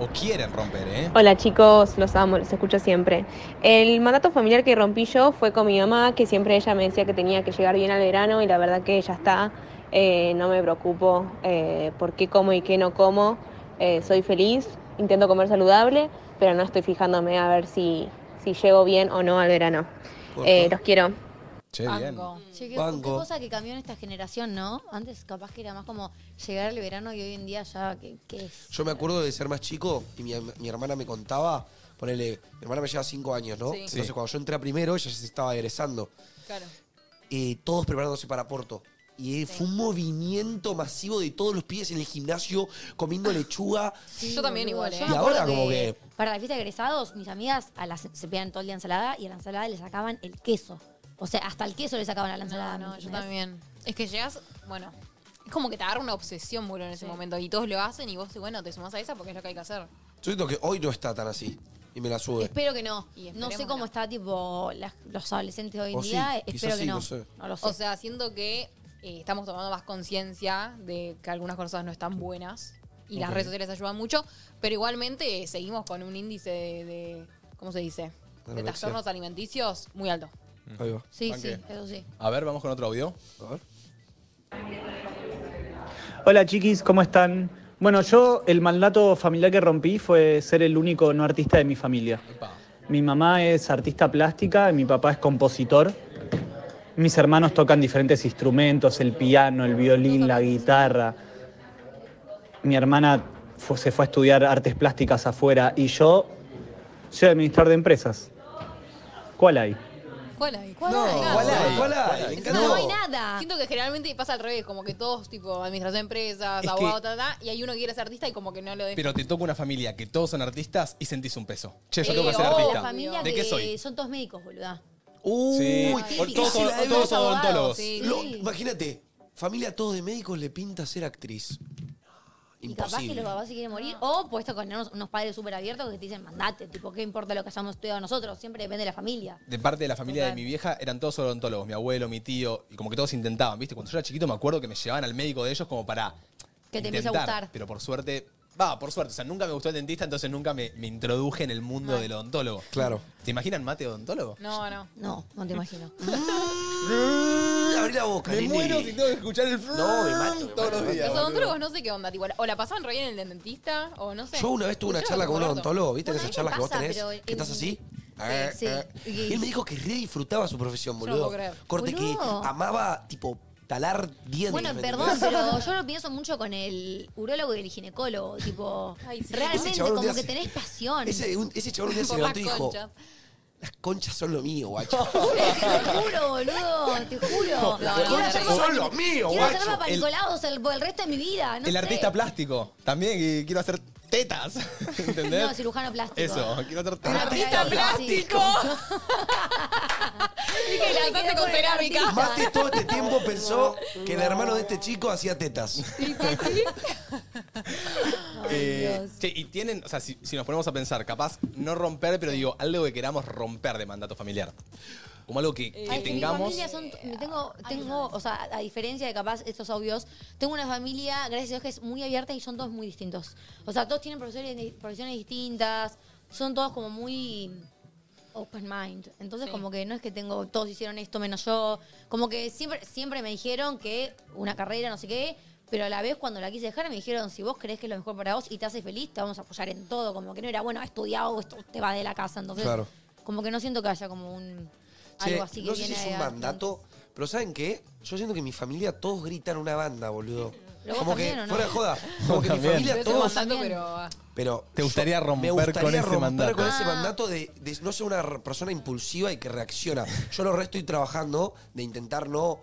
Speaker 1: O quieren romper, ¿eh?
Speaker 10: Hola chicos, los amo, los escucho siempre. El mandato familiar que rompí yo fue con mi mamá, que siempre ella me decía que tenía que llegar bien al verano y la verdad que ya está, eh, no me preocupo eh, por qué como y qué no como, Eh, soy feliz, intento comer saludable, pero no estoy fijándome a ver si, si llego bien o no al verano. Eh, los quiero.
Speaker 1: Che, bien.
Speaker 2: Banco.
Speaker 4: Che, qué,
Speaker 3: Banco.
Speaker 4: qué cosa que cambió en esta generación, ¿no? Antes capaz que era más como llegar el verano y hoy en día ya, ¿qué, qué es?
Speaker 3: Yo me acuerdo de ser más chico y mi, mi hermana me contaba, ponele, mi hermana me lleva cinco años, ¿no?
Speaker 2: Sí.
Speaker 3: Entonces cuando yo entré a primero, ella ya se estaba egresando.
Speaker 2: Claro.
Speaker 3: eh, todos preparándose para Porto. Y eh, fue un movimiento masivo de todos los pies en el gimnasio, comiendo lechuga.
Speaker 2: Yo también igual, ¿eh?
Speaker 4: me
Speaker 3: Y ahora
Speaker 4: acuerdo
Speaker 3: como
Speaker 4: Para la fiesta de egresados, mis amigas a las, se pedían todo el día ensalada y a la ensalada le sacaban el queso. O sea, hasta el queso le sacaban a la ensalada.
Speaker 2: No,
Speaker 4: ¿me
Speaker 2: no, yo
Speaker 4: entendés?
Speaker 2: también. Es que llegas, bueno, es como que te agarra una obsesión, boludo, en ese momento, y todos lo hacen y vos, bueno, te sumás a esa porque es lo que hay que hacer.
Speaker 3: Yo siento que hoy no está tan así. Y me la sube.
Speaker 4: Espero que no.
Speaker 2: Y
Speaker 4: No
Speaker 2: esperemos
Speaker 4: sé
Speaker 2: que
Speaker 4: cómo
Speaker 2: no.
Speaker 4: está tipo las- los adolescentes hoy en
Speaker 3: O sí,
Speaker 4: día.
Speaker 3: quizás
Speaker 4: Espero que
Speaker 3: sí,
Speaker 4: no.
Speaker 3: no sé.
Speaker 4: No lo sé.
Speaker 2: O sea, siento que eh, estamos tomando más conciencia de que algunas cosas no están buenas y las redes sociales ayudan mucho, pero igualmente eh, seguimos con un índice de, de- ¿cómo se dice? De
Speaker 3: Anorexia.
Speaker 2: trastornos alimenticios muy alto.
Speaker 3: Ahí va.
Speaker 4: sí,
Speaker 1: ¿Para
Speaker 4: sí,
Speaker 1: qué?
Speaker 4: eso sí.
Speaker 1: A ver, vamos con otro audio.
Speaker 3: A ver.
Speaker 11: Hola chiquis, ¿cómo están? Bueno, yo el mandato familiar que rompí fue ser el único no artista de mi familia.
Speaker 1: Epa.
Speaker 11: Mi mamá es artista plástica, y mi papá es compositor. Mis hermanos tocan diferentes instrumentos, el piano, el violín, la guitarra. Mi hermana fue- se fue a estudiar artes plásticas afuera y yo soy administrador de empresas. ¿Cuál hay?
Speaker 2: ¿Cuál hay?
Speaker 3: No, ¿cuál hay? ¿Cuál hay? Me
Speaker 2: Es
Speaker 3: encantó.
Speaker 4: No hay nada.
Speaker 2: Siento que generalmente pasa al revés, como que todos, tipo, administración de empresas,
Speaker 1: Es
Speaker 2: abogado,
Speaker 1: que-
Speaker 2: ta, ta, y hay uno que quiere ser artista y como que no lo deja.
Speaker 1: Pero te toca una familia que todos son artistas y sentís un peso. Che, yo
Speaker 2: Sí,
Speaker 1: tengo que ser
Speaker 2: obvio.
Speaker 4: Eh, La
Speaker 1: artista.
Speaker 4: familia
Speaker 1: ¿De
Speaker 4: que
Speaker 1: qué soy?
Speaker 4: son todos médicos, boluda.
Speaker 1: Sí.
Speaker 3: Uy,
Speaker 1: O-
Speaker 4: típica.
Speaker 1: Todos,
Speaker 3: Sí,
Speaker 1: son-
Speaker 3: la de
Speaker 1: todos
Speaker 4: los
Speaker 1: son
Speaker 4: abogados,
Speaker 1: odontólogos.
Speaker 2: sí.
Speaker 3: Lo- imagínate, familia todos de médicos le pinta ser actriz.
Speaker 4: Y capaz que
Speaker 3: Imposible.
Speaker 4: los papás se quieren morir. O puesto con unos, unos padres súper abiertos que te dicen, mandate. Tipo, ¿qué importa lo que hayamos estudiado nosotros? Siempre depende de la familia.
Speaker 1: De parte de la familia de mi vieja eran todos odontólogos, mi abuelo, mi tío, y como que todos intentaban, ¿viste? Cuando yo era chiquito me acuerdo que me llevaban al médico de ellos como para
Speaker 4: Que te empiece a gustar.
Speaker 1: Pero por suerte, va, por suerte, o sea, nunca me gustó el dentista, entonces nunca me, me introduje en el mundo del odontólogo.
Speaker 3: Claro.
Speaker 1: ¿Te imaginan mate odontólogo?
Speaker 2: No, no.
Speaker 4: No, no te imagino.
Speaker 3: Abrí la boca,
Speaker 1: Me
Speaker 3: nene.
Speaker 1: muero si tengo que escuchar el frum
Speaker 3: No, me mato, me
Speaker 1: todos
Speaker 3: mato,
Speaker 1: los
Speaker 3: me
Speaker 1: días.
Speaker 2: Los
Speaker 3: boludo.
Speaker 2: odontólogos no sé qué onda, tipo, o la pasaban re bien en el dentista, o no sé.
Speaker 3: Yo una vez tuve una
Speaker 2: Yo
Speaker 3: charla
Speaker 2: no
Speaker 3: con un
Speaker 2: me acuerdo.
Speaker 3: odontólogo, ¿viste?
Speaker 4: Bueno, a
Speaker 3: esas
Speaker 4: mí me
Speaker 3: charlas que vos
Speaker 4: pasa,
Speaker 3: tenés,
Speaker 4: pero
Speaker 3: que estás
Speaker 4: en-
Speaker 3: así.
Speaker 4: Eh, sí.
Speaker 3: Eh, eh. Y él me dijo que re disfrutaba su profesión,
Speaker 2: Yo no
Speaker 3: boludo.
Speaker 2: puedo creer.
Speaker 3: Corte que
Speaker 4: Boludo.
Speaker 3: amaba, tipo, talar dientes.
Speaker 4: Bueno,
Speaker 3: ¿me
Speaker 4: perdón,
Speaker 3: entendés?
Speaker 4: pero yo lo pienso mucho con el urólogo y el ginecólogo. Tipo,
Speaker 3: sí. Ese
Speaker 4: realmente
Speaker 3: chabón un
Speaker 4: como
Speaker 3: día
Speaker 4: que
Speaker 3: se-
Speaker 4: tenés pasión.
Speaker 3: Ese, un- ese chabón un día se
Speaker 4: Por las
Speaker 3: levantó y dijo,
Speaker 4: conchas.
Speaker 3: las conchas son lo mío, guacho.
Speaker 4: Te juro, boludo, te juro.
Speaker 3: No, las conchas son lo mío,
Speaker 4: Quiero hacer
Speaker 3: guacho. El-
Speaker 4: papalcolados el, por el resto de mi vida. No
Speaker 1: el
Speaker 4: sé.
Speaker 1: artista plástico también, y quiero hacer tetas. ¿Entendés?
Speaker 4: No, cirujano plástico.
Speaker 1: Eso, quiero hacer
Speaker 4: Un
Speaker 1: tetas.
Speaker 4: plástico!
Speaker 2: Dije, las hace con cerámica.
Speaker 3: Mate todo este tiempo pensó que el hermano de este chico hacía tetas.
Speaker 1: Eh, che, y tienen, o sea, si, si nos ponemos a pensar, capaz no romper, pero digo, algo que queramos romper de mandato familiar. Como algo que, que
Speaker 4: Ay, que mi
Speaker 1: Eh, tengamos.
Speaker 4: familia son- tengo, tengo, o sea, a diferencia de capaz estos audios, tengo una familia, gracias a Dios, que es muy abierta y son todos muy distintos. O sea, todos tienen profesiones, profesiones distintas, son todos como muy open mind. Entonces, como que no es que tengo, todos hicieron esto menos yo. Como que siempre, siempre me dijeron que una carrera, no sé qué. Pero a la vez cuando la quise dejar me dijeron, si vos crees que es lo mejor para vos y te hace feliz, te vamos a apoyar en todo. Como que no era, bueno, estudiado, esto te va de la casa. Entonces,
Speaker 3: Claro.
Speaker 4: como que no siento que haya como un...
Speaker 3: Che,
Speaker 4: Algo así que
Speaker 3: no sé si
Speaker 4: viene
Speaker 3: es
Speaker 4: de
Speaker 3: un
Speaker 4: antes.
Speaker 3: mandato, pero ¿saben qué? Yo siento que en mi familia todos gritan una banda, boludo.
Speaker 4: Pero vos
Speaker 3: Como que,
Speaker 4: también, ¿o no?
Speaker 3: fuera de joda, como que mi
Speaker 1: También.
Speaker 3: familia
Speaker 2: Pero te
Speaker 3: todos...
Speaker 2: mandando, pero. ah.
Speaker 3: Pero
Speaker 1: ¿Te gustaría
Speaker 3: yo-
Speaker 1: romper
Speaker 3: me gustaría
Speaker 1: con ese
Speaker 3: romper
Speaker 1: mandato?
Speaker 3: con ese
Speaker 1: Ah.
Speaker 3: mandato de, de no ser una r- persona impulsiva y que reacciona. Yo lo re estoy trabajando de intentar no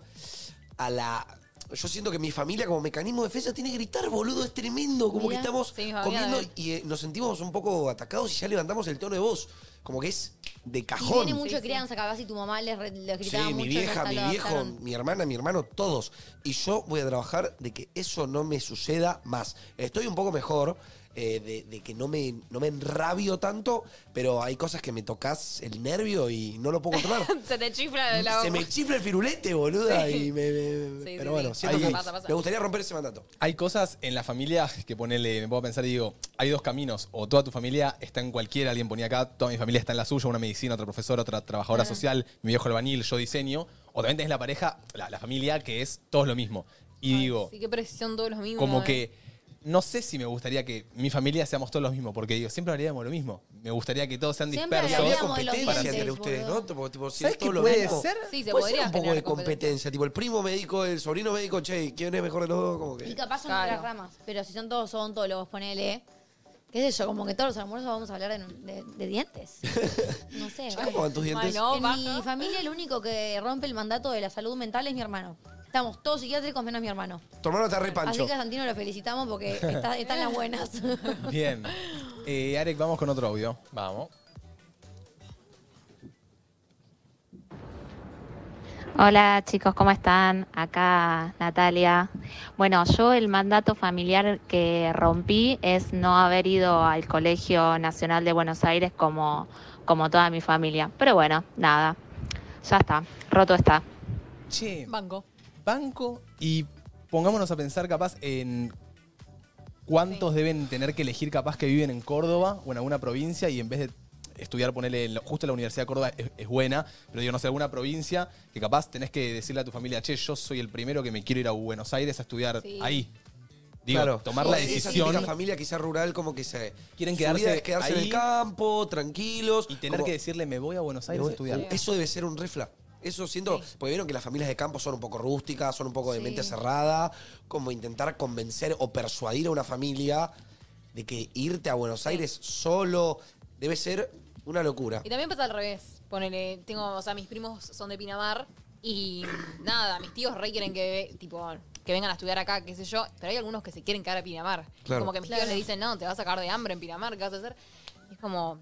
Speaker 3: a la... Yo siento que mi familia como mecanismo de defensa tiene que gritar, boludo, es tremendo. Como
Speaker 4: Mirá,
Speaker 3: que estamos
Speaker 4: sí, mi familia
Speaker 3: comiendo
Speaker 4: también.
Speaker 3: y eh, nos sentimos un poco atacados y ya levantamos el tono de voz. Como que es de
Speaker 4: Y
Speaker 3: cajón.
Speaker 4: viene mucho de crianza, capaz si tu mamá les, re- les
Speaker 3: Sí,
Speaker 4: gritaba mucho.
Speaker 3: mi
Speaker 4: y
Speaker 3: vieja,
Speaker 4: hasta
Speaker 3: mi
Speaker 4: lo
Speaker 3: viejo,
Speaker 4: adaptaron.
Speaker 3: mi hermana, mi hermano, todos. Y yo voy a trabajar de que eso no me suceda más. Estoy un poco mejor eh, de, de que no me, no me enrabio tanto, pero hay cosas que me tocas el nervio y no lo puedo controlar.
Speaker 2: Se te chifla de la
Speaker 3: Se me chifla el firulete, boluda. Y me, me- me-
Speaker 2: Sí, sí,
Speaker 3: pero bueno,
Speaker 2: sí.
Speaker 3: siento
Speaker 1: Ahí-
Speaker 3: que
Speaker 1: Pasa, pasa.
Speaker 3: me gustaría romper ese mandato.
Speaker 1: Hay cosas en la familia que ponele, me puedo pensar y digo, hay dos caminos. O toda tu familia está en cualquiera, alguien ponía acá, toda mi familia está en la suya, una medicina, otra profesora, otra trabajadora
Speaker 6: Ah.
Speaker 1: social, mi viejo albanil, yo diseño. O también tenés la pareja, la, la familia, que es todos lo mismo. Y digo,
Speaker 2: Sí, qué presión todos los mismos.
Speaker 1: como
Speaker 2: eh.
Speaker 1: que no sé si me gustaría que mi familia seamos todos los mismos, porque digo, siempre hablaríamos lo mismo. Me gustaría que todos sean
Speaker 2: Siempre
Speaker 1: dispersos.
Speaker 2: hablaríamos
Speaker 3: Había competencia entre ustedes, ¿no? Tipo, tipo, si es todo lo mismo.
Speaker 2: Sí, se
Speaker 3: Puede ser
Speaker 2: podría
Speaker 3: un poco
Speaker 2: generar
Speaker 3: de competencia. Tipo, el primo médico, el sobrino médico, che, ¿quién es mejor de los dos? Como que...
Speaker 4: Y capaz son
Speaker 2: Claro.
Speaker 4: otras ramas, pero si son todos odontólogos, ponele. ¿Qué sé yo? Como que todos los almuerzos vamos a hablar de, de- de dientes. No sé.
Speaker 3: ¿Cómo van tus dientes?
Speaker 2: Ay, no,
Speaker 4: en mi familia, el único que rompe el mandato de la salud mental es mi hermano. Estamos todos psiquiátricos menos mi hermano.
Speaker 3: Tu hermano está re pancho.
Speaker 4: Así que a Santino lo felicitamos porque está, está en las buenas.
Speaker 1: Bien. Eh, Arek, vamos con otro audio. Vamos.
Speaker 12: Hola chicos, ¿cómo están? Acá Natalia. Bueno, yo el mandato familiar que rompí es no haber ido al Colegio Nacional de Buenos Aires como, como toda mi familia. Pero bueno, nada, ya está, roto está.
Speaker 1: Che.
Speaker 2: Banco.
Speaker 1: Banco. Y pongámonos a pensar capaz en cuántos deben tener que elegir capaz que viven en Córdoba o en alguna provincia y en vez de estudiar, ponerle justo la Universidad de Córdoba es, es buena, pero digo, no sé, alguna provincia que capaz tenés que decirle a tu familia, che, yo soy el primero que me quiero ir a Buenos Aires a estudiar
Speaker 3: Sí.
Speaker 1: ahí. Digo, tomar
Speaker 3: Sí,
Speaker 1: la
Speaker 3: Esa
Speaker 1: decisión.
Speaker 3: típica familia quizás rural como que se...
Speaker 1: Quieren
Speaker 3: su vida
Speaker 1: quedarse
Speaker 3: es quedarse en
Speaker 1: ahí.
Speaker 3: el campo, tranquilos. Y
Speaker 1: tener que decirle, me voy a Buenos Aires a estudiar.
Speaker 3: Eso debe ser un refla. Eso siento, porque vieron que las familias de campo son un poco rústicas, son un poco de
Speaker 1: Sí.
Speaker 3: mente cerrada, como intentar convencer o persuadir a una familia de que irte a Buenos Aires solo debe ser una locura.
Speaker 2: Y también pasa al revés. Ponele, tengo, o sea, mis primos son de Pinamar y nada, mis tíos re quieren que, tipo, que vengan a estudiar acá, qué sé yo, pero hay algunos que se quieren quedar a Pinamar.
Speaker 3: Claro.
Speaker 2: Como que mis tíos le dicen, no, te vas a cagar de hambre en Pinamar, ¿qué vas a hacer? Y es como,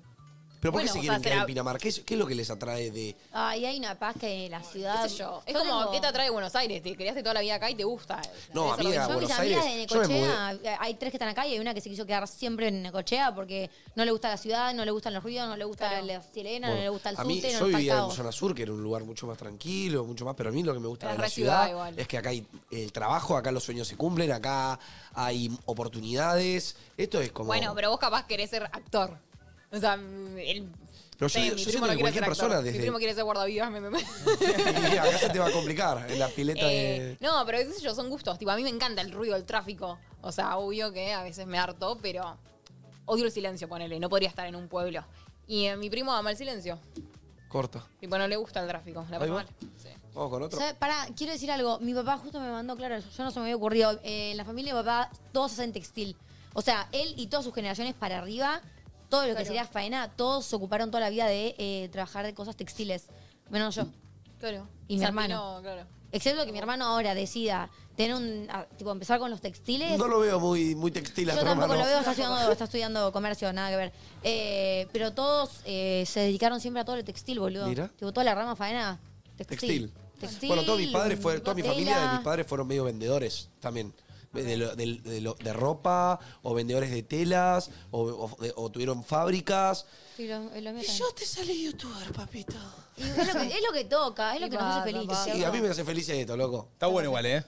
Speaker 3: Pero ¿por
Speaker 2: Bueno,
Speaker 3: qué
Speaker 2: o
Speaker 3: se quieren
Speaker 2: sea,
Speaker 3: quedar
Speaker 2: será-
Speaker 3: en Pinamar? ¿Qué es, qué es lo que les atrae de...?
Speaker 4: Ay, hay una paz que en la ciudad.
Speaker 2: qué sé yo. Es como,
Speaker 4: tengo-
Speaker 2: ¿qué te atrae Buenos Aires? Te criaste toda la vida acá y te gusta.
Speaker 3: No,
Speaker 2: Eso es lo
Speaker 3: amiga,
Speaker 2: que yo-
Speaker 3: Buenos
Speaker 4: mis
Speaker 3: Aires.
Speaker 4: amigas de
Speaker 3: Yo me mudé.
Speaker 4: Necochea, eh, hay tres que están acá y hay una que se quiso quedar siempre en Necochea porque no le gusta la ciudad, no le gustan los ruidos, no le gusta la sirena,
Speaker 3: Bueno,
Speaker 4: no le gusta el
Speaker 3: a mí,
Speaker 4: subte, no
Speaker 3: yo
Speaker 4: le gusta el
Speaker 3: vivía en
Speaker 4: caos.
Speaker 3: zona sur, que era un lugar mucho más tranquilo, mucho más, pero a mí lo que me gusta
Speaker 4: Pero
Speaker 3: de
Speaker 4: es
Speaker 3: la
Speaker 4: re ciudad
Speaker 3: ciudad
Speaker 4: igual.
Speaker 3: es que acá hay el trabajo, acá los sueños se cumplen, acá hay oportunidades. Esto es como...
Speaker 2: Bueno, pero vos capaz querés ser actor. O sea, el...
Speaker 3: Pero yo-
Speaker 2: Sí, mi
Speaker 3: yo
Speaker 2: primo no
Speaker 3: siento que
Speaker 2: quiere
Speaker 3: cualquier
Speaker 2: ser actor.
Speaker 3: persona
Speaker 2: Mi
Speaker 3: desde-
Speaker 2: primo quiere ser guardavivas, me- me- me-
Speaker 3: Y acá se te va a complicar en la pileta
Speaker 2: Eh,
Speaker 3: de...
Speaker 2: no, pero qué sé yo, son gustos. Tipo, a mí me encanta el ruido, el tráfico. O sea, obvio que a veces me harto, pero odio el silencio, ponele. No podría estar en un pueblo. Y eh, mi primo ama el silencio.
Speaker 3: Corta.
Speaker 2: Tipo, no le gusta el tráfico. La
Speaker 3: Ahí va.
Speaker 2: persona-
Speaker 3: Vamos con otro.
Speaker 4: ¿Sabe? Pará, quiero decir algo. Mi papá justo me mandó, claro, yo no se me había ocurrido. Eh, en la familia de mi papá todos hacen textil. O sea, él y todas sus generaciones para arriba, todo lo que
Speaker 2: Claro.
Speaker 4: sería faena, todos se ocuparon toda la vida de eh, trabajar de cosas textiles. Menos yo.
Speaker 2: Claro.
Speaker 4: Y mi
Speaker 2: Sarpino,
Speaker 4: hermano.
Speaker 2: claro.
Speaker 4: Excepto que mi hermano ahora decida tener un. a- tipo, empezar con los textiles.
Speaker 3: No lo veo muy, muy textil a
Speaker 4: Eh, Yo
Speaker 3: tu
Speaker 4: tampoco
Speaker 3: hermano.
Speaker 4: lo veo, está estudiando, está estudiando comercio, nada que ver. Eh, pero todos eh, se dedicaron siempre a todo el textil, boludo.
Speaker 3: Mira.
Speaker 4: Tipo, toda la rama faena,
Speaker 3: Textil.
Speaker 4: textil. Textil.
Speaker 3: Bueno, todos mis padres fueron, toda mi familia de
Speaker 4: tela.
Speaker 3: mis padres fueron medio vendedores también. De, lo- de- de lo- de ropa, o vendedores de telas, o, o- de- o tuvieron fábricas.
Speaker 4: Sí, lo- lo mío
Speaker 3: Yo te salí youtuber, papito.
Speaker 4: Es lo, que, es lo que toca, es lo que nos hace feliz.
Speaker 3: Sí, a mí me hace feliz esto, loco.
Speaker 1: Está bueno igual, ¿eh?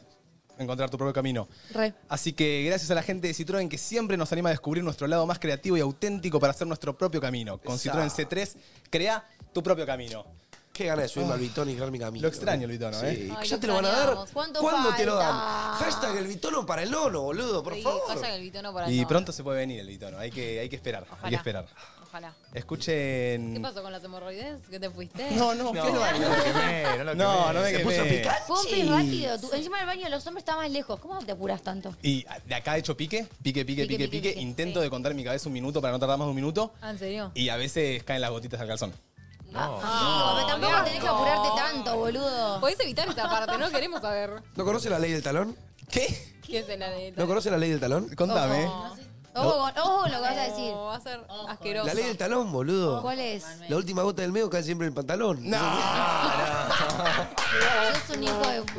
Speaker 1: Encontrar tu propio camino.
Speaker 4: Re.
Speaker 1: Así que gracias a la gente de Citroën que siempre nos anima a descubrir nuestro lado más creativo y auténtico para hacer nuestro propio camino. Con
Speaker 3: Esa.
Speaker 1: Citroën C3, crea tu propio camino.
Speaker 3: Qué ganas de subirme
Speaker 1: Ah.
Speaker 3: al Vitón y crear mi camino.
Speaker 1: Lo extraño, Luitano,
Speaker 3: Sí,
Speaker 1: ¿eh?
Speaker 3: que ya te lo van a dar.
Speaker 2: extrañamos.
Speaker 3: ¿Cuándo
Speaker 2: ¿Cuánto
Speaker 3: te lo dan?
Speaker 2: falta?
Speaker 3: Hashtag el Vitono para el nono, boludo, por
Speaker 2: Sí,
Speaker 3: favor.
Speaker 2: hashtag el Vitono para el
Speaker 1: Y
Speaker 2: nono.
Speaker 1: pronto se puede venir el Litono, hay que, hay que esperar, hay que
Speaker 2: Ojalá.
Speaker 1: esperar.
Speaker 2: Ojalá. ¿Qué
Speaker 1: Escuchen...
Speaker 2: pasó con las hemorroides? ¿Que te fuiste?
Speaker 1: No, no, ¿qué no hay? No lo quemé, no lo No, quemé. no me
Speaker 3: Se puso
Speaker 1: quemé.
Speaker 3: picante.
Speaker 4: Fue un
Speaker 1: Sí.
Speaker 4: pis rápido. tú- encima del baño de los hombres está más lejos. ¿Cómo te apuras tanto?
Speaker 1: Y ah, de acá he hecho pique, pique, pique, pique, pique.
Speaker 4: pique,
Speaker 1: Intento de contar en mi cabeza un minuto para no tardar más de un minuto.
Speaker 4: Ah, ¿en serio?
Speaker 1: Y a veces caen las gotitas al calzón.
Speaker 2: Ah,
Speaker 1: No.
Speaker 4: pero tampoco tenés que apurarte tanto, boludo.
Speaker 2: Podés evitar esa parte, no queremos saber
Speaker 3: ¿No conoce la ley del talón? ¿Qué?
Speaker 2: qué es la neta.
Speaker 3: ¿No conoce la ley del talón?
Speaker 1: Contame.
Speaker 4: Ojo, con- ojo con lo que vas a decir.
Speaker 2: No, va a ser asqueroso.
Speaker 3: La ley del talón, boludo.
Speaker 4: ¿Cuál es?
Speaker 3: La última gota del medio cae siempre en el pantalón. No.
Speaker 1: Ah,
Speaker 4: Sos un hijo de puta,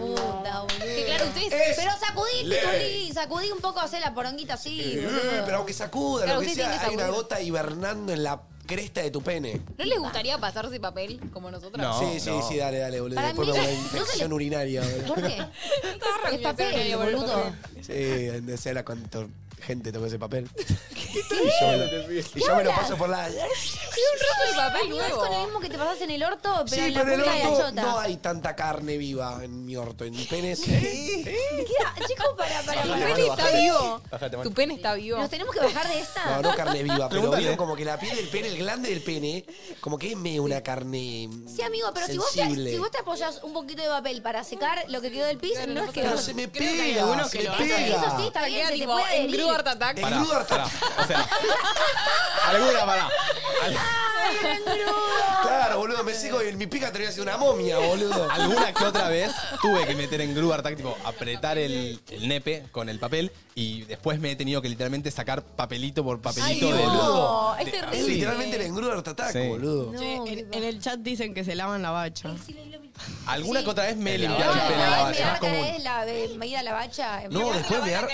Speaker 4: boludo.
Speaker 2: Que claro, ustedes-
Speaker 4: Pero sacudiste,
Speaker 3: ley.
Speaker 4: Tuli. Sacudí un poco, hacé la poronguita así, boludo.
Speaker 3: Pero aunque sacuda,
Speaker 4: Claro,
Speaker 3: lo que
Speaker 4: usted tiene
Speaker 3: sea,
Speaker 4: que
Speaker 3: hay una
Speaker 4: sacudir.
Speaker 3: gota hibernando en la cresta de tu pene.
Speaker 2: ¿No les gustaría pasarse papel como nosotras?
Speaker 3: sí, sí, sí, dale, dale, boludo.
Speaker 2: Para
Speaker 3: Después
Speaker 2: mí-
Speaker 3: me voy a
Speaker 2: no se le-
Speaker 3: infección urinaria. boludo.
Speaker 4: ¿Por qué? es papel, boludo.
Speaker 3: Sí, en será cuánto gente tocó ese papel. Y yo me lo, y yo me lo
Speaker 4: hablas?
Speaker 3: paso por la.
Speaker 4: un
Speaker 2: rollo de papel
Speaker 4: No es
Speaker 2: nuevo.
Speaker 4: con lo mismo que te pasas en el orto, pero
Speaker 3: sí,
Speaker 4: en la
Speaker 3: pero en el
Speaker 4: punta de la
Speaker 3: orto
Speaker 4: chota.
Speaker 3: no hay tanta carne viva en mi orto, en mi pene. sí.
Speaker 4: Queda- Chicos, para, para.
Speaker 2: Tu
Speaker 3: Bájate,
Speaker 2: pene
Speaker 3: Maru,
Speaker 2: está
Speaker 3: bájate.
Speaker 2: vivo.
Speaker 3: Bájate, Maru.
Speaker 2: Tu pene está vivo.
Speaker 4: Nos tenemos que bajar de esta.
Speaker 3: No, no carne viva, pero
Speaker 1: Pregúntale.
Speaker 3: vieron como que la piel del pene, el glande del pene, como que es medio una carne.
Speaker 4: Sí, amigo, pero si vos, te,
Speaker 3: sensible.
Speaker 4: si vos te apoyas un poquito de papel para secar lo que quedó del piso, no es que.
Speaker 3: Pero se me pega,
Speaker 4: algunos
Speaker 3: se
Speaker 4: que
Speaker 3: me
Speaker 4: lo
Speaker 3: pega.
Speaker 4: hacen. Eso sí, está bien,
Speaker 2: Queda
Speaker 4: se te
Speaker 2: tipo
Speaker 4: puede
Speaker 2: en
Speaker 4: herir.
Speaker 2: Grubert Attack.
Speaker 3: El nudo
Speaker 1: pará. O sea, alguna pará.
Speaker 3: Claro, boludo, me seco y en mi pica te voy a hacer una momia, boludo.
Speaker 1: Alguna que otra vez tuve que meter en Gruber Tack, tipo, apretar el, el nepe con el papel y después me he tenido que literalmente sacar papelito por papelito
Speaker 3: Ay,
Speaker 1: de
Speaker 3: no,
Speaker 1: de-
Speaker 2: es terrible.
Speaker 3: Es
Speaker 1: Sí.
Speaker 3: literalmente el engrudo tataco,
Speaker 1: Sí.
Speaker 3: boludo.
Speaker 9: Che, eh, en, en el chat dicen que se lavan la bacha.
Speaker 1: Alguna que otra vez me he
Speaker 3: la
Speaker 1: limpiado el
Speaker 3: bacha.
Speaker 1: pelo.
Speaker 3: La
Speaker 1: vaya,
Speaker 3: bacha.
Speaker 1: más común.
Speaker 4: es la eh, medida de la bacha. en
Speaker 3: No,
Speaker 4: plan-
Speaker 3: después me ar...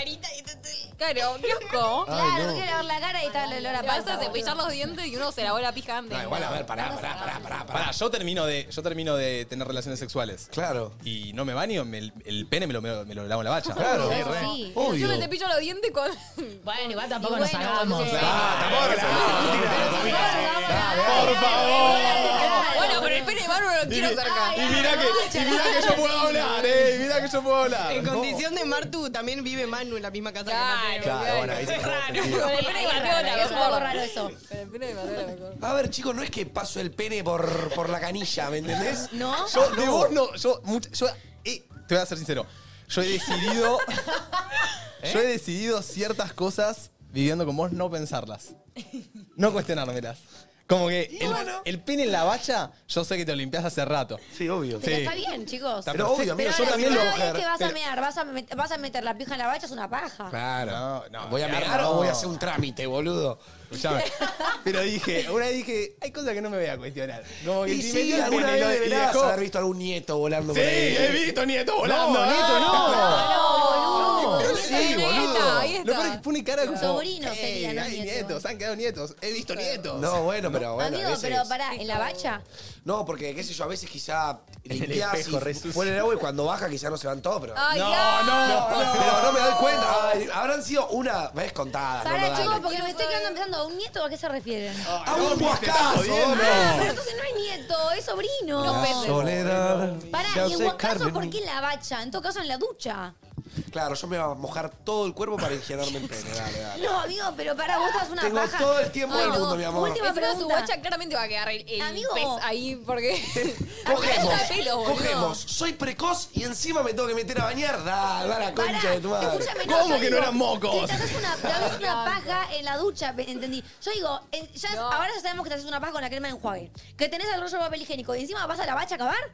Speaker 2: Claro, qué asco.
Speaker 3: Ay,
Speaker 4: Claro,
Speaker 3: no.
Speaker 4: no quiero lavar la cara y tal, el olor a
Speaker 2: Te vas
Speaker 4: pasta.
Speaker 2: a cepillar los dientes y uno se lavó la pija antes.
Speaker 3: No, Ah, igual, a ver, pará, pará, pará, pará, pará.
Speaker 1: Pará, yo termino de, yo termino de tener relaciones sexuales.
Speaker 3: Claro.
Speaker 1: Y no me baño, me- el pene me lo, me lo- me lo lavo en la bacha.
Speaker 3: Claro.
Speaker 1: Sí, re.
Speaker 4: Sí.
Speaker 2: Yo me
Speaker 3: Obvio.
Speaker 2: cepillo los dientes con.
Speaker 5: Bueno, igual tampoco
Speaker 4: Y
Speaker 5: nos
Speaker 4: bueno,
Speaker 5: hagamos.
Speaker 4: sí.
Speaker 1: Ah, tampoco que se Ah, Por
Speaker 4: Oh.
Speaker 1: favor.
Speaker 2: Bueno, pero el pene de Maru no lo quiero cerca.
Speaker 1: Y mirá que, y mirá que yo puedo hablar, eh. Y mirá que yo puedo hablar.
Speaker 9: En
Speaker 1: No.
Speaker 9: condición de Martu también vive Manu en la misma casa
Speaker 2: Claro,
Speaker 9: que Mateo.
Speaker 3: Claro, bueno, ahí se
Speaker 9: Es raro.
Speaker 2: Con el pene de Mateo la
Speaker 4: Es un poco
Speaker 2: mejor.
Speaker 4: raro eso.
Speaker 2: Con el pene de Mateo la mejor.
Speaker 3: A ver, chicos, no es que paso el pene por, por la canilla, ¿me entendés?
Speaker 4: ¿No?
Speaker 1: Yo,
Speaker 3: Ah,
Speaker 1: de vos no, yo, much- yo- eh, te voy a ser sincero. Yo he decidido. Yo
Speaker 3: ¿Eh?
Speaker 1: he decidido ciertas cosas viviendo con vos no pensarlas. No cuestionármelas. Como que el, el pene en la bacha, yo sé que te lo limpias hace rato.
Speaker 3: Sí, obvio.
Speaker 4: Pero
Speaker 1: Sí.
Speaker 4: está bien, chicos.
Speaker 3: Pero obvio, amigo, yo
Speaker 4: ahora,
Speaker 3: también lo
Speaker 4: cada
Speaker 3: voy a
Speaker 4: vez
Speaker 3: coger.
Speaker 4: que vas a
Speaker 3: Pero-
Speaker 4: mear, vas a, met- vas a meter la pija en la bacha, es una paja.
Speaker 3: Claro.
Speaker 1: No, no,
Speaker 3: voy a
Speaker 1: claro,
Speaker 3: mear o
Speaker 1: no.
Speaker 3: voy a hacer un trámite, boludo.
Speaker 1: Escuchame. Pero dije, una vez dije, hay cosas que no me voy a cuestionar. Como que
Speaker 3: Y
Speaker 1: si
Speaker 3: sí,
Speaker 1: metió el
Speaker 3: alguna
Speaker 1: pene y
Speaker 3: vez
Speaker 1: lo- y
Speaker 3: deberás
Speaker 1: dejó-
Speaker 3: haber visto algún nieto volando
Speaker 1: Sí,
Speaker 3: por ahí.
Speaker 1: he visto nieto
Speaker 3: No,
Speaker 1: volando.
Speaker 3: nieto no.
Speaker 4: No, boludo.
Speaker 1: Pero
Speaker 2: Ahí
Speaker 1: sí,
Speaker 2: está,
Speaker 1: boludo.
Speaker 2: ahí
Speaker 1: Lo
Speaker 2: está.
Speaker 1: peor es que pone cara como.
Speaker 4: Sobrino
Speaker 1: "Ey,
Speaker 4: sería, no
Speaker 1: hay
Speaker 4: nieto".
Speaker 1: nietos, han quedado nietos. He visto nietos.
Speaker 3: No, bueno, pero bueno.
Speaker 4: Amigo,
Speaker 3: a veces-
Speaker 4: pero pará, en la bacha.
Speaker 3: No, porque qué sé yo, a veces quizá
Speaker 6: el
Speaker 3: limpias
Speaker 6: espejo, re
Speaker 3: y
Speaker 6: sucio.
Speaker 3: pone el agua y cuando baja quizá no se van todos,
Speaker 4: Ah,
Speaker 3: pero...
Speaker 2: Ay,
Speaker 1: No,
Speaker 2: ay.
Speaker 1: no, no.
Speaker 3: Pero no me doy cuenta. Ay, habrán sido una vez contadas. Ah, no,
Speaker 4: Pará,
Speaker 3: no,
Speaker 4: chicos,
Speaker 3: dale. Oh,
Speaker 4: porque me estoy quedando empezando. ¿Un nieto a qué se refieren?
Speaker 3: ¡A un
Speaker 1: estás
Speaker 3: guascazo!
Speaker 1: jodiendo.
Speaker 4: Ah, pero entonces no es nieto, es sobrino.
Speaker 3: Soledad.
Speaker 4: Pará,
Speaker 3: Ya
Speaker 4: y en
Speaker 3: sé,
Speaker 4: guacaso,
Speaker 3: Carmen.
Speaker 4: ¿por qué en la bacha? En todo caso, en la ducha.
Speaker 3: Claro, yo me voy a mojar todo el cuerpo para higienarme el pene. Dale, dale.
Speaker 4: No, amigo, pero para vos estás una
Speaker 3: Tengo
Speaker 4: paja.
Speaker 3: todo el tiempo del mundo, mi amor.
Speaker 4: Última
Speaker 2: Encima
Speaker 4: pregunta.
Speaker 2: su guacha claramente va a quedar el, el
Speaker 4: Amigo.
Speaker 2: pez ahí porque...
Speaker 3: Cogemos,
Speaker 2: Arranca pelo, boludo.
Speaker 3: cogemos. Soy precoz y encima me tengo que meter a bañar. Dale, va la concha
Speaker 4: Pará,
Speaker 3: de tu madre.
Speaker 4: escúchame,
Speaker 3: ¿Cómo
Speaker 4: yo
Speaker 3: que no
Speaker 4: digo,
Speaker 3: eran mocos?
Speaker 4: Te haces una, te haces una paja en la ducha, ¿me entendí. Yo digo, en- ya- ahora ya sabemos que te haces una paja con la crema de enjuague. Que tenés el rollo de papel higiénico y encima vas a la bacha a acabar.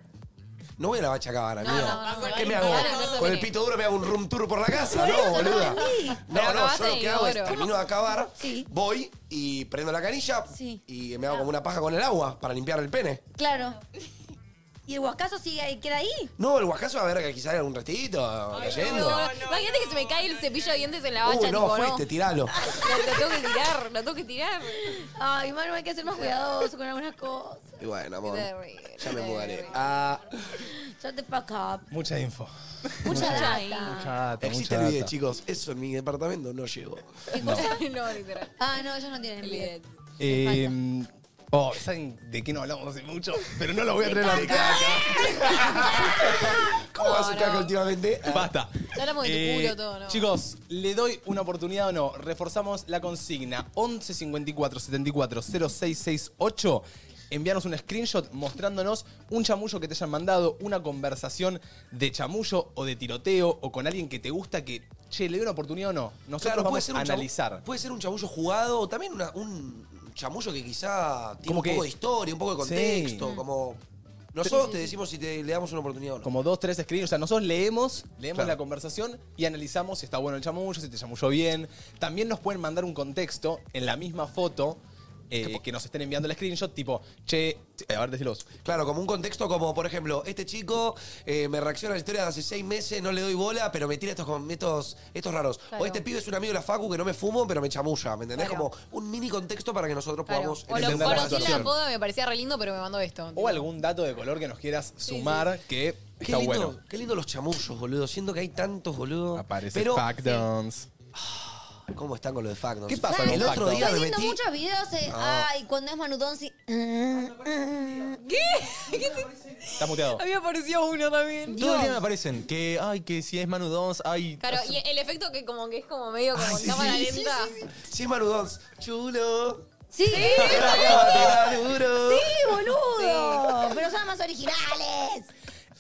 Speaker 3: No voy a la bacha cabana,
Speaker 4: No,
Speaker 3: amigo.
Speaker 4: no, no,
Speaker 3: ¿Qué
Speaker 4: no,
Speaker 3: me
Speaker 4: no,
Speaker 3: hago?
Speaker 4: no, no, no,
Speaker 3: Con el
Speaker 4: no.
Speaker 3: pito duro me hago un room tour por la casa.
Speaker 4: Por
Speaker 3: No,
Speaker 4: eso, no
Speaker 3: boluda.
Speaker 4: entendí.
Speaker 3: No,
Speaker 4: Pero
Speaker 3: no, yo
Speaker 4: acabaste
Speaker 3: lo que hago es
Speaker 4: inodoro.
Speaker 3: termino de acabar,
Speaker 4: Sí.
Speaker 3: voy y prendo la canilla
Speaker 4: Sí. Ah.
Speaker 3: y me hago como una paja con el agua para limpiar el pene.
Speaker 4: Claro. ¿Y el guascazo sigue ahí, queda ahí?
Speaker 3: No, el guacazo va a ver que quizás hay algún restito cayendo.
Speaker 2: No, no, Imagínate que se me cae el cepillo de dientes en la bacha,
Speaker 3: Uy, Uh, no,
Speaker 2: tipo,
Speaker 3: fuiste,
Speaker 2: Lo,
Speaker 3: tiralo.
Speaker 2: lo tengo que tirar, lo tengo que tirar.
Speaker 4: Ay, Manu, hay que ser más cuidadoso con algunas cosas.
Speaker 3: Y bueno, amor.
Speaker 4: Qué terrible,
Speaker 3: Ya me
Speaker 4: qué
Speaker 3: mudaré.
Speaker 4: terrible.
Speaker 3: Ah,
Speaker 4: Ya te fuck up.
Speaker 1: Mucha info.
Speaker 4: Mucha
Speaker 1: Mucha
Speaker 4: data.
Speaker 1: data,
Speaker 3: Existe
Speaker 1: mucha
Speaker 3: el video,
Speaker 1: data.
Speaker 3: chicos. Eso en mi departamento no llegó.
Speaker 2: no, literal.
Speaker 4: Ah, no, ellos no tienen bidet.
Speaker 1: Eh, oh, ¿saben de qué no hablamos hace mucho? Pero no lo voy a traer a mi casa.
Speaker 3: ¿Cómo va su caca últimamente?
Speaker 1: Basta.
Speaker 2: Ah. Ya hablamos de tu
Speaker 1: Eh,
Speaker 2: culo todo, ¿no?
Speaker 1: Chicos, ¿le doy una oportunidad o no? Reforzamos la consigna 11 54 74 0668. Enviarnos un screenshot mostrándonos un chamullo que te hayan mandado, una conversación de chamullo o de tiroteo o con alguien que te gusta que, che, ¿le doy una oportunidad o no? Nosotros
Speaker 3: Claro, puede
Speaker 1: vamos
Speaker 3: ser
Speaker 1: a
Speaker 3: un chamu-
Speaker 1: analizar.
Speaker 3: Puede ser un chamullo jugado o también una- un chamullo que quizá tiene
Speaker 1: Como
Speaker 3: un poco
Speaker 1: que-
Speaker 3: de historia, un poco de
Speaker 1: Sí.
Speaker 3: contexto,
Speaker 1: Mm.
Speaker 3: como... Nosotros te decimos si te, le damos una oportunidad o no.
Speaker 1: Como dos, tres screens. O sea, nosotros leemos, leemos
Speaker 3: Claro.
Speaker 1: la conversación y analizamos si está bueno el chamullo, si te chamulló bien. También nos pueden mandar un contexto en la misma foto eh, que nos estén enviando el screenshot, tipo, che, t- a ver, decilos.
Speaker 3: Claro, como un contexto como, por ejemplo, este chico eh, me reacciona a la historia de hace seis meses, no le doy bola, pero me tira estos, com- estos, estos raros.
Speaker 2: Claro.
Speaker 3: O este pibe es un amigo de la Facu que no me fumo, pero me chamulla, ¿me entendés?
Speaker 2: Claro.
Speaker 3: Como un mini contexto para que nosotros
Speaker 2: Claro.
Speaker 3: podamos
Speaker 2: O lo
Speaker 3: entender la
Speaker 2: conocí en la
Speaker 3: situación.
Speaker 2: poda, me parecía re lindo, pero me mandó esto.
Speaker 1: O algún dato de color que nos quieras sumar que
Speaker 3: Qué
Speaker 1: está
Speaker 3: lindo,
Speaker 1: bueno.
Speaker 3: qué lindo los chamullos, boludo. Siento que hay tantos, boludo.
Speaker 1: Aparece
Speaker 3: Pero-
Speaker 1: Factdowns.
Speaker 3: ¿Cómo están con lo de Factons?
Speaker 1: ¿Qué pasa con
Speaker 3: El otro
Speaker 1: Factdowns?
Speaker 3: día me
Speaker 4: Estoy viendo
Speaker 3: metí...
Speaker 4: muchos videos. eh,
Speaker 3: Ah.
Speaker 4: Ay, cuando es Manudón, sí. Ah, ¿Qué?
Speaker 1: Estás muteado.
Speaker 2: A mí me apareció uno también.
Speaker 6: Todo el día me aparecen que, ay, que si es Manu Dons, ay.
Speaker 2: Claro, y el efecto que como que es como medio como
Speaker 3: sí,
Speaker 2: cámara
Speaker 3: sí, sí,
Speaker 2: lenta.
Speaker 3: Sí, Manudons. Chulo.
Speaker 4: ah. Sí,
Speaker 3: Era duro.
Speaker 4: sí, boludo. Pero son más originales.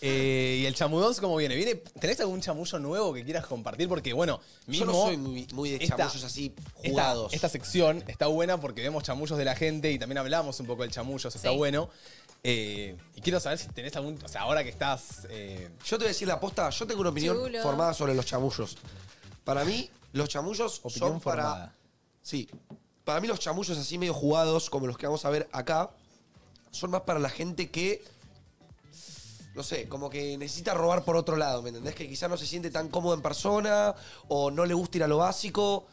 Speaker 1: Eh, ¿Y el chamudón cómo viene? viene? ¿Tenés algún chamullo nuevo que quieras compartir? Porque, bueno,
Speaker 3: Yo
Speaker 1: mismo...
Speaker 3: no soy muy, muy de
Speaker 1: esta-
Speaker 3: chamullos así
Speaker 1: Esta-
Speaker 3: jugados.
Speaker 1: Esta, sección está buena porque vemos chamullos de la gente y también hablamos un poco del chamullo, eso está
Speaker 2: Sí.
Speaker 1: bueno. Eh, y quiero saber si tenés algún. O sea, ahora que estás. eh,
Speaker 3: Yo te voy a decir la aposta, yo tengo una opinión
Speaker 2: Chulo.
Speaker 3: formada sobre los chamullos. Para mí, los chamullos
Speaker 1: Opinión
Speaker 3: son para.
Speaker 1: formada.
Speaker 3: Sí. Para mí, los chamullos así medio jugados, como los que vamos a ver acá, son más para la gente que. No sé, como que necesita robar por otro lado, ¿me entendés? Que quizás no se siente tan cómodo en persona o no le gusta ir a lo básico.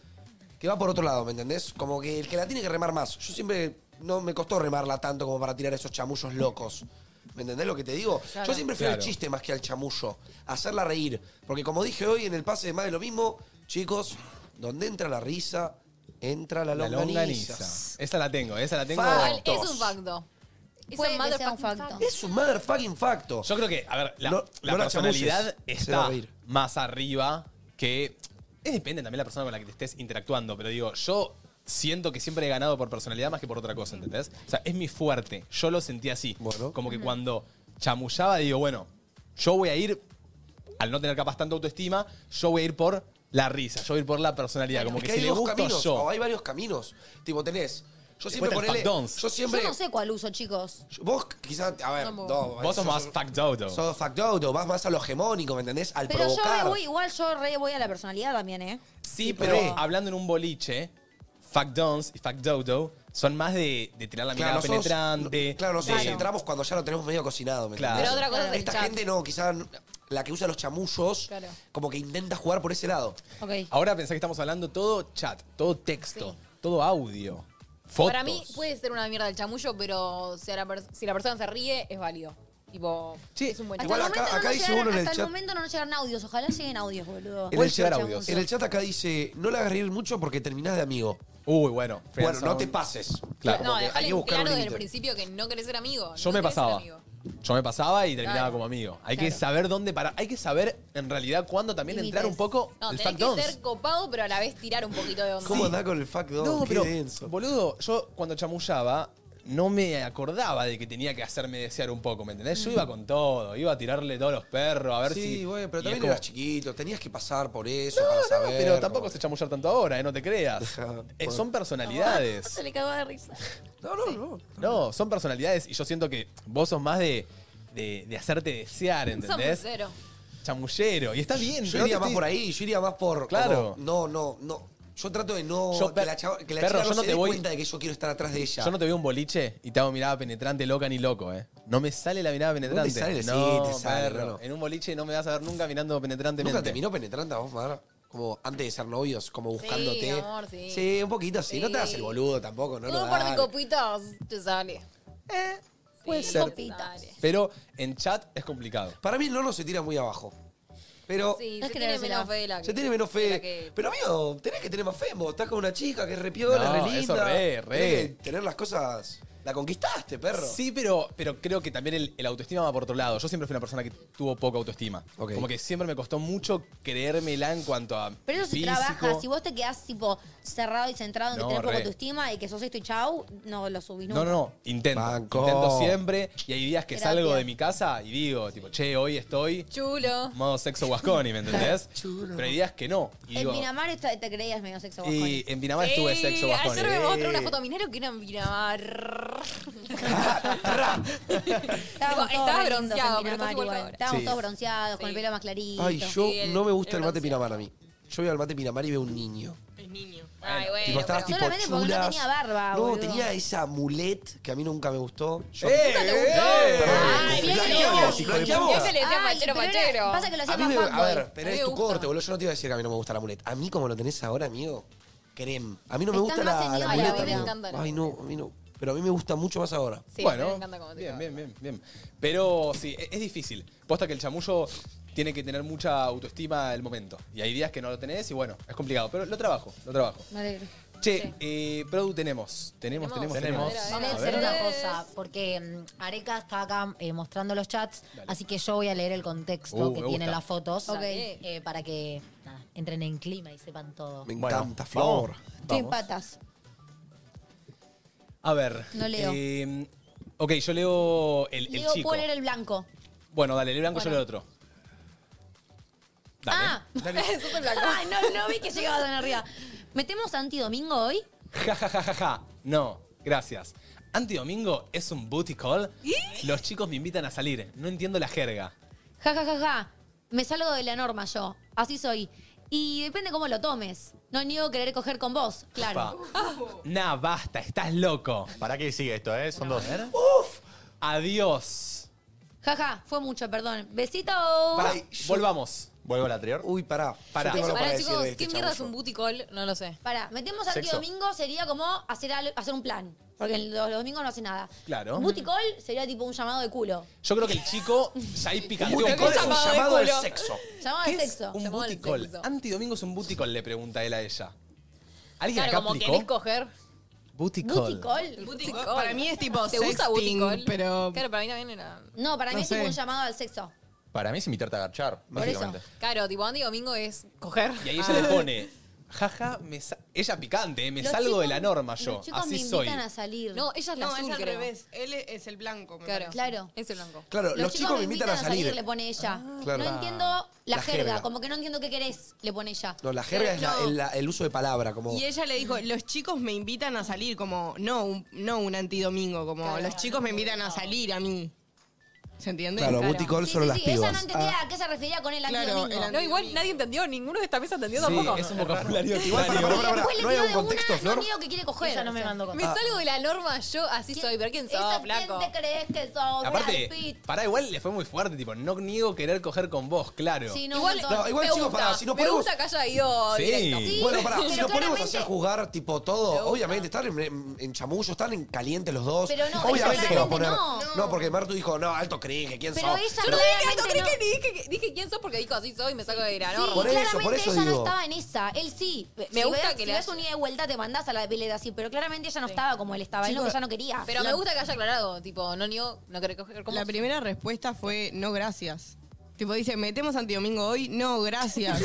Speaker 3: Que va por otro lado, ¿me entendés? Como que el que la tiene que remar más. Yo siempre. No me costó remarla tanto como para tirar esos chamullos locos. ¿Me entendés lo que te digo? Yo siempre fui al
Speaker 1: Claro.
Speaker 3: chiste más que al chamullo. Hacerla reír. Porque como dije hoy en el pase de más de lo mismo, chicos, donde entra la risa, entra la
Speaker 1: la
Speaker 3: longaniza.
Speaker 1: longaniza. Esa la tengo, esa la tengo.
Speaker 3: Fa-
Speaker 2: Es un facto. Es
Speaker 4: Puede
Speaker 2: un
Speaker 4: que sea un
Speaker 2: motherfucking
Speaker 4: facto.
Speaker 2: facto.
Speaker 3: Es un motherfucking facto.
Speaker 1: Yo creo que, a ver, la,
Speaker 3: No-
Speaker 1: la
Speaker 3: no la
Speaker 1: personalidad
Speaker 3: chamulles, se va
Speaker 1: está
Speaker 3: a reír.
Speaker 1: más arriba que. Es depende también de la persona con la que te estés interactuando, pero digo, yo siento que siempre he ganado por personalidad más que por otra cosa, ¿entendés? O sea, es mi fuerte. Yo lo sentí así.
Speaker 3: Bueno.
Speaker 1: Como que cuando chamullaba, digo, bueno, yo voy a ir, al no tener capaz tanta autoestima, yo voy a ir por la risa, yo voy a ir por la personalidad. Como
Speaker 3: Es
Speaker 1: que,
Speaker 3: que
Speaker 1: si
Speaker 3: hay
Speaker 1: le
Speaker 3: dos
Speaker 1: gusto
Speaker 3: caminos,
Speaker 1: yo.
Speaker 3: o hay varios caminos. Tipo, tenés. Yo siempre
Speaker 1: está el
Speaker 3: ponele.
Speaker 1: factons.
Speaker 3: Yo siempre.
Speaker 4: Yo no sé cuál uso, chicos.
Speaker 3: Vos quizás, a ver, no,
Speaker 2: Somos-
Speaker 1: Vos sos
Speaker 3: yo
Speaker 1: más
Speaker 3: soy-
Speaker 1: fact out, though.
Speaker 3: Sos factauto, vas más a lo hegemónico, ¿me entendés? Al
Speaker 4: Pero yo
Speaker 3: provocar.
Speaker 4: re voy, igual yo re voy a la personalidad también, ¿eh?
Speaker 1: Sí,
Speaker 3: Tipo,
Speaker 1: pero
Speaker 3: re.
Speaker 1: hablando en un boliche, Fact Dons y Fact Dodo son más de, de tirar la
Speaker 3: Claro,
Speaker 1: mirada
Speaker 3: nosotros-
Speaker 1: penetrante.
Speaker 3: no- claro, nosotros
Speaker 1: de-
Speaker 3: entramos cuando ya lo tenemos medio cocinado, ¿me
Speaker 1: Claro.
Speaker 3: entendés?
Speaker 2: Pero otra cosa es el
Speaker 3: Esta
Speaker 2: chat.
Speaker 3: gente no, quizás la que usa los chamullos,
Speaker 2: Claro.
Speaker 3: como que intenta jugar por ese lado.
Speaker 4: Ok.
Speaker 1: Ahora pensá que estamos hablando todo chat, todo texto, todo audio, fotos.
Speaker 2: Para mí puede ser una mierda el chamullo, pero si la, per- si la persona se ríe, es válido. Tipo,
Speaker 1: Sí,
Speaker 2: es un buen
Speaker 4: Hasta
Speaker 3: Igual
Speaker 4: el
Speaker 3: acá-
Speaker 4: momento no
Speaker 3: acá
Speaker 4: nos
Speaker 3: dice
Speaker 4: llegaron-
Speaker 3: uno en el
Speaker 4: hasta
Speaker 3: chat-
Speaker 4: momento no nos llegan audios. Ojalá lleguen audios, boludo.
Speaker 1: Pueden llegar audios.
Speaker 3: En el chat acá dice, no la agarré mucho porque terminás de amigo.
Speaker 1: Uy,
Speaker 3: Bueno,
Speaker 1: bueno. friendzone.
Speaker 3: no te pases.
Speaker 1: Claro.
Speaker 2: No,
Speaker 3: Como que
Speaker 2: dejar
Speaker 3: hay que
Speaker 2: en
Speaker 3: buscar un
Speaker 2: claro desde el
Speaker 3: límite.
Speaker 2: principio que no querés ser amigo. no
Speaker 1: Yo me
Speaker 2: querés ser
Speaker 1: pasaba.
Speaker 2: amigo.
Speaker 1: Yo me pasaba y terminaba
Speaker 2: Claro.
Speaker 1: como amigo. Hay que
Speaker 2: Claro.
Speaker 1: saber dónde parar. Hay que saber, en realidad, cuándo también entrar un
Speaker 2: Límites.
Speaker 1: poco
Speaker 2: No,
Speaker 1: el
Speaker 2: tenés
Speaker 1: fact
Speaker 2: que
Speaker 1: dons.
Speaker 2: ser copado, pero a la vez tirar un poquito de onda.
Speaker 3: ¿Cómo andás con el fuck dog?
Speaker 1: No,
Speaker 3: Qué
Speaker 1: pero,
Speaker 3: denso.
Speaker 1: boludo, yo cuando chamullaba no me acordaba de que tenía que hacerme desear un poco, ¿me entendés? Yo
Speaker 3: Mm.
Speaker 1: iba con todo, iba a tirarle todos los perros, a ver
Speaker 3: sí,
Speaker 1: si...
Speaker 3: güey, pero
Speaker 1: y
Speaker 3: también
Speaker 1: es como-
Speaker 3: eras chiquito, tenías que pasar por eso
Speaker 1: No,
Speaker 3: para
Speaker 1: no,
Speaker 3: saber.
Speaker 1: pero tampoco se chamullar tanto ahora, ¿eh? No te creas. Eh, son personalidades.
Speaker 4: Se le cagó de risa.
Speaker 3: No, no, no.
Speaker 1: No, son personalidades y yo siento que vos sos más de, de, de hacerte desear,
Speaker 2: Somos
Speaker 1: ¿entendés?
Speaker 2: cero.
Speaker 1: Chamullero. Y está bien.
Speaker 3: Yo
Speaker 1: no
Speaker 3: iría
Speaker 1: te
Speaker 3: más
Speaker 1: estoy-
Speaker 3: por ahí, yo iría más por.
Speaker 1: Claro.
Speaker 3: como, no, no, no. Yo trato de no.
Speaker 1: Yo,
Speaker 3: que
Speaker 1: per-
Speaker 3: la, chava- que la
Speaker 1: perro,
Speaker 3: chica
Speaker 1: yo
Speaker 3: no
Speaker 1: no
Speaker 3: se
Speaker 1: te
Speaker 3: dé
Speaker 1: voy-
Speaker 3: cuenta de que yo quiero estar atrás de ella.
Speaker 1: Yo no te veo un boliche y te hago mirada penetrante, loca ni loco, ¿eh? No me sale la mirada
Speaker 3: te
Speaker 1: penetrante.
Speaker 3: sale, sí,
Speaker 1: no,
Speaker 3: te sale,
Speaker 1: perro.
Speaker 3: no, no.
Speaker 1: En un boliche no me vas a ver nunca mirando penetrantemente.
Speaker 3: ¿Nunca te miró penetrante a vos, Mar? Como antes de ser novios, como buscándote.
Speaker 2: amor, sí.
Speaker 3: un poquito sí. No te hagas el boludo tampoco, no
Speaker 2: Con
Speaker 3: lo
Speaker 2: un par de
Speaker 3: hagas.
Speaker 2: copitas te sale.
Speaker 1: puede
Speaker 4: Pues,
Speaker 2: Sí,
Speaker 1: ser.
Speaker 2: copitas.
Speaker 1: Pero en chat es complicado.
Speaker 3: Para mí el no se tira muy abajo. Pero.
Speaker 2: Sí,
Speaker 4: Es
Speaker 2: se
Speaker 4: que
Speaker 2: tiene
Speaker 4: no será.
Speaker 2: menos fe de la que...
Speaker 3: Se tiene menos
Speaker 2: de
Speaker 3: fe.
Speaker 2: la que-
Speaker 3: Pero amigo, tenés que tener más fe en vos. Estás con una chica que es re piola,
Speaker 1: No,
Speaker 3: re linda.
Speaker 1: eso re, re.
Speaker 3: Tenés que tener las cosas. La conquistaste, perro.
Speaker 1: Sí, pero, pero creo que también el, el autoestima va por otro lado. Yo siempre fui una persona que tuvo poca autoestima. Como que siempre me costó mucho creérmela en cuanto a.
Speaker 4: Pero eso se
Speaker 1: físico.
Speaker 4: trabaja. Si vos te quedás tipo cerrado y centrado en que
Speaker 1: No,
Speaker 4: tenés poco
Speaker 1: re.
Speaker 4: autoestima y que sos esto y chau, no lo subís nunca.
Speaker 1: No, no, no. Intento. Intento siempre. Y hay días que
Speaker 4: Terapia.
Speaker 1: salgo de mi casa y digo, tipo, che, hoy estoy
Speaker 2: Chulo.
Speaker 1: modo sexo guasconi, ¿me entendés? Pero hay días que no. Y
Speaker 4: En
Speaker 1: digo,
Speaker 4: Pinamar esta- te creías medio sexo
Speaker 1: y en Pinamar estuve
Speaker 2: Sí,
Speaker 1: sexo guasconi.
Speaker 2: Ayer me mostró una
Speaker 1: Eh.
Speaker 2: foto minero que era en Pinamar.
Speaker 4: Estábamos
Speaker 2: Digo, estaba
Speaker 4: todos re lindos en
Speaker 2: bronceado, pero
Speaker 4: Pinamar
Speaker 2: estás igual
Speaker 4: igual.
Speaker 2: que ahora.
Speaker 4: Estábamos
Speaker 3: Sí.
Speaker 4: todos bronceados, con el pelo más clarito.
Speaker 3: Ay, yo no me gusta el mate Pinamar a mí. Yo veo al mate Pinamar y veo un niño.
Speaker 2: Ay, bueno.
Speaker 3: tipo, estabas tipo
Speaker 4: Solamente porque no
Speaker 3: chulas.
Speaker 4: tenía barba,
Speaker 3: No,
Speaker 4: boludo.
Speaker 3: tenía esa mulet que a mí nunca me gustó. Yo-
Speaker 1: ¿Nunca
Speaker 4: te gustó?
Speaker 3: Perdón,
Speaker 4: Ay, bien,
Speaker 3: blanqueamos,
Speaker 4: bien.
Speaker 3: blanqueamos.
Speaker 2: Ese le decía
Speaker 4: Ay,
Speaker 2: fachero,
Speaker 4: pero era-
Speaker 2: fachero.
Speaker 4: Pasa que lo
Speaker 3: A
Speaker 4: hacía
Speaker 3: mí
Speaker 4: más
Speaker 3: me, a
Speaker 4: fanboy.
Speaker 3: ver, pero
Speaker 4: A mí
Speaker 3: es
Speaker 4: me
Speaker 3: tu
Speaker 4: gusta.
Speaker 3: corte, boludo. Yo no te iba a decir que a mí no me gusta la mulet. A mí, como lo tenés ahora, amigo, creme. A mí no me
Speaker 4: Estás
Speaker 3: gusta
Speaker 4: más
Speaker 3: la,
Speaker 4: en
Speaker 3: la
Speaker 4: yoga,
Speaker 3: mulet.
Speaker 4: a mí me
Speaker 3: amigo.
Speaker 4: encanta la
Speaker 3: Ay, no, a mí no. Pero a mí me gusta mucho más ahora.
Speaker 2: Sí, me encanta cómo te
Speaker 1: bien,
Speaker 2: cagas.
Speaker 1: bien, bien, bien. Pero sí, e- es difícil. Posta que el chamullo tiene que tener mucha autoestima al momento. Y hay días que no lo tenés y bueno, es complicado. Pero lo trabajo, lo trabajo.
Speaker 4: Me alegro.
Speaker 1: Che, eh, Produ, tenemos. Tenemos, tenemos, tenemos.
Speaker 5: Vamos a
Speaker 1: A ver.
Speaker 5: hacer una cosa, porque mm, Areca está acá eh, mostrando los chats, así que yo voy a leer el contexto
Speaker 1: Uh,
Speaker 5: que
Speaker 1: me
Speaker 5: tienen
Speaker 1: gusta.
Speaker 5: las fotos
Speaker 4: Ok.
Speaker 5: eh, para que nada, entren en clima y sepan todo.
Speaker 3: Me
Speaker 1: Bueno,
Speaker 3: encanta, favor.
Speaker 4: Estoy en patas.
Speaker 1: A ver.
Speaker 4: No leo.
Speaker 1: eh, ok, yo leo el, el
Speaker 4: Digo,
Speaker 1: chico.
Speaker 4: ¿cuál era el blanco?
Speaker 1: Bueno, dale, el blanco yo
Speaker 4: Bueno.
Speaker 1: leo el otro. Dale.
Speaker 4: Ah,
Speaker 2: Sos el blanco.
Speaker 4: Ay, no, no vi que llegaba tan arriba. ¿Metemos antidomingo hoy?
Speaker 1: Ja, ja, ja, ja, ja. No, gracias. Antidomingo es un booty call. Los chicos me invitan a salir. No entiendo la jerga.
Speaker 4: Ja, ja, ja, ja. Me salgo de la norma yo. Así soy. Y depende cómo lo tomes. No niego querer coger con vos, claro.
Speaker 1: Nah, basta, estás loco.
Speaker 6: ¿Para qué sigue esto, eh? Son dos.
Speaker 1: Adiós.
Speaker 4: Ja, ja, fue mucho, perdón. Besito.
Speaker 1: Pará, volvamos.
Speaker 6: ¿Vuelvo al anterior?
Speaker 3: Uy, pará.
Speaker 1: Pará.
Speaker 3: Yo tengo algo para
Speaker 2: Para
Speaker 3: decir
Speaker 2: chicos,
Speaker 3: de este
Speaker 2: ¿qué mierda es
Speaker 3: chamullo.
Speaker 2: un booty call? No lo sé.
Speaker 4: Para, metemos
Speaker 6: Sexo.
Speaker 4: antidomingo sería como hacer, al- hacer un plan. Porque los, los domingos no hace nada.
Speaker 1: Claro.
Speaker 4: Booty call sería tipo un llamado de culo.
Speaker 1: Yo creo que el chico ya ahí picanteó
Speaker 3: Booty
Speaker 1: un
Speaker 3: call
Speaker 1: poco.
Speaker 3: es un
Speaker 2: Llamado de
Speaker 3: llamado al
Speaker 2: culo.
Speaker 3: sexo.
Speaker 4: Llamado
Speaker 1: ¿Qué
Speaker 4: de
Speaker 1: es
Speaker 4: sexo.
Speaker 1: un booty call? Antidomingo es un booty call, le pregunta él a ella. ¿Alguien
Speaker 2: Claro,
Speaker 1: acá
Speaker 2: como querés
Speaker 1: aplicó?
Speaker 2: coger.
Speaker 1: Booty
Speaker 4: ¿Booty call?
Speaker 2: Booty
Speaker 9: call. Para mí es tipo
Speaker 2: ¿Se usa booty
Speaker 9: sexting,
Speaker 2: call?
Speaker 9: pero-
Speaker 2: Claro, para mí también era...
Speaker 4: No, para
Speaker 9: No
Speaker 4: mí es
Speaker 9: sé.
Speaker 4: tipo un llamado al sexo.
Speaker 6: Para mí es invitarte a garchar, básicamente.
Speaker 2: Claro, tipo Andy Domingo es coger.
Speaker 1: Y ahí ella le pone, jaja, me sa- ella picante, eh, me
Speaker 4: Ah. Los
Speaker 1: salgo de
Speaker 4: chicos-
Speaker 1: la norma yo,
Speaker 4: Los chicos
Speaker 1: así
Speaker 4: me
Speaker 1: soy.
Speaker 4: invitan a salir.
Speaker 2: Ah. No, ella es la
Speaker 9: No,
Speaker 2: azul,
Speaker 9: es al
Speaker 2: creo.
Speaker 9: revés. Él e, es el blanco, me
Speaker 2: Claro.
Speaker 9: parece.
Speaker 4: Claro.
Speaker 2: Es el blanco.
Speaker 3: Claro, los, chicos me invitan a salir.
Speaker 4: le pone ella.
Speaker 3: claro.
Speaker 4: No entiendo la,
Speaker 3: La
Speaker 4: jerga,
Speaker 3: jerga.
Speaker 4: como que no entiendo qué querés, le pone ella.
Speaker 3: No, la jerga es la-
Speaker 9: No.
Speaker 3: el, la- el uso de palabra, como.
Speaker 9: Y ella le dijo, los chicos me invitan a salir, como, no un, no un antidomingo, como, los chicos me invitan a salir a mí. ¿Se entiende?
Speaker 3: Claro, booty call
Speaker 4: Sí,
Speaker 3: solo
Speaker 4: sí,
Speaker 3: las
Speaker 4: sí, ella
Speaker 3: pibas.
Speaker 4: no entendía a qué se refería con el
Speaker 9: Claro,
Speaker 4: antidomingo.
Speaker 9: el
Speaker 2: No, igual nadie entendió, ninguno de esta mesa entendió
Speaker 1: Sí,
Speaker 2: tampoco.
Speaker 1: es un vocabulario extraño.
Speaker 3: pará,
Speaker 4: Y
Speaker 3: pará,
Speaker 4: después
Speaker 3: pará.
Speaker 4: le
Speaker 3: ¿No hay
Speaker 4: tiró de
Speaker 3: algún
Speaker 4: una,
Speaker 3: contexto, Flor?
Speaker 4: No niego que quiere coger.
Speaker 5: Ella no me
Speaker 4: o sea.
Speaker 5: mandó con
Speaker 2: Me salgo de la norma yo, así soy, pero ¿quién
Speaker 4: ¿Esa
Speaker 2: sos, flaco?
Speaker 4: ¿Quién te crees que sos? Brad
Speaker 1: Aparte,
Speaker 4: Pitt.
Speaker 1: para igual le fue muy fuerte, tipo, no niego querer coger con vos, claro.
Speaker 4: Sí, no,
Speaker 2: Igual,
Speaker 4: un montón.
Speaker 3: No, igual,
Speaker 2: me
Speaker 3: chicos,
Speaker 2: gusta,
Speaker 3: pará, si nos
Speaker 2: me
Speaker 3: ponemos-
Speaker 2: gusta que haya ido
Speaker 1: Sí.
Speaker 2: directo.
Speaker 1: Sí.
Speaker 3: Bueno, pará, si
Speaker 4: Pero
Speaker 3: nos ponemos a hacer
Speaker 4: claramente-
Speaker 3: jugar tipo todo,
Speaker 2: gusta.
Speaker 3: obviamente están en, en chamullo, están en caliente los dos.
Speaker 4: Pero no,
Speaker 3: obviamente que va a
Speaker 4: claramente
Speaker 3: poner.
Speaker 4: no.
Speaker 3: porque Martu dijo, no, alto cringe, ¿quién
Speaker 4: Pero
Speaker 3: sos?
Speaker 4: ella
Speaker 2: Yo no
Speaker 3: Pero-
Speaker 2: dije
Speaker 4: claramente
Speaker 2: no creí
Speaker 4: no.
Speaker 2: que ni dije, dije quién sos porque dijo así soy y me saco de
Speaker 4: Sí,
Speaker 2: grano.
Speaker 4: y
Speaker 3: Por eso,
Speaker 4: claramente
Speaker 3: por eso
Speaker 4: ella no
Speaker 3: digo.
Speaker 4: estaba en esa. Él sí. Me
Speaker 2: Me gusta
Speaker 4: gusta
Speaker 2: que
Speaker 4: que
Speaker 2: le
Speaker 4: le das
Speaker 2: haya-
Speaker 4: un ida y vuelta, te mandás a la pelea así. Pero claramente ella no estaba como él estaba. él lo que ella no quería.
Speaker 2: Pero me gusta que haya aclarado, tipo, no niego, no quiero coger como.
Speaker 9: La primera respuesta fue no gracias. Tipo, dice, metemos antidomingo hoy, no gracias.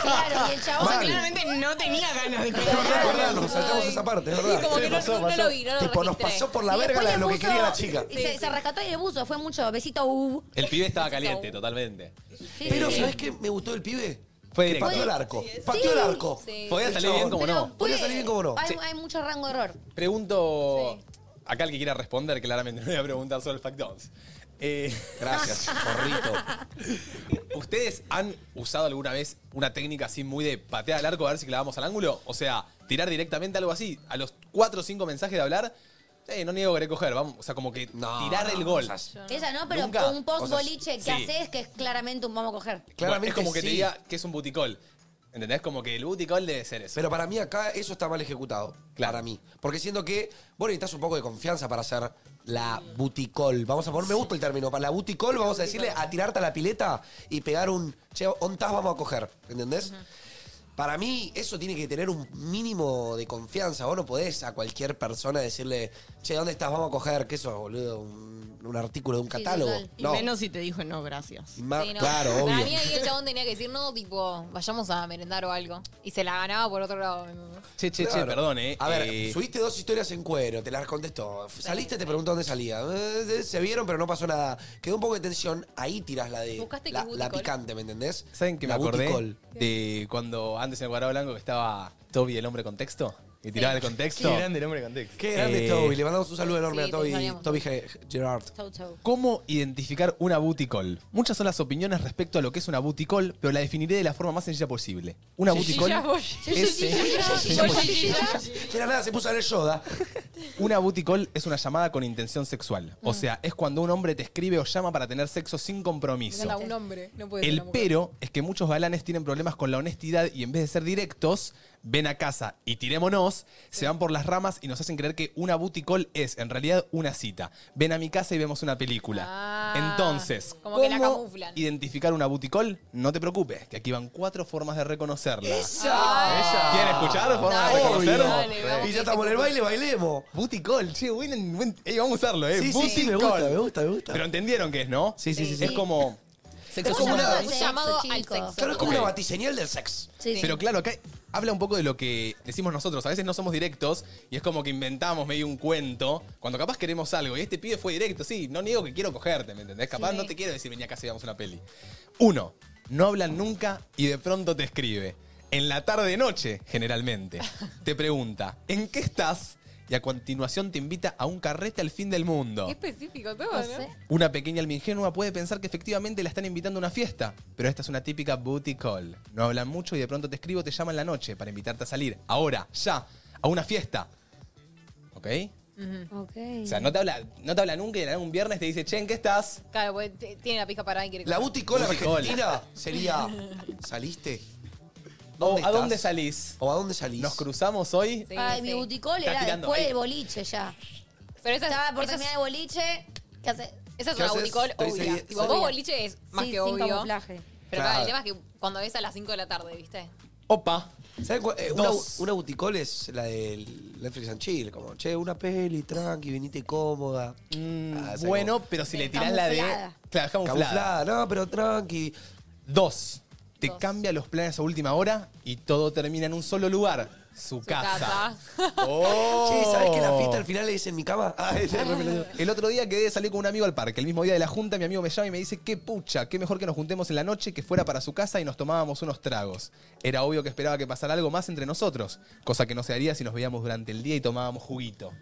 Speaker 4: claro, y el chabón-
Speaker 9: O sea,
Speaker 4: Mal.
Speaker 9: claramente no tenía ganas de
Speaker 3: Es verdad, nos saltamos esa parte, es verdad.
Speaker 4: Sí, como que no- no- no lo vi, no lo
Speaker 3: Tipo, nos
Speaker 4: registré.
Speaker 3: pasó por la
Speaker 4: Y
Speaker 3: verga
Speaker 4: después
Speaker 3: la-
Speaker 4: le
Speaker 3: lo que
Speaker 4: puso-
Speaker 3: quería la chica.
Speaker 4: y Se, se rescató y le puso. Fue mucho besito. Uh.
Speaker 1: El pibe estaba caliente, totalmente.
Speaker 4: Sí.
Speaker 3: Pero, ¿sabés qué me gustó del pibe?
Speaker 1: Fue
Speaker 3: Que
Speaker 1: directo.
Speaker 3: pateó el arco.
Speaker 4: Sí,
Speaker 3: Pateó el arco.
Speaker 4: sí.
Speaker 1: Podía salir bien como no.
Speaker 3: Podía salir bien como no.
Speaker 4: Hay,
Speaker 1: Sí.
Speaker 4: hay mucho rango de error.
Speaker 1: Pregunto acá al que quiera responder, claramente no le voy a preguntar sobre el Fact Downs. Eh,
Speaker 3: Gracias,
Speaker 1: ¿Ustedes han usado alguna vez una técnica así muy de patear al arco a ver si clavamos al ángulo? O sea, tirar directamente algo así, a los cuatro o cinco mensajes de hablar, eh, no niego querer coger, vamos, o sea, como que tirar el gol.
Speaker 4: Esa no, pero
Speaker 1: Nunca.
Speaker 4: un post
Speaker 1: Cosas-
Speaker 4: boliche que
Speaker 1: sí.
Speaker 4: haces que es claramente un vamos a coger.
Speaker 3: Claramente
Speaker 1: es como que te
Speaker 3: sí.
Speaker 1: diga que es un buticol. ¿Entendés? Como que el buticol debe ser eso.
Speaker 3: Pero para mí acá eso está mal ejecutado. Para mí. Porque siento que vos necesitas un poco de confianza para hacer la buticol. Vamos a poner, me gusta el término. Para la buticol vamos a decirle a tirarte a la pileta y pegar un, che, ontas vamos a coger. ¿Entendés? Para mí eso tiene que tener un mínimo de confianza. Vos no podés a cualquier persona decirle, che, ¿dónde estás? Vamos a coger. ¿Qué eso, boludo? Un, un artículo de un catálogo.
Speaker 9: Y
Speaker 3: no.
Speaker 9: menos si te dijo no gracias.
Speaker 3: Y ma-
Speaker 2: Sí, no.
Speaker 3: Ah, Claro, obvio.
Speaker 2: Para mí ahí el chabón tenía que decir, no, tipo, vayamos a merendar o algo. Y se la ganaba por otro lado.
Speaker 1: Che, che,
Speaker 3: Claro.
Speaker 1: che, perdón, eh.
Speaker 3: A ver,
Speaker 1: Eh,
Speaker 3: subiste dos historias en cuero, te las contestó. Saliste, te preguntó dónde salía. Eh, eh, Se vieron, pero no pasó nada. Quedó un poco de tensión, ahí tiras la de.
Speaker 2: Buscaste que
Speaker 3: La,
Speaker 2: booty
Speaker 3: la
Speaker 2: call.
Speaker 3: picante, ¿me entendés?
Speaker 1: ¿Saben que me
Speaker 3: La booty
Speaker 1: acordé
Speaker 3: call.
Speaker 1: de cuando antes en el cuadrado blanco que estaba Toby el hombre contexto? Y tiraba el contexto.
Speaker 6: Qué grande el hombre de contexto.
Speaker 3: Qué grande
Speaker 1: Eh,
Speaker 3: Toby, le mandamos un saludo
Speaker 2: sí,
Speaker 3: enorme a
Speaker 2: te
Speaker 3: Toby,
Speaker 2: extrañamos.
Speaker 3: Toby Ge- Gerard.
Speaker 4: Chau, chau.
Speaker 1: ¿Cómo identificar una booty call? Muchas son las opiniones respecto a lo que es una booty call, pero la definiré de la forma más sencilla posible. Una
Speaker 3: Sí,
Speaker 1: booty
Speaker 3: sí,
Speaker 1: call
Speaker 3: ya voy.
Speaker 1: es,
Speaker 3: Sí, sí, ya, sí, ya, sí, ya. Mira, nada, se puso a ver Yoda.
Speaker 1: una booty call es una llamada con intención sexual.
Speaker 3: Mm.
Speaker 1: O sea, es cuando un hombre te escribe o llama para tener sexo sin compromiso.
Speaker 2: un hombre, no puede
Speaker 1: El pero es que muchos galanes tienen problemas con la honestidad y en vez de ser directos, ven a casa y tirémonos, se van por las ramas y nos hacen creer que una booty call es en realidad una cita. Ven a mi casa y vemos una película. Entonces,
Speaker 2: Ah, como que la
Speaker 1: ¿cómo
Speaker 2: camuflan?
Speaker 1: Identificar una booty call, no te preocupes, que aquí van cuatro formas de reconocerla.
Speaker 3: Ah.
Speaker 1: ¿Quieren escuchar formas de
Speaker 3: Obvio.
Speaker 1: reconocerla?
Speaker 2: Dale, vamos,
Speaker 3: y ya estamos en el baile, bailemos.
Speaker 1: Booty call, che, buen, buen- ey, vamos a usarlo, eh.
Speaker 3: Sí, sí,
Speaker 1: booty
Speaker 3: sí, me
Speaker 1: call.
Speaker 3: gusta, me gusta, me gusta.
Speaker 1: Pero entendieron que es, ¿no?
Speaker 3: Sí, sí, sí, sí.
Speaker 1: Es como. Sexo
Speaker 3: como
Speaker 1: una-
Speaker 3: una-
Speaker 2: Un llamado al sexo.
Speaker 3: Claro, es como
Speaker 1: Ok.
Speaker 3: una batiseñal del sexo.
Speaker 4: Sí,
Speaker 1: Pero claro, acá habla un poco de lo que decimos nosotros. A veces no somos directos y es como que inventamos medio un cuento cuando capaz queremos algo. Y este pibe fue directo, sí, no niego que quiero cogerte, ¿me entendés? Capaz
Speaker 2: Sí.
Speaker 1: no te quiero decir, vení acá y veamos una peli. Uno, no hablan nunca y de pronto te escribe. En la tarde-noche, generalmente, te pregunta, ¿en qué estás? Y a continuación te invita a un carrete al fin del mundo.
Speaker 2: Qué específico todo,
Speaker 4: No
Speaker 2: ¿no?
Speaker 4: sé.
Speaker 1: Una pequeña alma ingenua puede pensar que efectivamente la están invitando a una fiesta, pero esta es una típica booty call. No hablan mucho y de pronto te escribo, te llaman la noche para invitarte a salir, ahora, ya, a una fiesta. ¿Ok? O sea, no te habla, no te habla nunca y de la nada un viernes te dice, che, ¿en qué estás?
Speaker 2: Claro, porque te- tiene la pija parada y quiere
Speaker 3: La
Speaker 2: coger.
Speaker 3: booty call
Speaker 1: Booty call.
Speaker 3: argentina sería. ¿Saliste?
Speaker 1: O, Oh, ¿A
Speaker 3: estás?
Speaker 1: dónde salís?
Speaker 3: ¿O a dónde salís?
Speaker 1: ¿Nos cruzamos hoy?
Speaker 2: Sí,
Speaker 4: Ay,
Speaker 2: sí.
Speaker 4: mi buticol
Speaker 1: Está
Speaker 4: era
Speaker 1: tirando,
Speaker 4: después
Speaker 1: ahí.
Speaker 4: del boliche ya.
Speaker 2: Pero esa,
Speaker 4: Estaba por
Speaker 2: esa,
Speaker 4: terminar el boliche. ¿Qué haces?
Speaker 2: esa es
Speaker 3: ¿Qué
Speaker 2: una
Speaker 3: haces?
Speaker 2: booty call
Speaker 3: Estoy
Speaker 2: obvia.
Speaker 3: segui-
Speaker 2: Tipo, vos
Speaker 3: obvia.
Speaker 2: boliche es más
Speaker 4: Sí,
Speaker 2: que
Speaker 4: sin
Speaker 2: obvio. Pero
Speaker 4: camuflaje.
Speaker 2: claro,
Speaker 3: Claro.
Speaker 2: el tema es que cuando es a las 5 de la tarde, ¿viste?
Speaker 1: Opa.
Speaker 3: ¿Saben cuál? Eh, una,
Speaker 1: Dos.
Speaker 3: una buticol es la del Netflix and Chill, como, che, una peli, tranqui, venite cómoda.
Speaker 1: Mm,
Speaker 3: Ah, esa
Speaker 1: bueno, pero si le tirás la de...
Speaker 4: Camuflada.
Speaker 1: Claro, es
Speaker 3: como,
Speaker 1: camuflada.
Speaker 3: camuflada, no, pero tranqui.
Speaker 1: Dos, te
Speaker 2: Dos.
Speaker 1: cambia los planes a última hora y todo termina en un solo lugar, su, casa. Oh.
Speaker 3: Che, ¿sabes que la fiesta al final le dicen mi cama? Ah, es re pelotudo.
Speaker 1: El otro día quedé de salir con un amigo al parque. El mismo día de la junta, mi amigo me llama y me dice, qué pucha, qué mejor que nos juntemos en la noche, que fuera para su casa y nos tomábamos unos tragos. Era obvio que esperaba que pasara algo más entre nosotros, cosa que no se haría si nos veíamos durante el día y tomábamos juguito.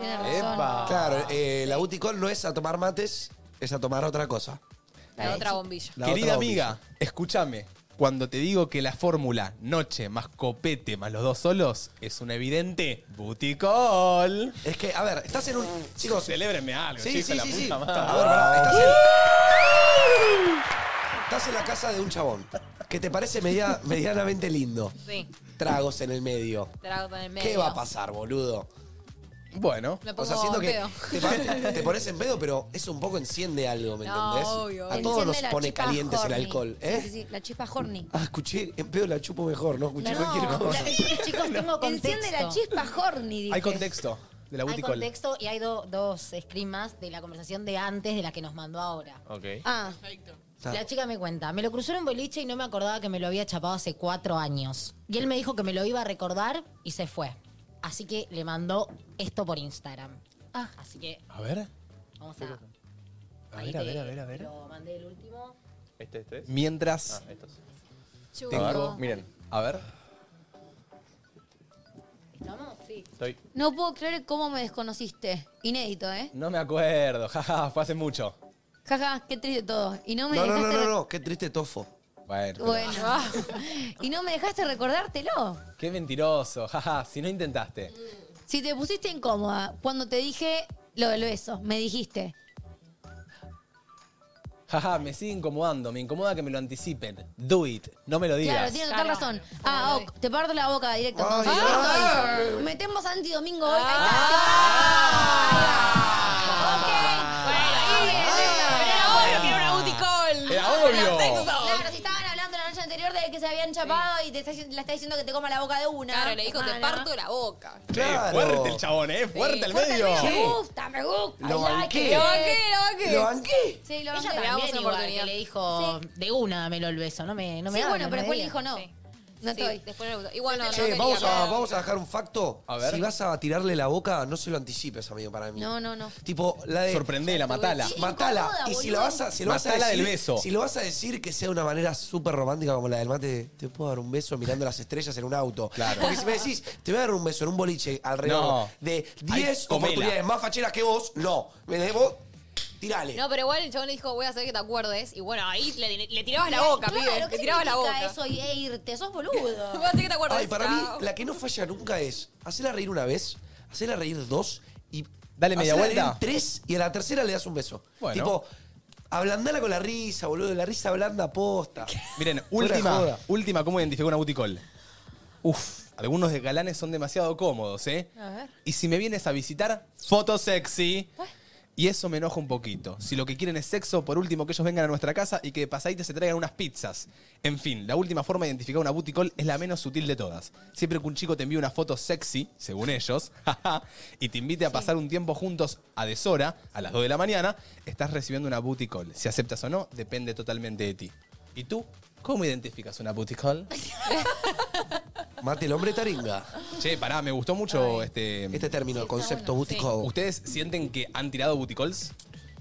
Speaker 4: Tienes razón.
Speaker 3: claro, eh, la buticol no es a tomar mates, es a tomar otra cosa.
Speaker 2: La otra bombilla.
Speaker 3: La
Speaker 1: Querida
Speaker 3: otra
Speaker 1: amiga, escúchame. Cuando te digo que la fórmula noche más copete más los dos solos es un evidente buticol.
Speaker 3: Es que, a ver, estás en un. Chicos,
Speaker 1: Celebrenme algo,
Speaker 3: Sí,
Speaker 1: chicos,
Speaker 3: sí,
Speaker 1: la
Speaker 3: sí,
Speaker 1: puta
Speaker 3: sí.
Speaker 1: madre.
Speaker 3: A ver, pará, estás en... Estás en la casa de un chabón que te parece media- medianamente lindo.
Speaker 2: Sí,
Speaker 3: Tragos en el medio.
Speaker 2: trago en el medio.
Speaker 3: ¿Qué va a pasar, boludo?
Speaker 1: Bueno.
Speaker 2: Me
Speaker 3: o sea,
Speaker 2: pongo
Speaker 3: siento que
Speaker 2: pedo.
Speaker 3: te, pon- te pones en pedo, pero eso un poco enciende algo, ¿me
Speaker 4: No,
Speaker 3: entendés?
Speaker 4: obvio.
Speaker 3: A
Speaker 4: Enciende
Speaker 3: todos nos
Speaker 4: la
Speaker 3: pone
Speaker 4: chispa
Speaker 3: calientes el
Speaker 4: horny.
Speaker 3: alcohol,
Speaker 4: Sí,
Speaker 3: ¿eh?
Speaker 4: sí, sí, la chispa horny.
Speaker 3: Ah, escuché, en pedo la chupo mejor, no escuché
Speaker 4: No,
Speaker 3: cualquier cosa.
Speaker 5: Chicos, tengo contexto.
Speaker 4: Enciende la chispa horny, dije.
Speaker 1: Hay contexto de la
Speaker 5: Hay
Speaker 1: buticol.
Speaker 5: contexto y hay do- dos screens más de la conversación de antes de la que nos mandó ahora.
Speaker 1: Ok.
Speaker 5: Ah, la chica me cuenta, me lo cruzó en un boliche y no me acordaba que me lo había chapado hace cuatro años. Y él me dijo que me lo iba a recordar y se fue. Así que le mandó esto por Instagram.
Speaker 4: ah.
Speaker 5: Así que
Speaker 1: A ver.
Speaker 5: vamos a...
Speaker 1: A ver, a ver, a ver, a ver.
Speaker 5: Lo mandé el último.
Speaker 6: Este, este. es.
Speaker 1: Mientras.
Speaker 6: Ah, estos.
Speaker 5: Yo-
Speaker 6: A ver, miren.
Speaker 1: A ver.
Speaker 5: ¿Estamos? Sí.
Speaker 6: Estoy.
Speaker 4: No puedo creer cómo me desconociste. Inédito, ¿eh?
Speaker 1: No me acuerdo, jaja, fue hace mucho.
Speaker 4: Jaja, qué triste todo. Y no me
Speaker 3: No, no,
Speaker 4: dejaste
Speaker 3: no, no,
Speaker 4: re-
Speaker 3: no, qué triste tofo.
Speaker 1: Bueno. pero-
Speaker 2: Ah.
Speaker 4: Bueno. y no me dejaste recordártelo.
Speaker 1: Qué mentiroso, jaja, si no intentaste.
Speaker 4: Si te pusiste incómoda cuando te dije lo del beso, me dijiste.
Speaker 1: Jaja, me sigue incomodando, me incomoda que me lo anticipen. Do it, no me lo
Speaker 4: Claro,
Speaker 1: digas.
Speaker 4: tiene total razón. Ah, ok, te parto la boca directo.
Speaker 1: Ay,
Speaker 4: entonces.
Speaker 1: ay.
Speaker 4: Directo. Metemos a Anti Domingo hoy. Ahí
Speaker 2: Ah.
Speaker 3: Ah.
Speaker 2: Era buticol.
Speaker 1: Era obvio.
Speaker 4: está. Claro, si estaban hablando la noche anterior de que se habían chapado y te está, dic- le está diciendo que te coma la boca de una.
Speaker 2: Claro, le dijo, te
Speaker 4: Hermana.
Speaker 2: parto la boca.
Speaker 1: Claro. fuerte el chabón, ¿eh? Fuerte el
Speaker 4: Fuerte
Speaker 1: medio.
Speaker 4: Me gusta, me gusta.
Speaker 1: Lo
Speaker 4: I like
Speaker 1: banqué.
Speaker 4: it.
Speaker 1: Lo banqué, lo banqué. Lo banqué.
Speaker 4: Sí, lo
Speaker 5: Ella
Speaker 4: banqué.
Speaker 5: también
Speaker 2: damos una
Speaker 5: igual,
Speaker 2: oportunidad.
Speaker 5: que le dijo, de una dámelo el beso, no me, no me
Speaker 4: sí,
Speaker 5: hagan,
Speaker 4: bueno,
Speaker 5: no
Speaker 4: pero
Speaker 5: me
Speaker 4: después le
Speaker 5: digan.
Speaker 4: dijo no. No
Speaker 2: Sí,
Speaker 4: estoy.
Speaker 2: después no le gustó. Igual no, no
Speaker 3: Che,
Speaker 2: quería,
Speaker 3: vamos a,
Speaker 2: pero-
Speaker 3: vamos a dejar un facto.
Speaker 1: ver.
Speaker 3: Si vas a tirarle la boca, no se lo anticipes, amigo, para mí.
Speaker 4: No, no, no.
Speaker 3: Tipo, la de.
Speaker 1: Sorprendela, matala.
Speaker 3: Sí, Ah, Matala.
Speaker 4: incomoda,
Speaker 3: Y si
Speaker 4: boludo.
Speaker 3: lo vas a, si lo vas a
Speaker 1: Matala
Speaker 3: decir.
Speaker 1: del beso.
Speaker 3: Si lo vas a decir que sea de una manera súper romántica como la del mate, te puedo dar un beso mirando las estrellas en un auto.
Speaker 1: Claro.
Speaker 3: Porque si me decís, te voy a dar un beso en un boliche alrededor
Speaker 1: No.
Speaker 3: de
Speaker 1: Ay,
Speaker 3: 10
Speaker 1: comela.
Speaker 3: oportunidades más facheras que vos, no. Me debo. Tirale.
Speaker 2: No, pero igual el chabón le dijo, voy a hacer que te acuerdes. Y bueno, ahí le, le tirabas la boca,
Speaker 4: Claro,
Speaker 2: pibe.
Speaker 4: ¿qué
Speaker 2: Le tirabas la boca.
Speaker 4: significa eso y e irte? Sos boludo.
Speaker 2: Voy a hacer que te acuerdes.
Speaker 3: Ay, para mí,
Speaker 2: chao.
Speaker 3: la que no falla nunca es hacerla reír una vez, hacerla reír dos y.
Speaker 1: Dale media
Speaker 3: hacerla
Speaker 1: vuelta.
Speaker 3: reír tres y a la tercera le das un beso.
Speaker 1: Bueno.
Speaker 3: Tipo, ablandala con la risa, boludo. La risa blanda posta.
Speaker 1: Miren,
Speaker 3: Fuera de
Speaker 1: última,
Speaker 3: joda.
Speaker 1: última, ¿cómo identificó una buticol? Uf, algunos de galanes son demasiado cómodos, ¿eh?
Speaker 2: A ver.
Speaker 1: Y si me vienes a visitar, foto sexy. Y eso me enoja un poquito. Si lo que quieren es sexo, por último que ellos vengan a nuestra casa y que de pasadita se traigan unas pizzas. En fin, la última forma de identificar una booty call es la menos sutil de todas. Siempre que un chico te envíe una foto sexy, según ellos, jaja, y te invite a pasar un tiempo juntos a deshora, a las 2 de la mañana, estás recibiendo una booty call. Si aceptas o no, depende totalmente de ti. ¿Y tú? ¿Cómo identificas una booty call?
Speaker 3: Mate el hombre taringa.
Speaker 1: Che, pará, me gustó mucho este...
Speaker 3: Este término, el concepto booty call.
Speaker 1: ¿Ustedes sienten que han tirado booty calls?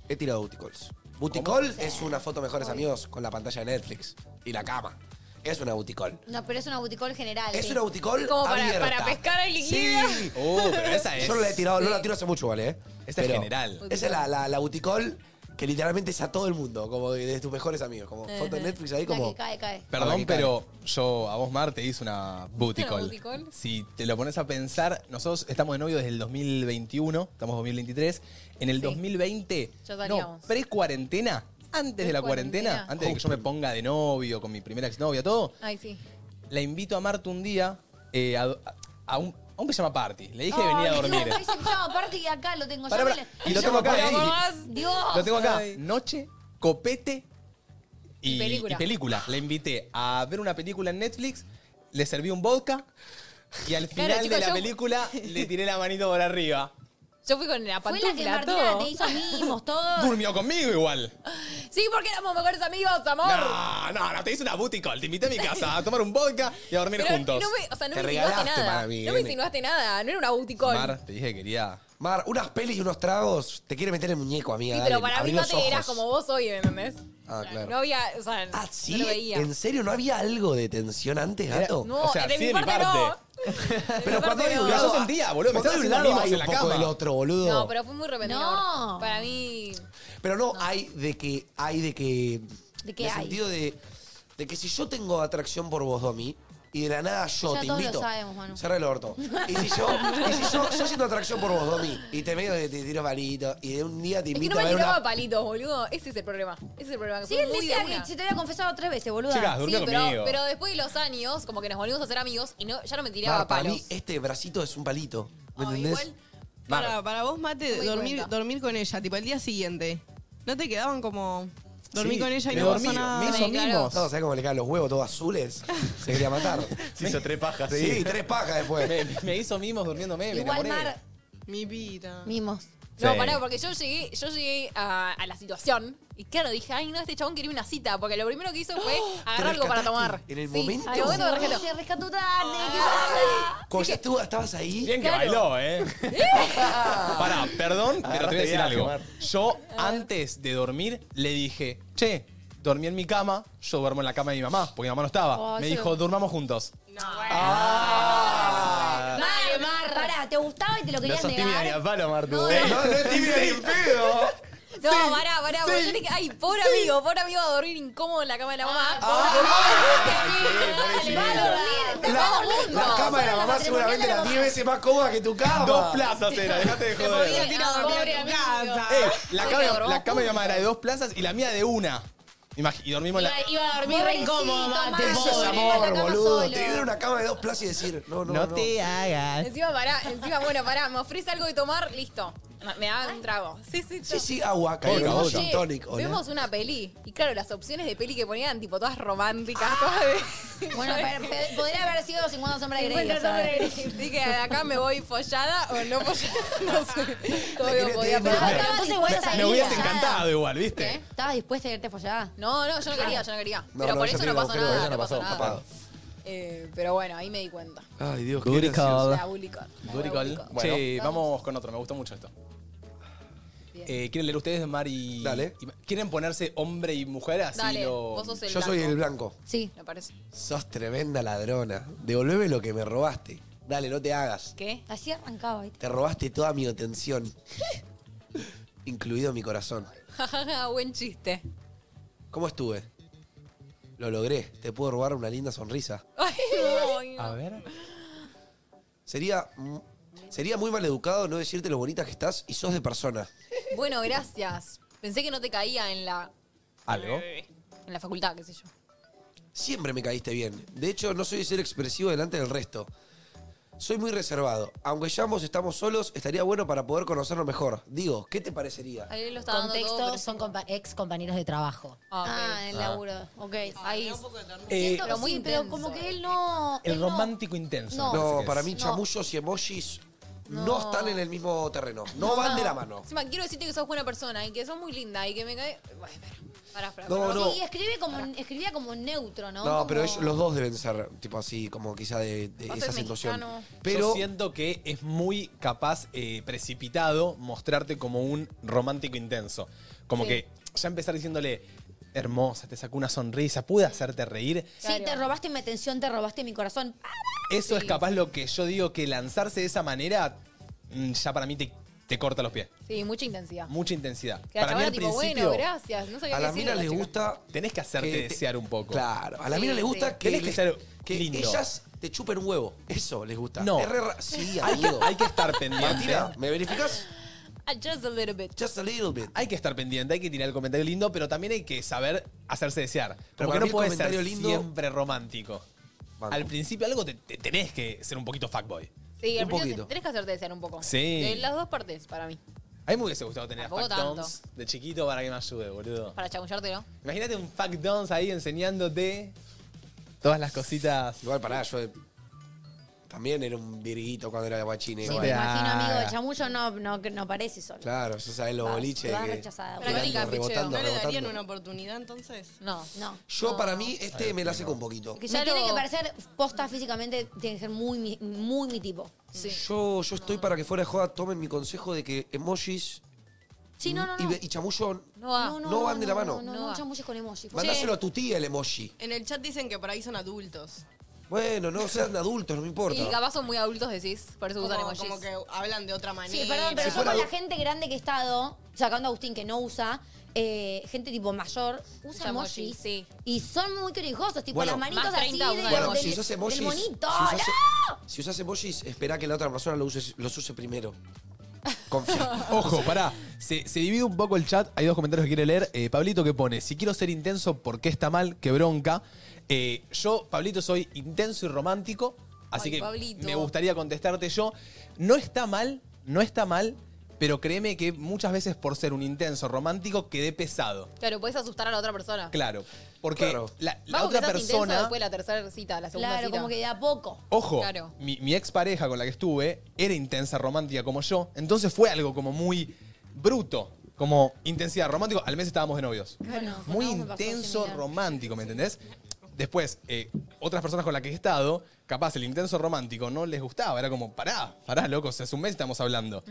Speaker 3: He tirado booty calls. Booty call es una foto mejores amigos con la pantalla de Netflix y la cama. Es una booty call.
Speaker 4: No, pero es una buticol general.
Speaker 3: Es
Speaker 4: sí.
Speaker 3: una booty call
Speaker 2: Como para-
Speaker 3: abierta.
Speaker 2: para pescar al liquidez.
Speaker 3: Sí.
Speaker 1: Oh, pero esa es...
Speaker 3: Yo no la he tirado, no la tiro hace mucho, ¿vale? eh?
Speaker 1: Esa es general.
Speaker 3: Esa es la, la, la buticol que literalmente es a todo el mundo, como de, de tus mejores amigos. Como
Speaker 2: Eh,
Speaker 3: foto de Netflix
Speaker 4: La
Speaker 3: ahí, como.
Speaker 4: que cae, cae.
Speaker 1: Perdón,
Speaker 3: Ahora, ¿qué
Speaker 1: pero yo a vos, Mar, te hice una booty
Speaker 2: ¿Una
Speaker 1: call.
Speaker 2: booty call?
Speaker 1: Si te lo pones a pensar, nosotros estamos de novio desde el 2021, estamos 2023. En el 2020,
Speaker 2: Ya
Speaker 1: no,
Speaker 2: salíamos.
Speaker 1: pre-cuarentena, antes de la cuarentena,
Speaker 2: Pre-cuarentena.
Speaker 1: antes de que yo me ponga de novio con mi primera exnovia, todo,
Speaker 2: Ay, sí.
Speaker 1: la invito a Marta un día eh, a, a un, a un pijama party. Le dije que venía a
Speaker 4: Ay,
Speaker 1: dormir.
Speaker 4: No, ese pijama party que acá lo tengo.
Speaker 1: Pará,
Speaker 4: yo me
Speaker 1: pará,
Speaker 4: la-
Speaker 1: y lo tengo acá, eh.
Speaker 4: Yo me
Speaker 1: ahí.
Speaker 4: la- Dios.
Speaker 1: Lo tengo acá.
Speaker 2: Ay.
Speaker 1: Noche, copete y,
Speaker 2: Y película.
Speaker 1: y película. La invité a ver una película en Netflix, le serví un vodka y al final
Speaker 2: Claro, chicos,
Speaker 1: de la
Speaker 2: yo-
Speaker 1: película le tiré la manito por arriba.
Speaker 2: Yo fui con la
Speaker 4: Fue la que
Speaker 2: pantufla,
Speaker 4: Martina
Speaker 2: todo.
Speaker 4: te hizo mimos, todo.
Speaker 1: Durmió conmigo igual.
Speaker 2: Sí, porque éramos mejores amigos, amor.
Speaker 1: No, no, no, te hice una booty call. Te invité a mi casa a tomar un vodka y a dormir
Speaker 2: Pero
Speaker 1: juntos.
Speaker 2: No me, o sea, no
Speaker 3: Te
Speaker 2: me insinuaste
Speaker 3: regalaste
Speaker 2: nada.
Speaker 3: para mí,
Speaker 2: no me
Speaker 3: nene.
Speaker 2: insinuaste nada. No era una buticol.
Speaker 1: Mar, te dije que quería.
Speaker 3: Mar, unas pelis y unos tragos. Te quiere meter el muñeco, amiga.
Speaker 2: Sí,
Speaker 3: dale,
Speaker 2: pero para mí
Speaker 3: abrí
Speaker 2: no
Speaker 3: los
Speaker 2: te eras
Speaker 3: ojos.
Speaker 2: como vos hoy, ¿me entendés?
Speaker 3: Ah, claro.
Speaker 2: No había, o sea,
Speaker 3: Ah, sí.
Speaker 2: no lo veía.
Speaker 3: ¿En serio no había algo de tensión antes, gato?
Speaker 2: No,
Speaker 1: O sea,
Speaker 2: de
Speaker 1: sí,
Speaker 2: mi
Speaker 1: de mi
Speaker 2: parte, no. De mi
Speaker 3: Pero cuando
Speaker 2: parte,
Speaker 3: hay
Speaker 2: no.
Speaker 3: un
Speaker 1: Pero
Speaker 3: lado.
Speaker 1: yo sentía, boludo, me
Speaker 3: cuando
Speaker 1: estaba
Speaker 3: hay un
Speaker 1: haciendo
Speaker 3: lado
Speaker 1: mimos
Speaker 3: hay
Speaker 1: en
Speaker 3: un
Speaker 1: la
Speaker 3: poco
Speaker 1: cama.
Speaker 3: del otro, boludo.
Speaker 2: No, pero fue muy repentino.
Speaker 4: No.
Speaker 2: Para mí,
Speaker 3: Pero no, hay de que. Hay de que.
Speaker 4: ¿De qué
Speaker 3: en el
Speaker 4: hay?
Speaker 3: sentido de. De que si yo tengo atracción por vos, Domi, y de la nada yo
Speaker 4: Ya
Speaker 3: te
Speaker 4: todos lo
Speaker 3: invito.
Speaker 4: sabemos, Manu.
Speaker 3: Cerra el orto. Y si yo. y si yo, yo siento atracción por vos, Domi, y te medio que te tiro palito, y de un día te
Speaker 2: es que
Speaker 3: invito
Speaker 2: no me
Speaker 3: a ver
Speaker 2: tiraba
Speaker 3: una.
Speaker 2: palitos, boludo. Ese es el problema. Ese es el problema. que
Speaker 4: Sí,
Speaker 2: fue
Speaker 4: él
Speaker 2: muy de
Speaker 4: decía
Speaker 2: una.
Speaker 4: que se te había confesado tres veces, boluda.
Speaker 1: Chicas, durmió
Speaker 2: Sí, pero,
Speaker 1: conmigo.
Speaker 2: pero después de los años, como que nos volvimos a ser amigos y no, ya no me tiraba
Speaker 3: Mar, para
Speaker 2: palos.
Speaker 3: mí, este bracito es un palito. ¿Me
Speaker 2: Ay,
Speaker 3: entendés?
Speaker 2: igual,
Speaker 9: Para, para vos, Mate,
Speaker 2: No me di
Speaker 9: dormir,
Speaker 2: cuenta.
Speaker 9: dormir con ella, tipo, el día siguiente. ¿No te quedaban como... Dormí
Speaker 3: Sí,
Speaker 9: con ella y
Speaker 3: me
Speaker 9: no pasó
Speaker 3: dormí,
Speaker 9: nada?
Speaker 3: Me hizo
Speaker 9: Sí, claro.
Speaker 3: mimos. No, ¿sabés cómo le caen los huevos todos azules? Se quería matar.
Speaker 6: Se hizo tres pajas.
Speaker 3: Sí, tres pajas después.
Speaker 1: Me, me hizo mimos durmiéndome. me
Speaker 2: Igual
Speaker 1: enamoré.
Speaker 2: Mar.
Speaker 9: Mi vida.
Speaker 2: Mimos. No,
Speaker 1: Sí.
Speaker 2: pará, porque yo llegué, yo llegué a, a la situación y claro, dije, ay no, este chabón quería una cita, porque lo primero que hizo fue agarrar algo para tomar.
Speaker 3: En el
Speaker 2: Sí,
Speaker 3: momento.
Speaker 2: en el momento me rescató. Ah.
Speaker 4: Se rescató tarde. qué
Speaker 3: Cuando ya estuvo- estabas ahí.
Speaker 1: Bien que bailó, ¿eh? Pará, perdón, pero te voy a
Speaker 6: Agarraste
Speaker 1: decir
Speaker 6: viaje,
Speaker 1: algo.
Speaker 6: Mar.
Speaker 1: Yo, antes de dormir, le dije, che, dormí en mi cama, yo duermo en la cama de mi mamá, porque mi mamá no estaba.
Speaker 4: Oh,
Speaker 1: Me
Speaker 4: sí.
Speaker 1: dijo, durmamos juntos.
Speaker 2: Ah.
Speaker 4: Mar, Mar, pará, te gustaba y te lo querías negar.
Speaker 6: a palo, Martu.
Speaker 4: No,
Speaker 6: ¿eh?
Speaker 4: no,
Speaker 3: no es tibia ni en pedo.
Speaker 2: No, pará, pará, porque yo dije, ay, pobre amigo, pobre amigo a dormir incómodo en la cama de la
Speaker 3: Ah,
Speaker 2: mamá. Pobre- Va a dormir, te va a dormir.
Speaker 3: La cama de la mamá seguramente era 10 veces más cómoda que tu cama.
Speaker 1: Dos plazas era, dejate de joder.
Speaker 9: Ah,
Speaker 1: Eh, la, cama, la cama de mi mamá era de dos plazas y la mía de una. Imag- y dormimos en la.
Speaker 13: Iba a dormir re incómodo, mate,
Speaker 3: Eso es
Speaker 13: pobre.
Speaker 3: amor, boludo.
Speaker 2: solo.
Speaker 3: Te viene una cama de dos plazas y decir, no, no, no.
Speaker 6: hagas.
Speaker 2: Encima, pará, encima, bueno, pará, me ofrece algo de tomar, listo. Me da un trago. Sí, sí,
Speaker 3: Sí, sí, agua, cayó
Speaker 1: Vodka,
Speaker 3: un gin
Speaker 1: vodka.
Speaker 3: tonic. hola.
Speaker 2: Vemos una peli. Y claro, las opciones de peli que ponían, tipo, todas románticas, todas de...
Speaker 4: Bueno, pero- pero podría haber sido los 50 sombras de Grey.
Speaker 2: 50
Speaker 4: o sea.
Speaker 2: sombras de Dije, de acá me voy follada o no follada. No sé. Todo
Speaker 4: Le
Speaker 2: lo
Speaker 4: quería-
Speaker 2: podía
Speaker 4: te quería-
Speaker 2: pasar.
Speaker 4: Estaba
Speaker 1: Me-
Speaker 4: dispuesta a
Speaker 1: me,
Speaker 4: ir
Speaker 1: hubiese
Speaker 4: follada.
Speaker 1: encantado igual, ¿viste?
Speaker 4: ¿Estabas dispuesta a irte follada?
Speaker 2: No, no, yo no quería, yo no quería. pero
Speaker 3: no,
Speaker 2: por
Speaker 3: yo
Speaker 2: eso no
Speaker 3: tengo el
Speaker 2: pasó
Speaker 3: agujero de
Speaker 2: nada,
Speaker 3: ella,
Speaker 2: no
Speaker 3: no
Speaker 2: pasó
Speaker 3: pasó,
Speaker 2: nada.
Speaker 3: tapado.
Speaker 2: Eh, pero bueno, ahí me di cuenta.
Speaker 3: Ay, Dios, qué
Speaker 1: Good
Speaker 3: gracioso.
Speaker 1: call.
Speaker 2: La Ulicor.
Speaker 1: Good call. Che, vamos con otro, me gustó mucho esto. Eh, ¿Quieren leer ustedes, Mar y.
Speaker 3: Dale.
Speaker 1: y- ¿Quieren ponerse hombre y mujer así
Speaker 2: Dale,
Speaker 1: lo.?
Speaker 2: vos sos el
Speaker 3: Yo soy el blanco.
Speaker 2: Sí. Me parece.
Speaker 3: Sos tremenda ladrona. Devolveme lo que me robaste. Dale, no te hagas.
Speaker 2: ¿Qué?
Speaker 4: Así arrancaba, ¿viste?
Speaker 3: Te robaste toda mi atención. incluido mi corazón.
Speaker 2: Jajaja, buen chiste.
Speaker 3: ¿Cómo estuve? Lo logré. Te puedo robar una linda sonrisa.
Speaker 2: Ay, no, ay, no.
Speaker 3: A ver. Sería, mm, sería muy maleducado no decirte lo bonita que estás y sos de persona.
Speaker 2: Bueno, gracias. Pensé que no te caía en la,
Speaker 3: ¿Algo?
Speaker 2: en la facultad, qué sé yo.
Speaker 3: Siempre me caíste bien. De hecho, no soy de ser expresivo delante del resto. Soy muy reservado. Aunque ya ambos estamos solos, estaría bueno para poder conocernos mejor. Digo, ¿qué te parecería?
Speaker 2: Ahí lo estaba dando
Speaker 5: Contexto,
Speaker 2: todo, pero-
Speaker 5: son compa- ex compañeros de trabajo.
Speaker 2: Ah,
Speaker 4: en
Speaker 3: Ah.
Speaker 4: laburo. Ok. Ahí.
Speaker 1: Eh,
Speaker 4: Pero muy pero como que él no.
Speaker 1: el
Speaker 4: él no-
Speaker 1: romántico intenso.
Speaker 4: No.
Speaker 1: me parece
Speaker 3: No,
Speaker 1: que
Speaker 3: para
Speaker 1: es.
Speaker 3: mí chamullos y emojis no.
Speaker 2: No.
Speaker 3: están en el mismo terreno. No van de la mano.
Speaker 2: Encima, quiero decirte que sos buena persona y que sos muy linda y que me cae. Bueno, pará, pará,
Speaker 3: No,
Speaker 2: pará.
Speaker 3: no.
Speaker 4: Sí, escribe como, escribía como neutro, ¿no?
Speaker 3: No, pero
Speaker 4: Como-
Speaker 3: ellos- los dos deben ser, tipo así, como quizá de, de
Speaker 2: Va a
Speaker 3: esa
Speaker 2: ser
Speaker 3: situación.
Speaker 2: mexicano.
Speaker 1: Yo
Speaker 3: Pero
Speaker 1: siento que es muy capaz, eh, precipitado, mostrarte como un romántico intenso. Como
Speaker 4: Sí.
Speaker 1: que ya empezar diciéndole, hermosa, te sacó una sonrisa, pude hacerte reír.
Speaker 4: Sí, te robaste mi atención, te robaste mi corazón. Ah,
Speaker 1: Eso es capaz lo que yo digo, que lanzarse de esa manera mm, ya para mí te, te corta los pies.
Speaker 2: Sí, mucha intensidad.
Speaker 1: Mucha intensidad.
Speaker 2: Ah. Que la
Speaker 1: para mí
Speaker 2: chabona,
Speaker 1: al
Speaker 2: tipo,
Speaker 1: principio
Speaker 2: bueno, gracias. No sabía
Speaker 3: a
Speaker 2: qué
Speaker 3: las
Speaker 2: decirle
Speaker 3: minas
Speaker 2: la
Speaker 3: les
Speaker 2: chica.
Speaker 3: gusta.
Speaker 1: tenés que hacerte
Speaker 3: que Eh, te-
Speaker 1: desear un poco.
Speaker 3: Claro, a las
Speaker 2: Sí,
Speaker 3: minas les gusta
Speaker 2: sí.
Speaker 3: que,
Speaker 1: Tenés que
Speaker 3: les-
Speaker 1: ser
Speaker 3: que
Speaker 1: lindo.
Speaker 3: ellas te chupen un huevo. Eso les gusta.
Speaker 1: No.
Speaker 3: Es re ra- sí,
Speaker 1: Hay que,
Speaker 3: amigo.
Speaker 1: hay que estar pendiente.
Speaker 3: Martina, ¿me verificás?
Speaker 2: Ah, Just a little bit.
Speaker 3: Just a little bit.
Speaker 1: Hay que estar pendiente, hay que tirar el comentario lindo, pero también hay que saber hacerse desear.
Speaker 3: Como
Speaker 1: Porque
Speaker 3: a mí
Speaker 1: no
Speaker 3: el
Speaker 1: puede ser
Speaker 3: comentario lindo-
Speaker 1: siempre romántico.
Speaker 3: Banco.
Speaker 1: Al principio algo te, te tenés que ser un poquito fuckboy.
Speaker 2: Sí, al principio
Speaker 3: Un poquito.
Speaker 2: tenés que hacerte desear un poco.
Speaker 1: Sí.
Speaker 2: De las dos partes, para mí.
Speaker 1: A mí me hubiese gustado tener a
Speaker 2: Tampoco
Speaker 1: fuck dons
Speaker 2: tanto.
Speaker 1: de chiquito para que me ayude, boludo.
Speaker 2: Para chamullártelo.
Speaker 1: Imagínate un fuck dons ahí enseñándote todas las cositas.
Speaker 3: Igual pará, yo también era un virguito cuando era guachín.
Speaker 4: Sí,
Speaker 3: igual.
Speaker 4: me
Speaker 1: Bueno.
Speaker 4: imagino, amigo, el
Speaker 1: Ah.
Speaker 4: chamullo no, no, no parece solo.
Speaker 3: Claro, yo sabés los
Speaker 4: Vas-
Speaker 3: boliches.
Speaker 4: vas
Speaker 3: que-
Speaker 4: rechazada,
Speaker 3: tirando,
Speaker 2: boludo. Pero
Speaker 3: rebotando,
Speaker 9: ¿No le darían
Speaker 3: rebotando.
Speaker 9: una oportunidad entonces?
Speaker 2: No.
Speaker 4: No.
Speaker 3: Yo para mí este me la seco un poquito.
Speaker 4: Que
Speaker 2: No
Speaker 4: ya tiene
Speaker 2: lo-
Speaker 4: que parecer posta físicamente, tiene que ser muy, mi- muy mi tipo.
Speaker 2: Sí.
Speaker 3: Yo, yo estoy para que fuera de joda tomen mi consejo de que emojis
Speaker 4: Sí, no, no,
Speaker 3: y,
Speaker 4: no.
Speaker 3: ve- y chamullón,
Speaker 2: No va.
Speaker 3: no van de la
Speaker 4: No,
Speaker 3: mano.
Speaker 4: no,
Speaker 2: No
Speaker 4: no,
Speaker 2: va.
Speaker 4: chamulles con emoji. por
Speaker 3: mandáselo a tu tía el emoji.
Speaker 9: En el chat dicen que por ahí son adultos.
Speaker 3: Bueno, no sean adultos, no
Speaker 2: Y
Speaker 3: me importa.
Speaker 2: capaz son muy adultos, decís. Por eso
Speaker 9: Como,
Speaker 2: usan emojis.
Speaker 9: como que hablan de otra
Speaker 4: favor.
Speaker 9: manera.
Speaker 4: Sí, perdón, pero
Speaker 3: Si
Speaker 4: yo
Speaker 3: fuera
Speaker 4: con la
Speaker 3: adu-
Speaker 4: gente grande que he estado, sacando a Agustín que no usa, eh, gente tipo mayor, usa
Speaker 2: Usa emojis,
Speaker 4: emojis.
Speaker 2: sí.
Speaker 4: Y son muy querijosos, tipo
Speaker 3: Bueno,
Speaker 4: las manitos
Speaker 2: Más
Speaker 4: así
Speaker 2: 30
Speaker 4: de,
Speaker 2: usan
Speaker 3: Bueno,
Speaker 2: del-
Speaker 3: si usas emojis.
Speaker 4: del monito. ¡ah!
Speaker 3: si, usas,
Speaker 4: ¡No!
Speaker 3: si usas emojis, espera que la otra persona lo use- los use primero. Confía.
Speaker 1: Ojo, pará. Se, se divide un poco el chat. Hay dos comentarios que quiere leer. Eh, Pablito que pone, si quiero ser intenso, ¿por qué está mal? Qué bronca. Eh, yo, Pablito, soy intenso y romántico. Así
Speaker 2: Ay,
Speaker 1: que
Speaker 2: Pablito.
Speaker 1: me gustaría contestarte yo. No está mal no está mal, pero créeme que muchas veces por ser un intenso romántico quedé pesado.
Speaker 2: Claro, puedes asustar a la otra persona.
Speaker 1: Claro, porque la, la
Speaker 2: Vas porque
Speaker 1: otra
Speaker 2: sos intenso
Speaker 1: persona...
Speaker 2: después de la tercera cita, la segunda
Speaker 4: Claro,
Speaker 2: cita.
Speaker 4: como que de a poco.
Speaker 1: Ojo,
Speaker 2: Claro.
Speaker 1: mi, mi expareja con la que estuve era intensa romántica como yo, entonces fue algo como muy bruto, como intensidad romántica. Al mes estábamos de novios. Muy intenso romántico, ¿me entendés? Después, eh, otras personas con las que he estado, capaz el intenso romántico no les gustaba, era como, pará, pará, loco, o sea, hace un mes estamos hablando.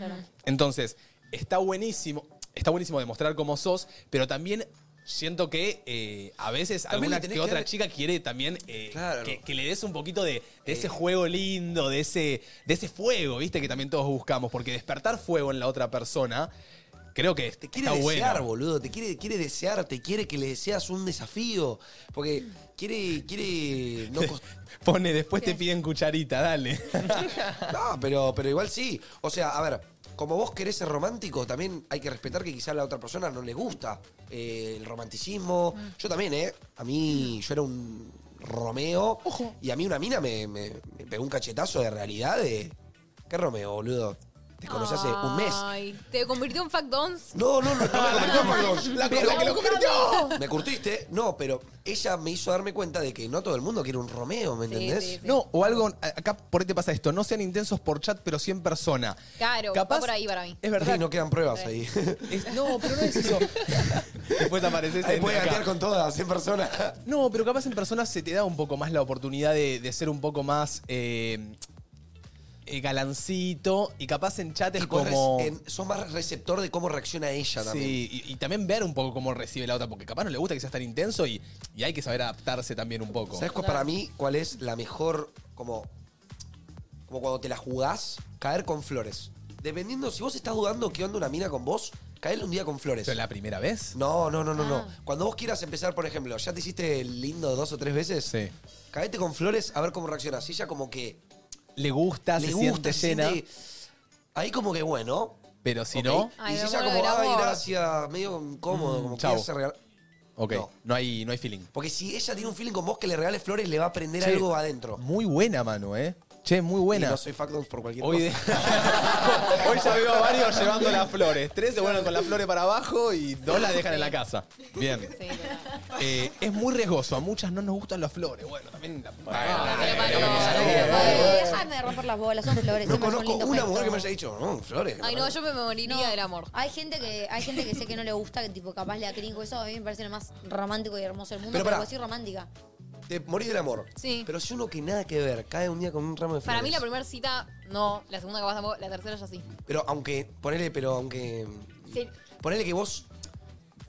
Speaker 1: Entonces, está buenísimo, está buenísimo demostrar cómo sos, pero también siento que eh, a veces
Speaker 3: También le
Speaker 1: alguna
Speaker 3: tenés
Speaker 1: que
Speaker 3: que
Speaker 1: otra
Speaker 3: dar-
Speaker 1: chica quiere también eh, que, que le des un poquito de, de ese juego lindo, de ese, de ese fuego, ¿viste? Que también todos buscamos, porque despertar fuego en la otra persona, creo que te
Speaker 3: quiere
Speaker 1: está
Speaker 3: desear,
Speaker 1: bueno.
Speaker 3: boludo. Te quiere, quiere desearte, quiere que le deseas un desafío. Porque quiere. quiere no, cos-
Speaker 1: Pone, después te piden cucharita, dale.
Speaker 3: no, pero, pero igual sí. O sea, a ver, como vos querés ser romántico, también hay que respetar que quizá a la otra persona no le gusta eh, el romanticismo. Yo también, ¿eh? A mí, yo era un Romeo. Y a mí una mina me, me- me pegó un cachetazo de realidad de. ¿Qué Romeo, boludo? Te conocí hace un mes.
Speaker 2: Ay, te convirtió en fact dons.
Speaker 3: No, no, no. Ah, no, la copa,
Speaker 1: La copa que lo
Speaker 2: convirtió.
Speaker 3: Me curtiste. No, pero ella me hizo darme cuenta de que no todo el mundo quiere un Romeo, ¿me entendés?
Speaker 1: No, o algo, a- acá por ahí te pasa esto, no sean intensos por chat, pero 100 personas.
Speaker 2: Claro,
Speaker 1: Capaz-
Speaker 2: va por ahí para mí.
Speaker 1: Es verdad.
Speaker 3: Sí, no quedan pruebas ahí.
Speaker 1: no, pero no es eso. Después apareces
Speaker 3: Ahí
Speaker 1: en
Speaker 3: puede
Speaker 1: acá.
Speaker 3: gatear con todas, en persona.
Speaker 1: No, pero capaz en persona se te da un poco más la oportunidad de, de ser un poco más eh, eh, galancito y capaz en chat es
Speaker 3: Vos res-
Speaker 1: como...
Speaker 3: en- sos más receptor de cómo reacciona ella también.
Speaker 1: Sí, y, y también ver un poco cómo recibe la otra, porque capaz no le gusta que seas tan intenso y, y hay que saber adaptarse también un poco.
Speaker 3: ¿Sabes cuál para mí cuál es la mejor, como, como cuando te la jugás, caer con flores? Dependiendo, si vos estás dudando que onda una mina con vos, caerle un día con flores. ¿Pero
Speaker 1: la primera vez?
Speaker 3: No, no, no, no, no.
Speaker 2: Ah.
Speaker 3: Cuando vos quieras empezar, por ejemplo, ya te hiciste lindo dos o tres veces,
Speaker 1: sí.
Speaker 3: caete con flores a ver cómo reaccionas. Si ella como que
Speaker 1: Le gusta,
Speaker 3: le
Speaker 1: Ah, se
Speaker 3: gusta,
Speaker 1: siente
Speaker 3: se
Speaker 1: llena,
Speaker 3: siente- ahí como que bueno.
Speaker 1: pero si
Speaker 3: ok.
Speaker 1: no...
Speaker 3: y
Speaker 2: Ay,
Speaker 3: si
Speaker 2: me
Speaker 3: ella
Speaker 2: muero
Speaker 3: como,
Speaker 2: del
Speaker 3: ay,
Speaker 2: amor".
Speaker 3: gracias, medio incómodo,
Speaker 1: Mm,
Speaker 3: como que
Speaker 1: chao.
Speaker 3: hace regalar.
Speaker 1: Ok, no. hay, no hay feeling.
Speaker 3: Porque si ella tiene un feeling con vos que le regales flores, le va a aprender
Speaker 1: Che,
Speaker 3: algo adentro.
Speaker 1: Muy buena, mano, ¿eh? Che, muy buena.
Speaker 3: Y no soy factons por cualquier
Speaker 1: Hoy, de-
Speaker 3: cosa.
Speaker 1: Hoy ya veo a varios llevando las flores. Tres se vuelven con las flores para abajo y dos las dejan en la casa. Bien. Eh, es muy riesgoso. A muchas no nos gustan las flores. Bueno, también... la-
Speaker 4: Déjame romper las bolas, son flores.
Speaker 3: Eh, No
Speaker 4: se me hace un
Speaker 3: conozco
Speaker 4: lindo
Speaker 3: una
Speaker 4: gesto.
Speaker 3: mujer que me haya dicho, no, flores.
Speaker 4: Ay, no, yo
Speaker 2: me moriría del amor.
Speaker 4: Hay gente que hay gente que sé que no le gusta, que tipo capaz le da cringe, eso a mí me parece lo más romántico y hermoso del mundo,
Speaker 3: Pero
Speaker 4: pero,
Speaker 3: pará.
Speaker 4: puedo decir romántica.
Speaker 3: Te morís del amor.
Speaker 2: Sí.
Speaker 3: Pero si uno que nada que ver cae un día con un ramo de flores.
Speaker 2: Para mí la primera cita, no. La segunda capaz tampoco. La tercera ya sí.
Speaker 3: Pero aunque, ponele, pero aunque.
Speaker 2: Sí.
Speaker 3: Ponele que vos.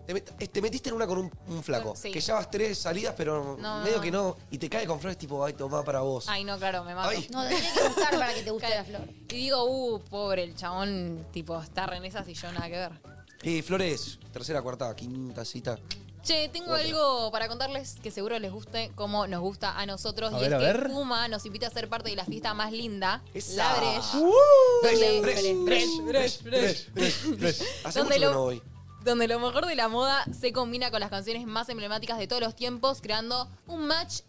Speaker 3: Te, met- eh, te metiste en una con un, un flaco.
Speaker 2: Sí.
Speaker 3: Que llevas tres salidas, pero
Speaker 2: No,
Speaker 3: medio
Speaker 2: no.
Speaker 3: que no. Y te cae con flores tipo, ay, tomá para vos.
Speaker 2: Ay, no, claro, me mato.
Speaker 3: Ay.
Speaker 4: No, te tiene que gustar para que te guste la flor.
Speaker 2: Y digo, uh, pobre, el chabón, tipo, está en esas y yo nada que ver.
Speaker 3: Eh, flores, tercera, cuarta, quinta cita.
Speaker 2: Che, tengo
Speaker 3: Bueno.
Speaker 2: algo para contarles que seguro les guste como nos gusta a nosotros.
Speaker 3: A
Speaker 2: y
Speaker 3: ver, a
Speaker 2: es que
Speaker 3: ver.
Speaker 2: Puma nos invita a ser parte de la fiesta más linda,
Speaker 3: Esa.
Speaker 2: la Bresh.
Speaker 3: Bresh,
Speaker 2: Donde-
Speaker 3: bresh, bresh, bresh, bresh, bresh, bresh. Hace mucho
Speaker 2: ¿Dónde
Speaker 3: que
Speaker 2: lo-
Speaker 3: no voy.
Speaker 2: Donde lo mejor de la moda se combina con las canciones más emblemáticas de todos los tiempos, creando un match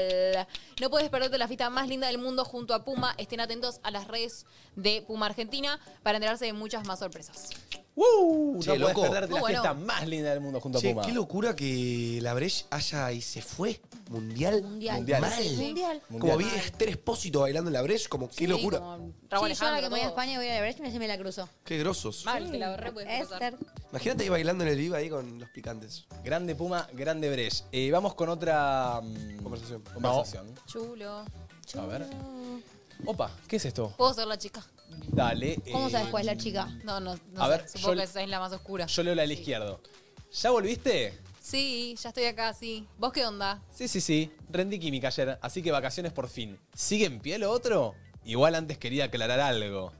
Speaker 2: ideal. No puedes perderte la fiesta más linda del mundo junto a Puma. Estén atentos a las redes de Puma Argentina para enterarse de muchas más sorpresas.
Speaker 1: ¡Uh!
Speaker 3: Che,
Speaker 1: no podés
Speaker 3: loco.
Speaker 1: perderte la
Speaker 2: Muy
Speaker 1: fiesta
Speaker 2: bueno.
Speaker 1: más linda del mundo junto a
Speaker 3: Che,
Speaker 1: Puma.
Speaker 3: qué locura que la Bresh haya y se fue. Mundial.
Speaker 4: Mundial.
Speaker 3: Mal.
Speaker 4: Sí, Mundial.
Speaker 3: Como vi a Esther Espósito bailando en la Bresh, como qué locura.
Speaker 4: Sí, yo
Speaker 2: Alejandro,
Speaker 4: ahora que me voy a
Speaker 2: todo.
Speaker 4: España voy a la brecha y me- se me la cruzo.
Speaker 3: Qué grosos.
Speaker 2: Mal, te la borré, puedes
Speaker 4: Esther.
Speaker 3: Imagínate ahí bailando en el vivo ahí con los picantes.
Speaker 1: Grande Puma, grande Bresh. Eh, vamos con otra mm,
Speaker 3: conversación.
Speaker 1: conversación.
Speaker 2: Chulo.
Speaker 1: A ver. Opa, ¿qué es esto?
Speaker 2: ¿Puedo ser la chica?
Speaker 1: Dale. eh,
Speaker 2: cuál es la chica? No, no, no
Speaker 1: a
Speaker 2: sé.
Speaker 1: ver,
Speaker 2: Supongo
Speaker 1: yo-
Speaker 2: que esa es la más oscura.
Speaker 1: Yo leo la del izquierdo. ¿Ya volviste?
Speaker 2: Sí, ya estoy acá, sí. ¿Vos qué onda?
Speaker 1: Sí, sí, sí. Rendí química ayer, así que vacaciones por fin. ¿Sigue en pie lo otro? Igual antes quería aclarar algo.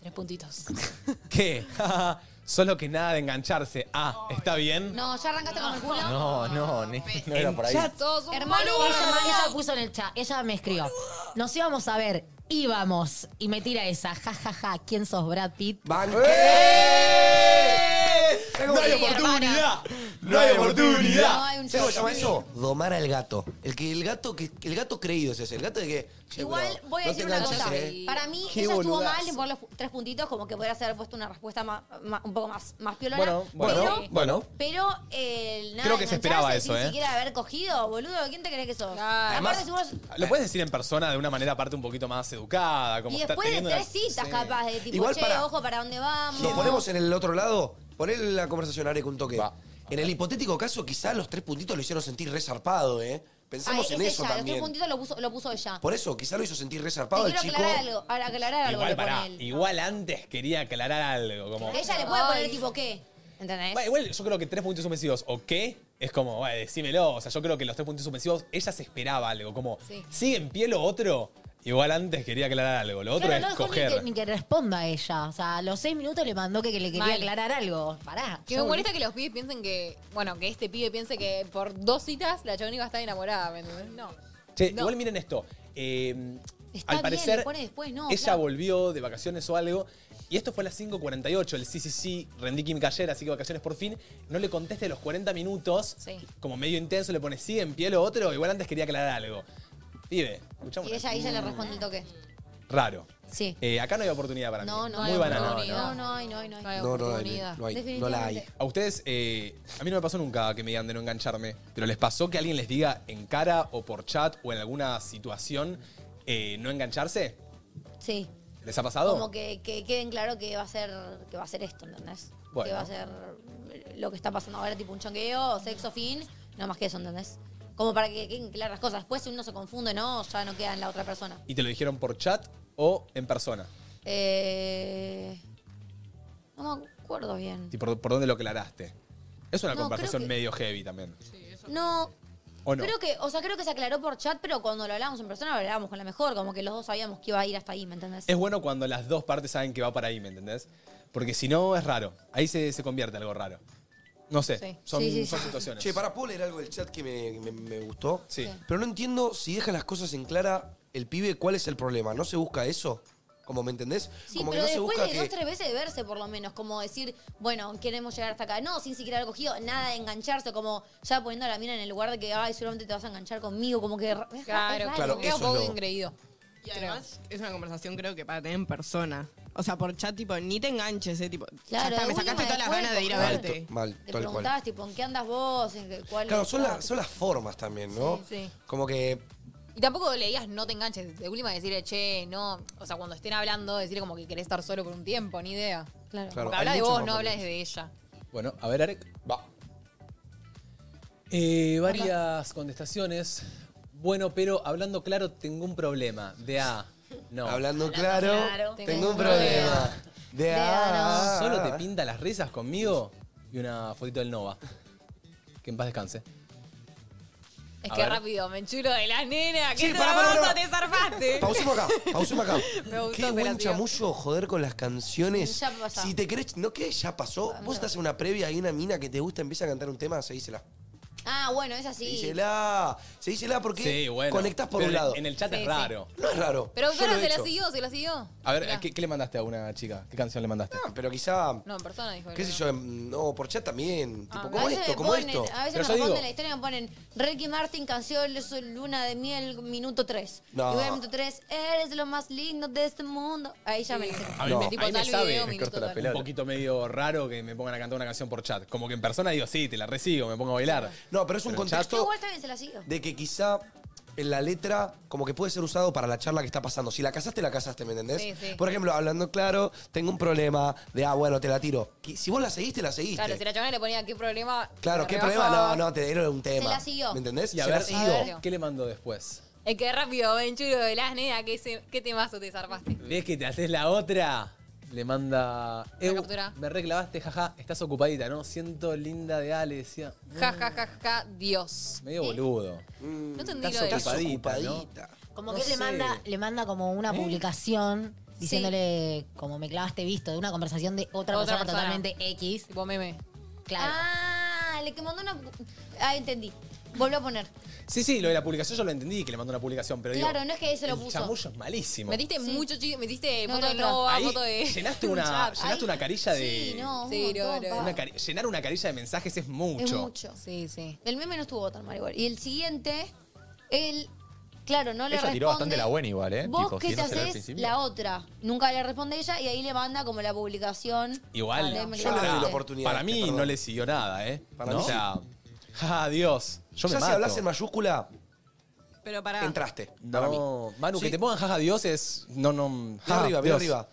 Speaker 2: Tres puntitos.
Speaker 1: ¿Qué? Solo que nada de engancharse. Ah, ¿está bien?
Speaker 4: No, ya arrancaste con el culo.
Speaker 6: No, no, ni- no era por ahí.
Speaker 2: Todos un
Speaker 5: Hermano,
Speaker 2: boludo.
Speaker 5: ella, ella puso en el chat, ella me escribió. Nos íbamos a ver, íbamos. Y me tira esa, ja, ja, ja, ¿quién sos Brad Pitt?
Speaker 3: ¡Banque!
Speaker 1: ¡Eh!
Speaker 3: ¡Se ¿Cómo se llama? No hay oportunidad.
Speaker 4: Eh,
Speaker 3: ¿Sabes cómo se llama eso?
Speaker 14: show.
Speaker 3: Domar al gato. El que el gato que el gato creído es ese, el gato de que che,
Speaker 4: Igual
Speaker 3: bro,
Speaker 4: voy a
Speaker 3: no
Speaker 4: decir
Speaker 3: te
Speaker 4: una
Speaker 3: enganches,
Speaker 4: cosa.
Speaker 3: eh.
Speaker 4: Para mí,
Speaker 3: Qué
Speaker 4: ella estuvo
Speaker 3: boludazo.
Speaker 4: mal en poner los pu- tres puntitos, como que podría haber puesto una respuesta ma- ma- un poco más, más piolona.
Speaker 1: Bueno, bueno,
Speaker 4: pero,
Speaker 1: bueno.
Speaker 4: Pero eh, nada,
Speaker 1: Creo que se
Speaker 4: engancharse
Speaker 1: esperaba eso,
Speaker 4: sin
Speaker 1: ¿eh?
Speaker 4: siquiera haber cogido, boludo. ¿Quién te crees que sos?
Speaker 1: Además,
Speaker 4: Aparte, si vos-
Speaker 1: Lo puedes decir en persona de una manera aparte un poquito más educada, como
Speaker 4: y
Speaker 1: está
Speaker 4: después de
Speaker 1: teniendo
Speaker 4: tres
Speaker 1: una-
Speaker 4: citas,
Speaker 1: Sí.
Speaker 4: capaz, de tipo,
Speaker 3: Igual
Speaker 4: che,
Speaker 3: para-
Speaker 4: ojo, ¿para dónde vamos?
Speaker 3: Nos ponemos en el otro lado. Poner la conversación ahora con un toque. En el hipotético caso, quizás los tres puntitos lo hicieron sentir resarpado, ¿eh? Pensamos
Speaker 4: Ay,
Speaker 3: en
Speaker 4: es ella,
Speaker 3: eso
Speaker 4: Los tres
Speaker 3: también.
Speaker 4: puntitos lo puso, lo puso ella.
Speaker 3: Por eso, quizás lo hizo sentir
Speaker 4: Te
Speaker 3: resarpado el
Speaker 4: quiero
Speaker 3: chico.
Speaker 4: aclarar algo, a- aclarar algo
Speaker 1: Igual,
Speaker 4: le pone
Speaker 1: pará,
Speaker 4: él.
Speaker 1: igual antes quería aclarar algo. Como,
Speaker 4: Ella le puede poner tipo qué, ¿entendés?
Speaker 1: Bueno, igual yo creo que tres puntitos suspensivos o qué es como, bueno, decímelo. O sea, yo creo que los tres puntitos suspensivos, ella se esperaba algo. Como,
Speaker 5: Sí.
Speaker 1: sigue en pie lo otro. Igual antes quería aclarar algo. Lo otro
Speaker 5: Claro,
Speaker 1: es
Speaker 5: no dejó
Speaker 1: coger.
Speaker 5: Ni que, ni que responda a ella. O sea, a los seis minutos le mandó que, que le quería
Speaker 2: Mal.
Speaker 5: aclarar algo. Pará.
Speaker 2: Que me molesta que los pibes piensen que, bueno, que este pibe piense que por dos citas la chabón iba a estar enamorada, ¿me entendés? No.
Speaker 1: Che, igual miren esto. Eh,
Speaker 2: Está
Speaker 1: al
Speaker 2: bien,
Speaker 1: parecer,
Speaker 2: le pone después, no,
Speaker 1: ella
Speaker 2: claro.
Speaker 1: volvió de vacaciones o algo. Y esto fue a las 5.48, el CCC, rendí química ayer, así que vacaciones por fin. No le conteste los 40 minutos,
Speaker 2: Sí.
Speaker 1: como medio intenso, le pone sí en pie lo otro, igual antes quería aclarar algo. Vive, escuchamos. Mm,
Speaker 4: Y ella, ella le responde el toque.
Speaker 1: Raro.
Speaker 4: Sí.
Speaker 1: Eh, acá no hay oportunidad para
Speaker 4: No,
Speaker 1: mí.
Speaker 4: no
Speaker 1: Muy
Speaker 4: hay
Speaker 1: banana.
Speaker 4: oportunidad. No, no hay, no hay, no hay.
Speaker 1: No, no hay, no hay, no la hay. A ustedes, eh, a mí no me pasó nunca que me digan de no engancharme, pero ¿les pasó que alguien les diga en cara o por chat o en alguna situación eh, no engancharse?
Speaker 4: Sí.
Speaker 1: ¿Les ha pasado?
Speaker 4: Como que, que queden claro que va a ser, que va a ser esto, ¿entendés?
Speaker 1: Bueno.
Speaker 4: Que va a ser lo que está pasando ahora, tipo un chongueo, sexo, fin, no más que eso, ¿entendés? Como para que queden claras las cosas. Después si uno se confunde, ¿no? Ya no queda en la otra persona.
Speaker 1: ¿Y te lo dijeron por chat o en persona?
Speaker 4: Eh, no me acuerdo bien.
Speaker 1: ¿Y por, por dónde lo aclaraste? Es una
Speaker 4: No,
Speaker 1: conversación
Speaker 4: creo que-
Speaker 1: medio heavy también.
Speaker 4: No,
Speaker 1: ¿O no?
Speaker 4: creo que, o sea, creo que se aclaró por chat, pero cuando lo hablábamos en persona lo hablábamos con la mejor, como que los dos sabíamos que iba a ir hasta ahí, ¿me entendés?
Speaker 1: Es bueno cuando las dos partes saben que va para ahí, ¿me entendés? Porque si no, es raro. Ahí se, se convierte algo raro. No sé,
Speaker 4: Sí.
Speaker 1: son,
Speaker 3: Sí, sí,
Speaker 1: son
Speaker 3: sí.
Speaker 1: situaciones.
Speaker 3: Che, para puedo leer algo del chat que me, me- me gustó.
Speaker 1: Sí.
Speaker 3: Pero no entiendo si deja las cosas en clara el pibe, ¿cuál es el problema? ¿No se busca eso? Como me entendés?
Speaker 4: Sí,
Speaker 3: como
Speaker 4: pero
Speaker 3: que no se
Speaker 4: después
Speaker 3: busca
Speaker 4: de dos, tres veces de verse, por lo menos, como decir, bueno, queremos llegar hasta acá. No, sin siquiera haber cogido, nada de engancharse, como ya poniendo a la mina en el lugar de que, ay, seguramente te vas a enganchar conmigo, como que. Claro,
Speaker 9: Claro,
Speaker 2: queda un
Speaker 9: eso
Speaker 2: poco
Speaker 9: es lo-
Speaker 2: ingreído.
Speaker 9: Y además es una conversación creo que para tener en persona. O sea, por chat, tipo, ni te enganches, eh, tipo, ya
Speaker 4: Claro,
Speaker 9: está, me
Speaker 4: de última
Speaker 9: sacaste todas las
Speaker 4: después
Speaker 9: ganas de ir a
Speaker 3: Mal,
Speaker 9: verte.
Speaker 3: to- mal,
Speaker 4: Te
Speaker 3: tal
Speaker 4: preguntabas,
Speaker 3: cual.
Speaker 4: tipo, ¿en qué andas vos? ¿En qué- cuál
Speaker 3: Claro,
Speaker 4: es
Speaker 3: son,
Speaker 4: tu-
Speaker 3: las- son las formas también, ¿no?
Speaker 2: sí.
Speaker 3: Como que
Speaker 2: Y tampoco le digas no te enganches. De última decirle, che, no. O sea, cuando estén hablando, decirle como que querés estar solo por un tiempo, ni idea. Claro.
Speaker 1: Claro,
Speaker 2: Porque habla
Speaker 1: hay
Speaker 2: de
Speaker 1: muchas
Speaker 2: vos,
Speaker 1: más
Speaker 2: no hablas
Speaker 1: maneras.
Speaker 2: de ella.
Speaker 1: Bueno, a ver, Arek. Va. Eh, varias contestaciones. Bueno, pero hablando claro, tengo un problema. De A. No.
Speaker 3: Hablando claro, tengo un problema. De A.
Speaker 1: ¿Ah, Solo te pinta las risas conmigo y una fotito del Nova. Que en paz descanse.
Speaker 2: Es
Speaker 1: A
Speaker 2: que
Speaker 1: ver.
Speaker 2: rápido, me enchulo de la nena. ¿Qué
Speaker 3: Sí,
Speaker 2: te
Speaker 3: pará, pará, pará.
Speaker 2: te zarpaste?
Speaker 3: Pausemos acá, pausemos acá.
Speaker 2: Me gustó
Speaker 3: Qué
Speaker 2: hacer
Speaker 3: buen
Speaker 2: así.
Speaker 3: chamullo joder con las canciones.
Speaker 4: Ya pasó.
Speaker 3: Si te crees, no que ya pasó. Vos estás en una previa y una mina que te gusta empieza a cantar un tema, se dísela.
Speaker 4: Ah, bueno, es así.
Speaker 3: Dísela. Se dísela porque conectás por
Speaker 1: pero
Speaker 3: un lado.
Speaker 1: En el chat
Speaker 2: Sí,
Speaker 1: es
Speaker 2: sí.
Speaker 1: raro.
Speaker 3: No es raro.
Speaker 2: Pero
Speaker 3: Yo
Speaker 2: claro,
Speaker 3: lo he
Speaker 2: se la
Speaker 3: hecho.
Speaker 2: siguió, se la siguió.
Speaker 1: A ver, ¿qué, qué le mandaste a una chica? ¿Qué canción le mandaste?
Speaker 3: Ah, pero quizá,
Speaker 2: No, en persona dijo.
Speaker 3: qué sé yo, em, no, por chat también.
Speaker 4: Ah,
Speaker 3: Tipo, ¿cómo
Speaker 4: a veces
Speaker 3: esto?
Speaker 4: me
Speaker 3: ¿Cómo
Speaker 4: ponen-
Speaker 3: esto?
Speaker 4: A veces me responden la historia y me ponen Ricky Martin, canción de su Luna de Miel, minuto 3.
Speaker 3: No.
Speaker 4: Y voy al minuto 3, eres lo más lindo de este mundo. Ahí ya me la sé.
Speaker 3: Ah,
Speaker 1: A mí me,
Speaker 4: Tipo,
Speaker 1: a mí me
Speaker 4: tal
Speaker 1: sabe
Speaker 4: video, minuto tal.
Speaker 1: un poquito medio raro que me pongan a cantar una canción por chat. Como que en persona digo, sí, te la recibo, me pongo a bailar.
Speaker 3: No, pero es un
Speaker 1: en chat-
Speaker 3: contexto
Speaker 4: Yo igual también se la sigo.
Speaker 3: de que quizá en la letra como que puede ser usado para la charla que está pasando. Si la casaste, la casaste, ¿me entendés?
Speaker 4: Sí, sí.
Speaker 3: Por ejemplo, hablando claro, tengo un problema de, ah, bueno, te la tiro. Qui- Si vos la seguiste, la seguiste.
Speaker 2: Claro, si la chabona le ponía qué problema.
Speaker 3: Claro,
Speaker 2: se
Speaker 3: ¿qué
Speaker 2: rebajaba.
Speaker 3: problema? No, no, te dieron un tema.
Speaker 2: la siguió.
Speaker 3: ¿Me entendés?
Speaker 1: Y a
Speaker 3: Se la
Speaker 1: ver,
Speaker 3: siguió.
Speaker 2: A ver.
Speaker 1: ¿qué le mandó después?
Speaker 2: Es que rápido, me enchulo de las nenas, qué, se- qué temazo te zarpaste.
Speaker 1: ¿Ves que te haces la otra? Le manda. "Eu,
Speaker 2: captura.
Speaker 1: me reclavaste, jaja, estás ocupadita, ¿no? Siento linda de Ale, decía.
Speaker 2: Ja, ja, ja, ja, Dios.
Speaker 1: Medio boludo.
Speaker 2: No entendí lo
Speaker 1: Estás
Speaker 2: de
Speaker 1: ocupadita, ¿no?
Speaker 5: Como
Speaker 1: No
Speaker 5: que él le
Speaker 1: sé.
Speaker 5: manda, le manda como
Speaker 2: ¿Eh?
Speaker 5: una publicación diciéndole como me clavaste visto de una conversación de otra,
Speaker 2: Otra
Speaker 5: persona,
Speaker 2: persona.
Speaker 5: totalmente X.
Speaker 2: Tipo este meme.
Speaker 5: Claro.
Speaker 4: Ah, le que mandó una. Ah, entendí. Vuelvo a poner.
Speaker 1: Sí, sí, lo de la publicación yo lo entendí, que le mandó una publicación, pero
Speaker 4: Claro,
Speaker 1: digo,
Speaker 4: no es que se lo
Speaker 1: el
Speaker 4: puso. "Ah,
Speaker 1: chamullo es malísimo.
Speaker 2: Metiste mucho chico, metiste
Speaker 4: No,
Speaker 2: foto
Speaker 4: no,
Speaker 2: de
Speaker 4: no.
Speaker 2: Nova,
Speaker 1: Ahí
Speaker 2: foto de.
Speaker 1: llenaste una,
Speaker 2: chat.
Speaker 1: llenaste una carilla de...
Speaker 4: Sí, no, un
Speaker 2: Sí, no,
Speaker 4: montón,
Speaker 2: no.
Speaker 4: pa.
Speaker 1: una cari- llenar una carilla de mensajes es mucho.
Speaker 4: Es mucho.
Speaker 2: Sí, sí.
Speaker 4: El meme no estuvo tan mal igual. Y el siguiente, él, claro, no le
Speaker 6: Ella
Speaker 4: responde.
Speaker 6: tiró bastante la buena igual, ¿eh?
Speaker 4: Vos
Speaker 6: Tipo,
Speaker 4: que te
Speaker 6: tirándosela al
Speaker 4: haces
Speaker 6: principio.
Speaker 4: la otra. Nunca le responde ella y ahí le manda como la publicación.
Speaker 1: Igual,
Speaker 4: Dale, me
Speaker 1: yo le
Speaker 4: clavaste.
Speaker 1: doy la
Speaker 3: oportunidad
Speaker 1: Para
Speaker 3: a este,
Speaker 1: mí
Speaker 3: perdón.
Speaker 1: no le siguió nada, ¿eh?
Speaker 3: Para
Speaker 1: ¿No?
Speaker 3: mí
Speaker 1: O sea, ah, Dios, yo me
Speaker 3: ya si
Speaker 1: mato.
Speaker 3: hablas en mayúscula,
Speaker 9: Pero para.
Speaker 1: Ah.
Speaker 3: entraste. Para mí.
Speaker 1: No, Manu,
Speaker 3: Sí.
Speaker 1: que te pongan jaja Dios es... No, no...
Speaker 3: Mira
Speaker 1: ja,
Speaker 3: arriba, mira
Speaker 1: Dios.
Speaker 3: arriba.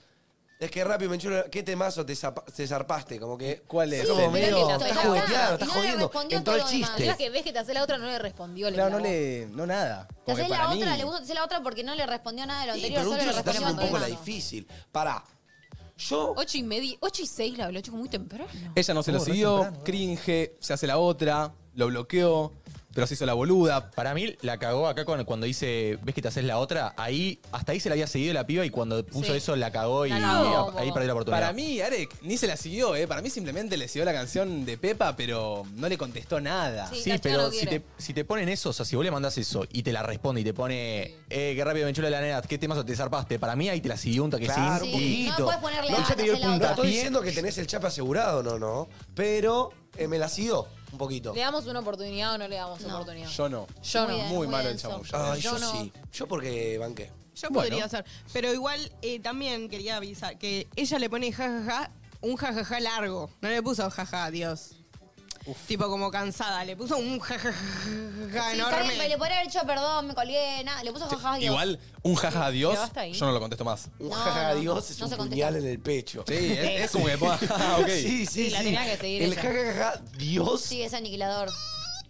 Speaker 3: Es que rápido, Menchulo, ¿qué temazo te, zapa- te zarpaste? Como que.
Speaker 1: ¿Cuál es?
Speaker 3: Como
Speaker 1: Sí,
Speaker 3: medio,
Speaker 1: pero que
Speaker 3: estás
Speaker 1: está-
Speaker 3: jugueteando,
Speaker 1: y
Speaker 3: estás
Speaker 1: no le
Speaker 3: jodiendo.
Speaker 1: respondió
Speaker 3: Entró
Speaker 1: todo
Speaker 3: el
Speaker 1: lo
Speaker 2: Es
Speaker 1: demás.
Speaker 2: la
Speaker 3: chiste.
Speaker 2: que ves que te hace la otra, no le respondió.
Speaker 1: Claro, no
Speaker 2: clavó.
Speaker 1: le... No nada.
Speaker 4: Te
Speaker 1: Porque
Speaker 4: haces
Speaker 1: para
Speaker 4: la
Speaker 1: mí-
Speaker 4: otra, le gusta hacer la otra porque no le respondió nada de lo
Speaker 3: Sí,
Speaker 4: anterior,
Speaker 3: pero
Speaker 4: solo
Speaker 3: un
Speaker 4: le
Speaker 3: tío se está
Speaker 4: respondió
Speaker 3: haciendo un poco la
Speaker 4: mandando.
Speaker 3: difícil. Pará. Yo.
Speaker 2: Ocho y media, ocho y seis la habló, chico, muy temprano.
Speaker 1: Ella no se lo
Speaker 2: Oh, re
Speaker 1: siguió,
Speaker 2: temprano.
Speaker 1: cringe, se hace la otra, lo bloqueó, pero se hizo la boluda.
Speaker 6: Para mí la cagó acá cuando, cuando dice, ves que te haces la otra, ahí, hasta ahí se la había seguido la piba y cuando puso
Speaker 1: Sí.
Speaker 6: eso la cagó y, y ahí perdió la oportunidad.
Speaker 1: Para mí, Arek ni se la siguió, ¿eh? Para mí simplemente le siguió la canción de Pepa, pero no le contestó nada.
Speaker 6: Sí, pero si te, si te ponen eso, o sea, si vos le mandás eso y te la responde y te pone, eh, qué rápido me enchula la nena, qué temazo te zarpaste, para mí ahí te la siguió un toque
Speaker 3: Claro,
Speaker 6: sin-
Speaker 3: un
Speaker 6: y-
Speaker 3: poquito.
Speaker 4: podés ponerle
Speaker 3: no,
Speaker 4: ganas
Speaker 3: ya te dio el
Speaker 4: a la otra.
Speaker 3: puntapié. Estoy diciendo que tenés el chape asegurado, no, no. Pero eh, me la siguió un poquito.
Speaker 2: ¿Le damos una oportunidad o no le damos oportunidad?
Speaker 1: Yo no.
Speaker 2: Yo Muy no. denso,
Speaker 3: Muy
Speaker 2: muy
Speaker 3: malo el
Speaker 2: denso.
Speaker 3: chamullo.
Speaker 2: Ay,
Speaker 3: yo
Speaker 2: yo no.
Speaker 3: sí. Yo porque banqué.
Speaker 9: Yo podría hacer. Pero igual eh, también quería avisar que ella le pone jajaja, un jajaja largo. No le puso jaja, Dios. Tipo como cansada, le puso un jajaja
Speaker 4: Sí, está bien,
Speaker 9: enorme.
Speaker 4: pero le podría haber dicho perdón, me colgué, nada. Le puso jajaja. Dios.
Speaker 1: Igual, un jaja adiós,
Speaker 4: Quedó hasta ahí.
Speaker 1: yo no lo contesto más.
Speaker 3: Un jaja adiós es
Speaker 4: no se
Speaker 3: un
Speaker 4: contesta.
Speaker 3: puñal en el pecho.
Speaker 1: Sí, es, es como que ponga, ah, ok.
Speaker 3: Sí, sí, sí.
Speaker 4: la tenía que seguir
Speaker 3: El
Speaker 4: ella.
Speaker 3: jajaja Dios.
Speaker 4: Sí, es aniquilador.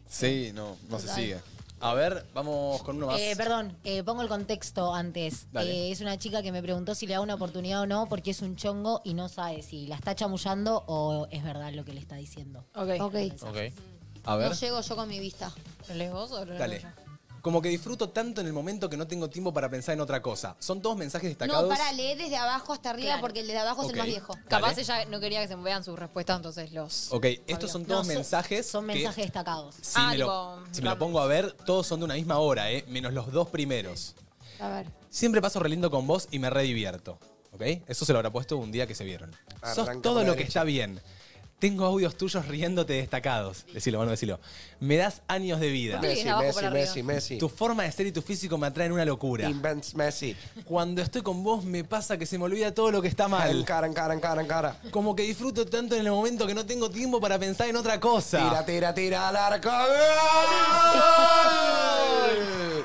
Speaker 1: Sí, no, no se
Speaker 5: Total.
Speaker 1: sigue. A ver, vamos con uno más.
Speaker 5: Eh, perdón, eh, pongo el contexto antes.
Speaker 1: Dale.
Speaker 5: Eh, es una chica que me preguntó si le da una oportunidad o no porque es un chongo y no sabe si la está chamullando o es verdad lo que le está diciendo.
Speaker 4: Ok.
Speaker 1: A ver,
Speaker 4: No llego yo con mi vista.
Speaker 2: ¿Lo lees vos o lo
Speaker 1: dale. Como que disfruto tanto en el momento que no tengo tiempo para pensar en otra cosa. Son todos mensajes destacados.
Speaker 4: No, para, lee desde abajo hasta arriba
Speaker 2: Claro.
Speaker 4: porque el de abajo es
Speaker 1: Ok.
Speaker 4: el más viejo.
Speaker 2: Capaz ella no quería que se me vean sus respuestas, entonces los.
Speaker 1: Ok, estos son
Speaker 2: No,
Speaker 1: todos
Speaker 2: son-
Speaker 1: mensajes.
Speaker 5: Son
Speaker 1: que-
Speaker 5: mensajes destacados.
Speaker 1: Si, me, lo, si me lo pongo a ver, todos son de una misma hora, ¿eh? menos los dos primeros.
Speaker 4: A ver.
Speaker 1: Siempre paso re lindo con vos y me redivierto. ¿Ok? Eso se lo habrá puesto un día que se vieron.
Speaker 3: Arranca
Speaker 1: Sos
Speaker 3: por
Speaker 1: todo lo
Speaker 3: la
Speaker 1: que
Speaker 3: derecha.
Speaker 1: está bien. Tengo audios tuyos riéndote destacados. Decilo, bueno, decilo. Me das años de vida.
Speaker 3: ¿Por qué le Messi, vienes abajo Messi, para arriba? Messi, Messi.
Speaker 1: Tu forma de ser y tu físico me atraen una locura.
Speaker 3: Invents Messi.
Speaker 1: Cuando estoy con vos me pasa que se me olvida todo lo que está mal.
Speaker 3: Cara, cara, cara, cara.
Speaker 1: Como que disfruto tanto en el momento que no tengo tiempo para pensar en otra cosa.
Speaker 3: Tira, tira, tira al arco. ¡Gol!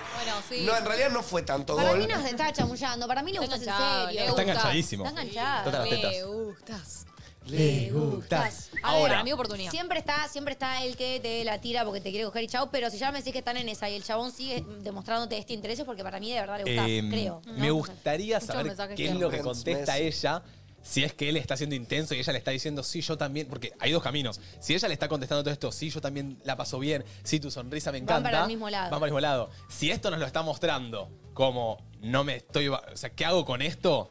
Speaker 3: No, en realidad no fue tanto
Speaker 4: Para mí
Speaker 3: gol.
Speaker 4: no se está chamullando, para mí le gustas en
Speaker 2: enganchado,
Speaker 4: serio.
Speaker 2: le Está
Speaker 3: gustas. enganchadísimo.
Speaker 4: Está enganchado.
Speaker 3: Todas las tetas.
Speaker 2: Me gustas.
Speaker 3: Le
Speaker 1: Uh, gustas.
Speaker 4: A ver,
Speaker 2: Ahora, mi oportunidad.
Speaker 4: Siempre está, siempre está el que te la tira porque te quiere coger y chau, pero si ya me decís que están en esa y el chabón sigue demostrándote este interés es porque para mí de verdad le gustás,
Speaker 1: Eh,
Speaker 4: creo.
Speaker 3: mm.
Speaker 1: Me gustaría
Speaker 4: Muchos
Speaker 1: saber
Speaker 4: mensajes
Speaker 1: qué es
Speaker 4: tiernos.
Speaker 1: lo que
Speaker 4: Friends,
Speaker 1: contesta
Speaker 4: Messi.
Speaker 1: ella. Si es que él está siendo intenso y ella le está diciendo, sí, yo también, porque hay dos caminos. Si ella le está contestando todo esto, sí, yo también la paso bien, sí, tu sonrisa me
Speaker 4: Van
Speaker 1: encanta.
Speaker 4: para el mismo lado.
Speaker 1: Van para el mismo lado. Si esto nos lo está mostrando, como no me estoy. va- O sea, ¿qué hago con esto?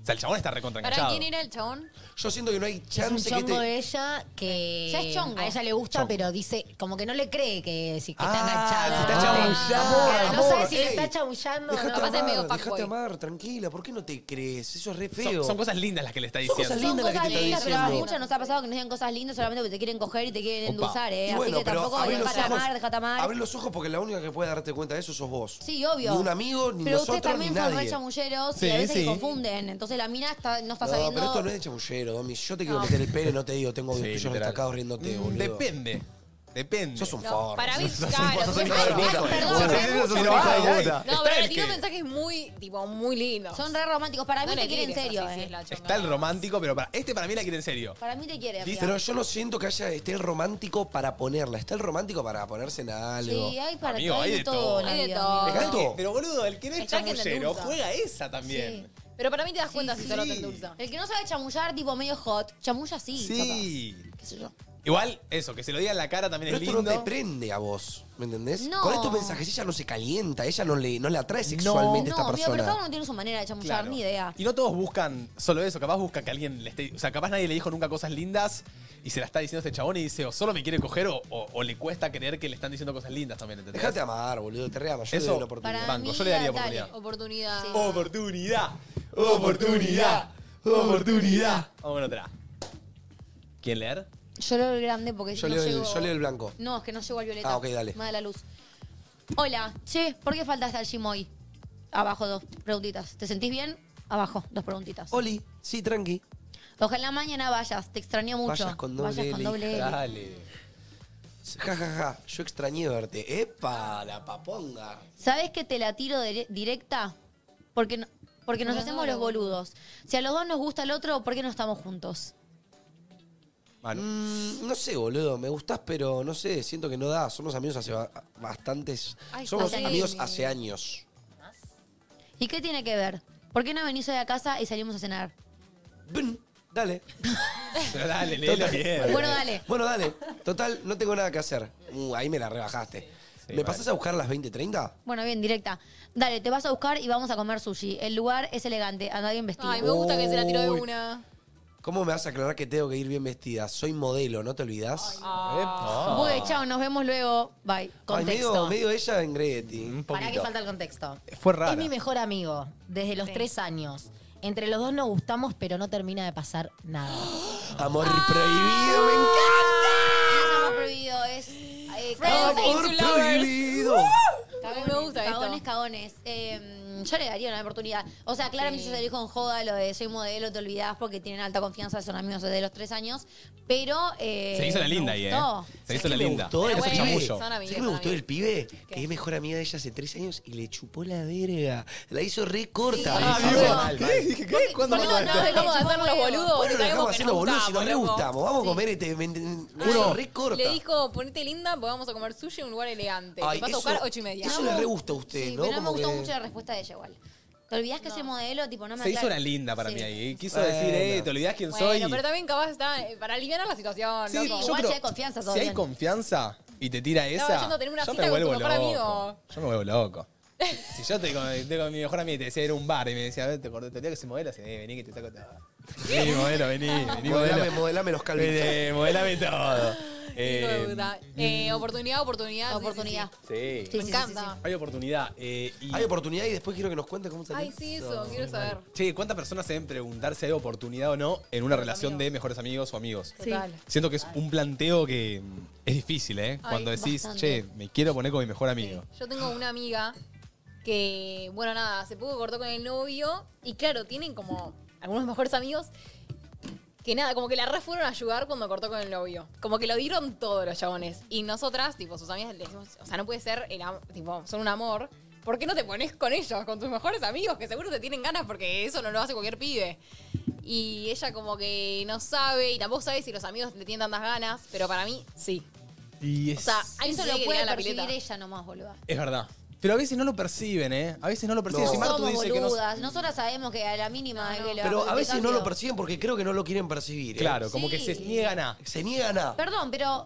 Speaker 1: O sea, el chabón está recontra
Speaker 2: ¿Para
Speaker 1: enganchado.
Speaker 2: quién era el chabón?
Speaker 3: Yo siento que no hay
Speaker 5: Es un
Speaker 3: chance que
Speaker 5: chongo
Speaker 3: te.
Speaker 5: de ella que
Speaker 2: Ya es chongo.
Speaker 5: a ella le gusta, pero dice, como que no le cree que, si- que está enganchada.
Speaker 3: Te Ah, está chamullando.
Speaker 5: Claro, no
Speaker 3: amor,
Speaker 5: sabe si le
Speaker 3: ey.
Speaker 5: está chamullando o no.
Speaker 3: Dejate
Speaker 5: Capaz es medio
Speaker 3: amar,
Speaker 5: fuckboy.
Speaker 3: Ah, dejate amar, tranquila. ¿Por qué no te crees? Eso es re
Speaker 1: Son-
Speaker 3: feo.
Speaker 1: Son, cosas lindas las que le está
Speaker 3: Son
Speaker 1: diciendo.
Speaker 3: cosas lindas las que te está
Speaker 4: Pero a
Speaker 3: diciendo.
Speaker 4: muchas nos ha pasado que nos digan cosas lindas solamente porque te quieren coger y te quieren
Speaker 1: Opa.
Speaker 4: endulzar,
Speaker 3: Ah, Y
Speaker 4: ¿eh?
Speaker 3: bueno,
Speaker 4: Así que
Speaker 3: pero
Speaker 4: tampoco
Speaker 3: abrí los
Speaker 4: dejate
Speaker 3: ojos.
Speaker 4: amar, dejate amar.
Speaker 3: Abre los ojos porque la única que puede darte cuenta de eso sos vos.
Speaker 4: Sí, obvio.
Speaker 3: Ni un amigo, ni
Speaker 4: pero
Speaker 3: nosotros,
Speaker 4: ustedes también
Speaker 3: ni
Speaker 4: son
Speaker 3: nadie.
Speaker 4: re chamulleros y
Speaker 3: Sí,
Speaker 4: a veces
Speaker 3: sí.
Speaker 4: se confunden. Entonces la mina está, no está
Speaker 3: No,
Speaker 4: sabiendo.
Speaker 3: pero esto no es de chamullero, Domi. Yo te quiero
Speaker 4: No.
Speaker 3: meter el pelo y no te digo, tengo
Speaker 1: Sí,
Speaker 3: mis tuyos
Speaker 1: literal.
Speaker 3: destacados riéndote,
Speaker 1: Mm,
Speaker 3: boludo.
Speaker 1: Depende. Depende.
Speaker 3: Sos un
Speaker 2: No,
Speaker 3: forro.
Speaker 2: para mí,
Speaker 3: Sos un
Speaker 2: claro,
Speaker 3: forro, sos un
Speaker 2: sí,
Speaker 3: hijo
Speaker 2: ay,
Speaker 3: de puta.
Speaker 2: perdón,
Speaker 3: Sos un
Speaker 2: perdón,
Speaker 3: hijo de
Speaker 2: perdón.
Speaker 3: puta.
Speaker 2: No,
Speaker 1: Está
Speaker 2: pero
Speaker 1: el
Speaker 2: le tiró
Speaker 1: que-
Speaker 2: mensajes muy, tipo, muy lindos.
Speaker 4: Son re románticos. Para
Speaker 2: No
Speaker 4: mí
Speaker 2: le
Speaker 4: te quieren en
Speaker 2: tires
Speaker 4: serio,
Speaker 2: así, sí,
Speaker 4: ¿eh?
Speaker 2: es la chonga.
Speaker 1: Está el romántico, pero para. Este para mí la quiere en serio.
Speaker 4: Para mí te quieren.
Speaker 1: Dice,
Speaker 3: Pero yo no siento que haya esté el romántico para ponerla. Está el romántico para ponerse en algo.
Speaker 4: Sí, hay para
Speaker 1: Amigo,
Speaker 4: todo,
Speaker 1: hay
Speaker 4: hay
Speaker 1: de
Speaker 4: de todo,
Speaker 1: todo.
Speaker 4: en la
Speaker 1: Hay de
Speaker 4: vida,
Speaker 1: todo.
Speaker 4: amigo.
Speaker 3: ¿Me canto?
Speaker 1: Eh, Pero boludo, el que no es
Speaker 2: Está que te
Speaker 1: chamullero
Speaker 2: endulza.
Speaker 1: juega esa también.
Speaker 2: Pero para mí te das cuenta
Speaker 4: Sí,
Speaker 2: si solo
Speaker 4: sí.
Speaker 2: te endulza.
Speaker 4: El que no sabe chamullar, tipo medio hot, chamulla sí.
Speaker 1: Sí.
Speaker 4: Capaz. ¿Qué sé yo?
Speaker 1: Igual, eso, que se lo diga en la cara también
Speaker 3: Pero
Speaker 1: es
Speaker 3: esto
Speaker 1: lindo.
Speaker 3: no te prende a vos, ¿me entendés?
Speaker 4: No.
Speaker 3: Con estos mensajes ella no se calienta, ella no le, no le atrae sexualmente a
Speaker 4: no,
Speaker 3: esta
Speaker 4: amigo, pero cada
Speaker 3: persona.
Speaker 4: uno tiene su manera de chamullar,
Speaker 1: Claro.
Speaker 4: ni idea.
Speaker 1: Y no todos buscan solo eso, capaz buscan que alguien le esté. O sea, capaz nadie le dijo nunca cosas lindas y se la está diciendo este chabón y dice, o solo me quiere coger o, o- o le cuesta creer que le están diciendo cosas lindas también, ¿entendés?
Speaker 3: Dejate amar, boludo, te reamas. Yo le
Speaker 1: Eso,
Speaker 3: doy la oportunidad.
Speaker 1: Para Banco, yo le daría oportunidad.
Speaker 2: Oportunidad.
Speaker 3: Oh,
Speaker 1: Oportunidad, oportunidad, oportunidad. Vamos con otra. ¿Quién leer?
Speaker 4: Yo leo el grande porque
Speaker 1: Yo
Speaker 4: no
Speaker 1: leo el-
Speaker 4: llego...
Speaker 1: yo leo el blanco.
Speaker 4: No, es que no llego al violeta.
Speaker 1: Ah, ok, dale.
Speaker 4: Más de la luz. Hola, che, ¿por qué faltaste al gym hoy? Abajo dos preguntitas. ¿Te sentís bien? Abajo, dos preguntitas.
Speaker 3: Oli, sí, tranqui.
Speaker 4: Ojalá mañana vayas, te extrañé mucho.
Speaker 3: Vayas con doble L, hija,
Speaker 4: L.
Speaker 3: Dale. Ja, ja, ja. Yo extrañé verte. ¡Epa! La paponga.
Speaker 4: ¿Sabes que te la tiro dire- directa? Porque, no- porque nos
Speaker 2: Los
Speaker 4: hacemos
Speaker 2: dos
Speaker 4: los
Speaker 2: los
Speaker 4: boludos. Si a los dos nos gusta el otro, ¿por qué no estamos juntos?
Speaker 3: Mm, no sé, boludo. Me gustás, pero no sé. Siento que no da. Somos amigos hace ba- bastantes.
Speaker 4: Ay,
Speaker 3: Somos
Speaker 4: joder.
Speaker 3: amigos hace años.
Speaker 4: ¿Y qué tiene que ver? ¿Por qué no venís hoy a casa y salimos a cenar?
Speaker 3: Dale.
Speaker 1: Pero dale, léelo
Speaker 3: Total.
Speaker 1: bien.
Speaker 4: Bueno, dale.
Speaker 3: Bueno, dale. Total, no tengo nada que hacer. Uh, ahí me la rebajaste. ¿Me pasás a buscar a las 20.30?
Speaker 4: Bueno, bien, directa. Dale, te vas a buscar y vamos a comer sushi. El lugar es elegante, anda bien vestido.
Speaker 2: Ay, me gusta que se la tiró de
Speaker 3: Uy.
Speaker 2: una.
Speaker 3: ¿Cómo me vas a aclarar que tengo que ir bien vestida? Soy modelo, ¿no te olvidás? Epa.
Speaker 4: Bueno, chao, nos vemos luego. Bye.
Speaker 3: Ay,
Speaker 5: Contexto.
Speaker 3: medio, medio ella en Gretti.
Speaker 5: ¿Para qué falta el contexto?
Speaker 3: Fue rara.
Speaker 5: Es mi mejor amigo desde los tres años. Entre los dos nos gustamos, pero no termina de pasar nada.
Speaker 3: Amor prohibido, me
Speaker 4: Ah,
Speaker 3: encanta.
Speaker 4: Amor prohibido es. eh,
Speaker 5: Friends
Speaker 4: cagones.
Speaker 5: Amor into lovers. prohibido.
Speaker 4: Cagones,
Speaker 2: Me gusta esto.
Speaker 4: cagones, cagones. Eh, yo le daría una oportunidad. O sea, claramente yo salí con joda lo de soy modelo, te olvidás porque tienen alta confianza, son amigos desde los tres años. Pero. eh,
Speaker 1: Se hizo la
Speaker 4: me
Speaker 1: linda ahí, ¿eh?
Speaker 4: gustó.
Speaker 1: Se hizo la
Speaker 3: me
Speaker 1: linda.
Speaker 3: gustó del
Speaker 1: Eso es
Speaker 3: pibe? ¿Sabes qué
Speaker 1: chamullo.
Speaker 4: son
Speaker 3: me gustó
Speaker 4: amigos.
Speaker 3: del pibe? Que es mejor amiga de ella hace tres años y le chupó la verga. La hizo re corta.
Speaker 1: Ah,
Speaker 3: Sí,
Speaker 1: digo,
Speaker 3: mal,
Speaker 1: ¿qué?
Speaker 3: mal.
Speaker 1: Dije, ¿qué? ¿Cuándo
Speaker 3: Porque
Speaker 1: pasó
Speaker 3: no,
Speaker 1: esto?
Speaker 3: no,
Speaker 2: dejamos de hacer los boludos,
Speaker 3: Bueno,
Speaker 2: porque
Speaker 3: nos
Speaker 2: sabemos
Speaker 3: estamos
Speaker 2: que
Speaker 3: haciendo
Speaker 2: nos
Speaker 3: boludos y nos re
Speaker 2: gustamos,
Speaker 3: gustamos.
Speaker 2: loco.
Speaker 3: Vamos a comer este. me- me- Uno re corta.
Speaker 2: Le dijo, ponete linda, porque vamos a comer sushi en un lugar elegante.
Speaker 3: Ay,
Speaker 2: Te vas a
Speaker 3: eso-
Speaker 2: buscar ocho y media.
Speaker 3: Eso le re gusta a usted,
Speaker 4: Sí,
Speaker 3: ¿no?
Speaker 4: pero no me
Speaker 3: Como
Speaker 4: gustó
Speaker 3: que-
Speaker 4: mucho la respuesta de ella igual. Te olvidás que soy modelo, tipo, no me
Speaker 1: Se hizo
Speaker 4: aclar-
Speaker 1: una linda para mí ahí. Quiso
Speaker 3: Bueno.
Speaker 1: decir, eh, te olvidás quién
Speaker 2: Bueno,
Speaker 1: soy.
Speaker 2: pero también capaz está eh, para aliviar la situación.
Speaker 1: Sí,
Speaker 2: loco.
Speaker 1: yo Igual creo- si hay
Speaker 4: confianza,
Speaker 1: Si hay confianza y te tira esa,
Speaker 2: Estaba yendo a tener una
Speaker 1: yo
Speaker 2: cita
Speaker 1: me
Speaker 2: con tu
Speaker 1: vuelvo
Speaker 2: mejor
Speaker 1: loco.
Speaker 2: amigo.
Speaker 1: Yo me vuelvo loco. si yo te, con, te con mi mejor amigo y te decía ir a un bar y me decía, a ver, te acordé, te olvidás que soy modelo, así, eh, vení que te saco todo. Vení, modelo, vení, vení,
Speaker 3: Modelame,
Speaker 1: modelo.
Speaker 3: modelame los calvitos.
Speaker 1: Vení, modelame todo. Eh,
Speaker 2: Eh, oportunidad, oportunidad. Oportunidad.
Speaker 1: sí.
Speaker 2: Me encanta.
Speaker 1: Hay oportunidad. eh, y-
Speaker 3: Hay oportunidad y después quiero que nos cuente cómo salió.
Speaker 2: Ay, sí, eso, quiero saber.
Speaker 1: Che, ¿cuántas personas se deben preguntar si hay oportunidad o no en una relación de mejores amigos o amigos?
Speaker 2: Sí. Total.
Speaker 1: Siento que es un planteo que mm, es difícil, ¿eh?
Speaker 2: Ay,
Speaker 1: Cuando decís,
Speaker 2: bastante.
Speaker 1: che, me quiero poner con mi mejor amigo.
Speaker 2: Yo tengo una amiga que, bueno, nada, hace poco cortó con el novio y claro, tienen como algunos mejores amigos que nada, como que la re fueron a ayudar cuando cortó con el novio. Como que lo dieron todos los chabones. Y nosotras, tipo, sus amigas le decimos, o sea, no puede ser, el am- tipo, son un amor. ¿Por qué no te pones con ellos, con tus mejores amigos, que seguro te tienen ganas porque eso no lo hace cualquier pibe? Y ella como que no sabe y tampoco sabe si los amigos le tienen tantas ganas, pero para mí sí.
Speaker 1: Y
Speaker 2: O sea, ahí
Speaker 4: Eso
Speaker 2: se le
Speaker 4: lo
Speaker 2: que
Speaker 4: puede
Speaker 2: tirar la
Speaker 4: percibir
Speaker 2: pileta.
Speaker 4: ella nomás, boluda.
Speaker 1: Es verdad. Pero a veces no lo perciben, ¿eh? A veces no lo perciben.
Speaker 3: No.
Speaker 1: Si Martu
Speaker 4: Somos
Speaker 1: dice que no...
Speaker 4: boludas. Nosotras sabemos que a la mínima que lo
Speaker 3: Pero a
Speaker 4: te
Speaker 3: veces no
Speaker 4: cambio.
Speaker 3: lo perciben porque creo que no lo quieren percibir. ¿eh?
Speaker 1: Claro, como que
Speaker 4: Sí.
Speaker 1: se niegan a...
Speaker 3: Se niegan a.
Speaker 4: Perdón, pero.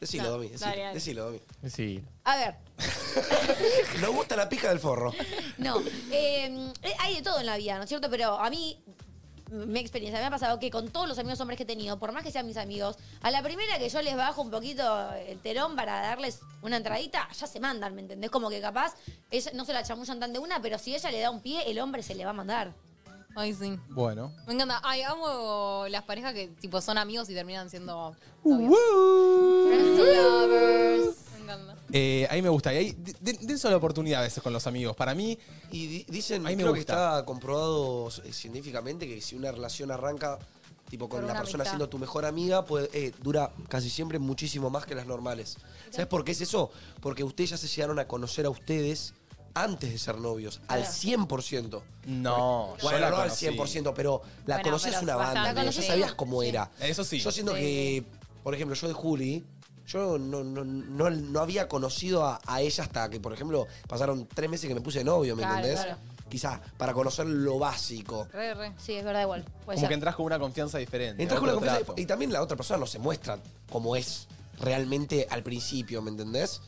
Speaker 3: Decilo,
Speaker 4: No,
Speaker 3: Domi. Decilo,
Speaker 4: dale, dale.
Speaker 3: decilo, Domi.
Speaker 6: Sí.
Speaker 4: A ver,
Speaker 3: Nos gusta la pija del forro.
Speaker 4: no. eh, hay de todo en la vida, ¿no es cierto? Pero a mí. Mi experiencia me ha pasado que con todos los amigos hombres que he tenido, por más que sean mis amigos, a la primera que yo les bajo un poquito el telón para darles una entradita, ya se mandan, ¿me entendés? Como que capaz ella- no se la chamullan tan de una, pero si ella le da un pie, el hombre se le va a mandar.
Speaker 2: Ay, sí.
Speaker 1: Bueno.
Speaker 2: Me encanta. Ay, amo las parejas que tipo son amigos y terminan siendo. Me encanta.
Speaker 1: Eh, ahí me gusta. Y ahí, de- de- dense la oportunidad a veces con los amigos. Para mí...
Speaker 3: Y di- dicen,
Speaker 1: A mí me
Speaker 3: creo que
Speaker 1: gusta.
Speaker 3: está comprobado eh, científicamente que si una relación arranca tipo
Speaker 2: Con
Speaker 3: con la
Speaker 2: una
Speaker 3: persona
Speaker 2: amistad.
Speaker 3: siendo tu mejor amiga, pues eh, dura casi siempre muchísimo más que las normales. ¿Sabes por qué es eso? Porque ustedes ya se llegaron a conocer a ustedes antes de ser novios, al 100%.
Speaker 1: No, yo
Speaker 3: Bueno,
Speaker 1: la
Speaker 3: no al
Speaker 1: conocí.
Speaker 3: 100%, pero la
Speaker 1: Bueno,
Speaker 3: conocías
Speaker 1: pero
Speaker 3: una banda,
Speaker 1: bastante.
Speaker 3: amigo, ya
Speaker 1: Sí.
Speaker 3: sabías cómo era.
Speaker 1: Eso sí.
Speaker 3: Yo siento
Speaker 1: Sí.
Speaker 3: que, por ejemplo, yo de Juli, yo no, no, no, no había conocido a, a ella hasta que, por ejemplo, pasaron tres meses que me puse de novio, ¿me
Speaker 2: Claro,
Speaker 3: entendés?
Speaker 2: claro.
Speaker 3: quizás, para conocer lo básico.
Speaker 4: Re, re. Sí, es verdad igual. Puede
Speaker 1: Como
Speaker 4: ser.
Speaker 1: que entras con una confianza diferente.
Speaker 3: Entras con la
Speaker 1: otro
Speaker 3: confianza
Speaker 1: trato.
Speaker 3: y y también la otra persona no se muestra como es realmente al principio, ¿me entendés?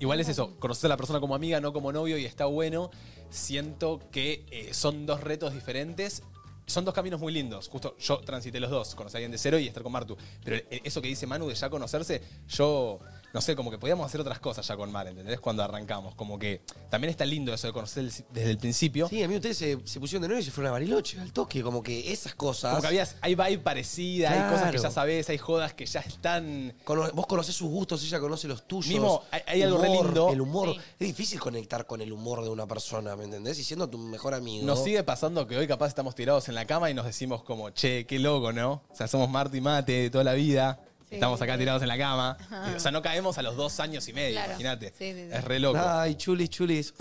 Speaker 1: Igual es eso, conocer a la persona como amiga, no como novio, y está bueno. Siento que eh, son dos retos diferentes. Son dos caminos muy lindos. Justo yo transité los dos, conocer a alguien de cero y estar con Martu. Pero eh, eso que dice Manu de ya conocerse, yo no sé, como que podíamos hacer otras cosas ya con Mar, ¿entendés? Cuando arrancamos. Como que también está lindo eso de conocer el- desde el principio.
Speaker 3: Sí, a mí ustedes se, se pusieron de nuevo y se fueron a Bariloche, al toque, como que esas cosas.
Speaker 1: Como que habías- hay vibe parecida, hay cosas que
Speaker 3: Claro.
Speaker 1: ya sabés, hay jodas que ya están.
Speaker 3: Cono- vos conocés sus gustos, ella conoce los tuyos.
Speaker 1: Mismo, hay- hay algo re
Speaker 3: Humor,
Speaker 1: lindo.
Speaker 3: El humor.
Speaker 1: Sí.
Speaker 3: Es difícil conectar con el humor de una persona, ¿me entendés? Y siendo tu mejor amigo.
Speaker 1: Nos sigue pasando que hoy capaz estamos tirados en la cama y nos decimos como, che, qué loco, ¿no? O sea, somos Marti y Mate de toda la vida.
Speaker 3: Sí.
Speaker 1: Estamos acá tirados en la cama.
Speaker 3: Ajá.
Speaker 1: O sea, no caemos a los dos años y medio,
Speaker 2: Claro.
Speaker 1: imagínate.
Speaker 2: Sí, sí, sí.
Speaker 1: Es re loco.
Speaker 3: Ay, chulis, chulis.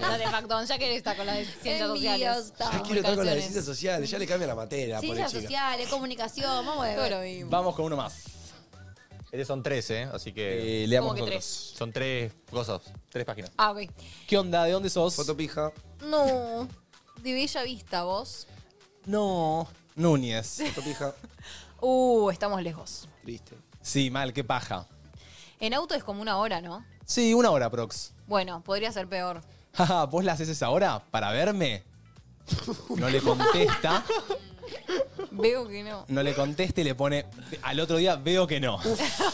Speaker 2: La de McDonald's, ya que está con las ciencias sociales.
Speaker 3: Ya quiero estar con las ciencias sociales, ya le cambia la materia, pobre
Speaker 4: Ciencias
Speaker 3: chica.
Speaker 4: sociales, comunicación, vamos a ver.
Speaker 1: Vamos con uno más.
Speaker 6: Estos son tres, ¿eh? Así que.
Speaker 1: Eh,
Speaker 2: leamos ¿Cómo que nosotros. tres?
Speaker 6: Son tres cosas, tres páginas.
Speaker 2: Ah, ok.
Speaker 1: ¿Qué onda? ¿De dónde sos?
Speaker 3: Fotopija.
Speaker 2: No. De Bella Vista, vos.
Speaker 1: No. Núñez.
Speaker 3: Fotopija.
Speaker 2: Uh, estamos lejos.
Speaker 3: Triste.
Speaker 1: Sí, mal, qué paja.
Speaker 2: En auto es como una hora, ¿no?
Speaker 1: Sí, una hora, Prox.
Speaker 2: Bueno, podría ser peor.
Speaker 1: Jaja, ¿vos la haces esa hora para verme? No le contesta,
Speaker 2: Veo que no.
Speaker 1: no le contesta y le pone, al otro día veo que no.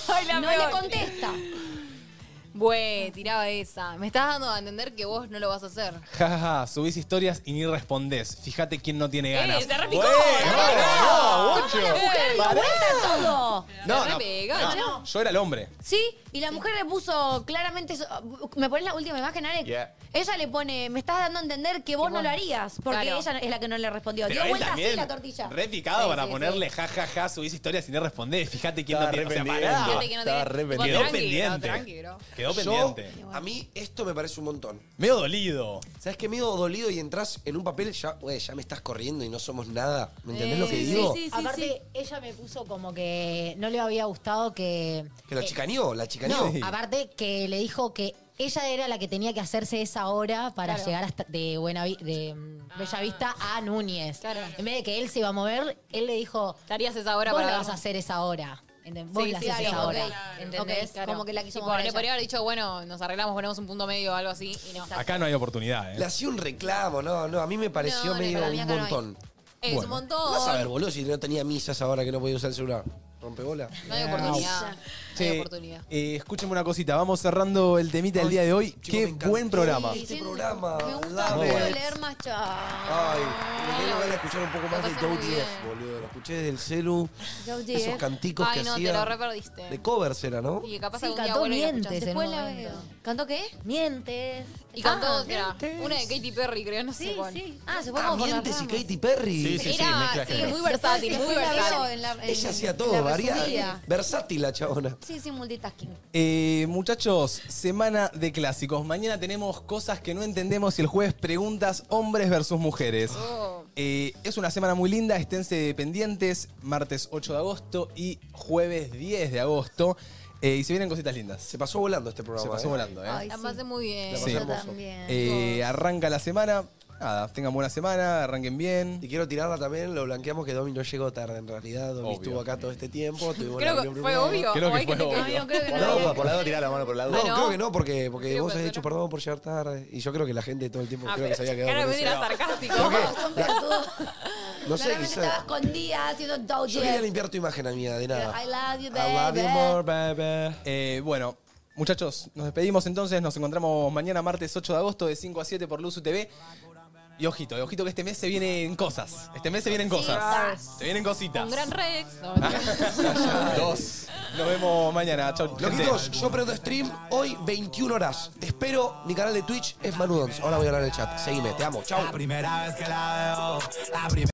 Speaker 2: Ay, la
Speaker 4: No
Speaker 2: peor.
Speaker 4: le contesta.
Speaker 2: Güey, tiraba esa. Me estás dando a entender que vos no lo vas a hacer.
Speaker 1: Jajaja, subís historias y ni respondés. Fíjate quién no tiene ganas.
Speaker 2: ¡Eh, se repicó!
Speaker 1: Bueno,
Speaker 2: ¡Se repicó!
Speaker 1: no,
Speaker 2: ¿Cómo
Speaker 1: bocho.
Speaker 2: la mujer le dio
Speaker 1: Pará.
Speaker 2: vuelta
Speaker 4: todo?
Speaker 1: No,
Speaker 4: Se
Speaker 1: no,
Speaker 4: repegó,
Speaker 1: no,
Speaker 4: chao.
Speaker 1: Yo era el hombre.
Speaker 4: Sí, y la mujer le puso claramente. eso- ¿Me pones la última imagen, Alex?
Speaker 1: Yeah.
Speaker 4: Ella le pone, me estás dando a entender que vos no lo harías, porque
Speaker 2: Claro.
Speaker 4: ella es la que no le respondió.
Speaker 1: Pero
Speaker 4: Dio
Speaker 1: él
Speaker 4: vuelta así
Speaker 1: también,
Speaker 4: la tortilla.
Speaker 1: Re picado
Speaker 4: Sí,
Speaker 1: para
Speaker 4: sí,
Speaker 1: ponerle
Speaker 4: sí.
Speaker 1: jajaja, subís historias y ni respondés. Fíjate quién no
Speaker 6: Estaba
Speaker 1: tiene. O sea,
Speaker 6: re
Speaker 1: pará.
Speaker 6: pendiente. Fíjate que no Estaba tiene- re Tipo, pendiente. tranqui,
Speaker 1: Quedó
Speaker 6: bro,
Speaker 1: pendiente.
Speaker 6: tranqui, bro.
Speaker 1: Quedó
Speaker 3: Yo,
Speaker 1: pendiente.
Speaker 3: a mí esto me parece un montón.
Speaker 1: Medio dolido.
Speaker 3: ¿Sabes qué? Miedo dolido y entras en un papel, ya, güey, ya me estás corriendo y no somos nada. ¿Me entendés lo que digo?
Speaker 5: Aparte, ella me puso como que no le había gustado que.
Speaker 3: Que la chicaneó, la chicaneó.
Speaker 5: No, aparte que le dijo que ella era la que tenía que hacerse esa hora para
Speaker 4: Claro.
Speaker 5: llegar hasta de buena Vi- de
Speaker 2: Ah.
Speaker 5: mm, Bella Vista a Núñez. En vez de que él se iba a mover, él le dijo,
Speaker 2: Estarías esa hora
Speaker 5: vos
Speaker 2: para
Speaker 5: la
Speaker 2: vernos".
Speaker 5: vas a hacer esa hora. ¿Entendés? Vos
Speaker 2: Sí,
Speaker 5: la
Speaker 2: sí,
Speaker 5: haces
Speaker 2: sí,
Speaker 5: esa
Speaker 2: ok.
Speaker 5: hora.
Speaker 2: ¿Entendés?
Speaker 5: Ok, Como que la quiso
Speaker 2: Tipo,
Speaker 5: mover.
Speaker 2: Le
Speaker 5: ella.
Speaker 2: podría haber dicho, bueno, nos arreglamos, ponemos un punto medio o algo así. Y no.
Speaker 1: Acá no hay oportunidad, ¿eh?
Speaker 3: Le hacía un reclamo, no, no, a mí me pareció
Speaker 2: No, no,
Speaker 3: medio
Speaker 2: para mí
Speaker 3: un
Speaker 2: acá no hay. Oh.
Speaker 3: montón.
Speaker 2: Es un montón.
Speaker 3: Vas a ver, boludo, si no tenía misas ahora que no podía usar el celular. ¿Rompebola?
Speaker 2: No hay oportunidad.
Speaker 1: Che,
Speaker 2: hay oportunidad.
Speaker 1: eh, escúchenme una cosita, vamos cerrando el temita del día de hoy. Qué buen programa.
Speaker 3: Este programa.
Speaker 4: Me gusta
Speaker 3: dame.
Speaker 4: mucho leer más, chao.
Speaker 3: Ay, me tengo ganas de escuchar un poco más
Speaker 4: La
Speaker 3: de
Speaker 4: pasé muy
Speaker 3: Doe Jeff, boludo. Lo escuché desde el celu.
Speaker 4: Doe
Speaker 3: Esos
Speaker 4: Jeff.
Speaker 3: canticos
Speaker 2: ¿eh? Ay,
Speaker 3: que
Speaker 2: no, te
Speaker 3: hacía.
Speaker 2: lo re perdiste.
Speaker 3: De covers era, ¿no?
Speaker 2: Y capaz
Speaker 5: Sí,
Speaker 2: algún día
Speaker 5: cantó
Speaker 2: vuelvo y la escuchás.
Speaker 5: mientes en
Speaker 2: Después
Speaker 5: un
Speaker 2: la
Speaker 5: momento.
Speaker 2: veo.
Speaker 4: ¿Cantó qué?
Speaker 5: Mientes.
Speaker 2: Y cantó
Speaker 5: Ah,
Speaker 2: otra. Una de Katy Perry, creo, no sé cuál.
Speaker 4: Ah, se fue
Speaker 3: Ah,
Speaker 4: como por las
Speaker 3: mientes y
Speaker 4: ramas.
Speaker 3: Katy Perry.
Speaker 6: Sí, sí, sí,
Speaker 2: Era,
Speaker 6: mezcla
Speaker 2: sí,
Speaker 6: general.
Speaker 2: muy versátil, muy
Speaker 4: Después la veo
Speaker 2: versátil.
Speaker 4: en la- en-
Speaker 3: Ella hacía
Speaker 4: la
Speaker 3: todo, varía.
Speaker 4: resumida.
Speaker 3: Versátil la chabona.
Speaker 4: Sí, sí, multitasking.
Speaker 1: Eh, muchachos, semana de clásicos. Mañana tenemos cosas que no entendemos y el jueves preguntas hombres versus mujeres. Eh, es una semana muy linda, esténse pendientes, martes 8 de agosto y jueves 10 de agosto. Eh, y se vienen cositas lindas. Se
Speaker 3: pasó volando este programa.
Speaker 1: Se pasó
Speaker 3: eh.
Speaker 1: volando, ¿eh?
Speaker 2: La pasé muy bien.
Speaker 1: La pasé Sí. hermoso. Eh, arranca la semana. Nada, tengan buena semana, arranquen bien.
Speaker 3: Y quiero tirarla también, lo blanqueamos que Domi no llegó tarde en realidad. Domi
Speaker 1: Obvio.
Speaker 3: estuvo acá todo este tiempo. tuvimos
Speaker 2: Creo
Speaker 3: la
Speaker 2: que
Speaker 3: reunión
Speaker 2: fue
Speaker 3: privada.
Speaker 2: obvio. Creo que O hay fue gente que- obvio. No, creo que no.
Speaker 6: No, por la duda tirá la mano por la
Speaker 3: No,
Speaker 6: duda.
Speaker 3: creo que no, porque, porque
Speaker 6: Creo
Speaker 3: vos
Speaker 6: que
Speaker 3: has dicho perdón por llegar tarde. Y yo creo que la gente todo el tiempo
Speaker 2: Ah,
Speaker 3: creo que
Speaker 2: pero
Speaker 3: se había quedado.
Speaker 2: Cara,
Speaker 3: con
Speaker 2: me
Speaker 3: eso.
Speaker 2: era sarcástico.
Speaker 3: No
Speaker 4: Claramente
Speaker 3: sé,
Speaker 4: estaba
Speaker 3: quizás.
Speaker 4: escondida haciendo Doe
Speaker 3: Yo quería
Speaker 4: Jeff.
Speaker 3: limpiar tu imagen, amiga, de nada.
Speaker 4: I love you,
Speaker 3: I love
Speaker 4: baby.
Speaker 3: you more, baby.
Speaker 1: Eh, bueno, muchachos, nos despedimos entonces. Nos encontramos mañana martes 8 de agosto de 5 a 7 por Luzu TV. Y ojito, y ojito que este mes se vienen cosas. Este mes se vienen cosas.
Speaker 2: Cositas.
Speaker 1: Se vienen cositas.
Speaker 2: Un gran Rex. No, mentira.
Speaker 1: Dos. Nos vemos mañana. Chau, gente.
Speaker 3: Loquitos, yo prendo stream hoy 21 horas. Te espero, mi canal de Twitch es Manudons. Ahora voy a hablar en el chat. Seguime, te amo. Chau.
Speaker 8: La primera vez que la veo, la primera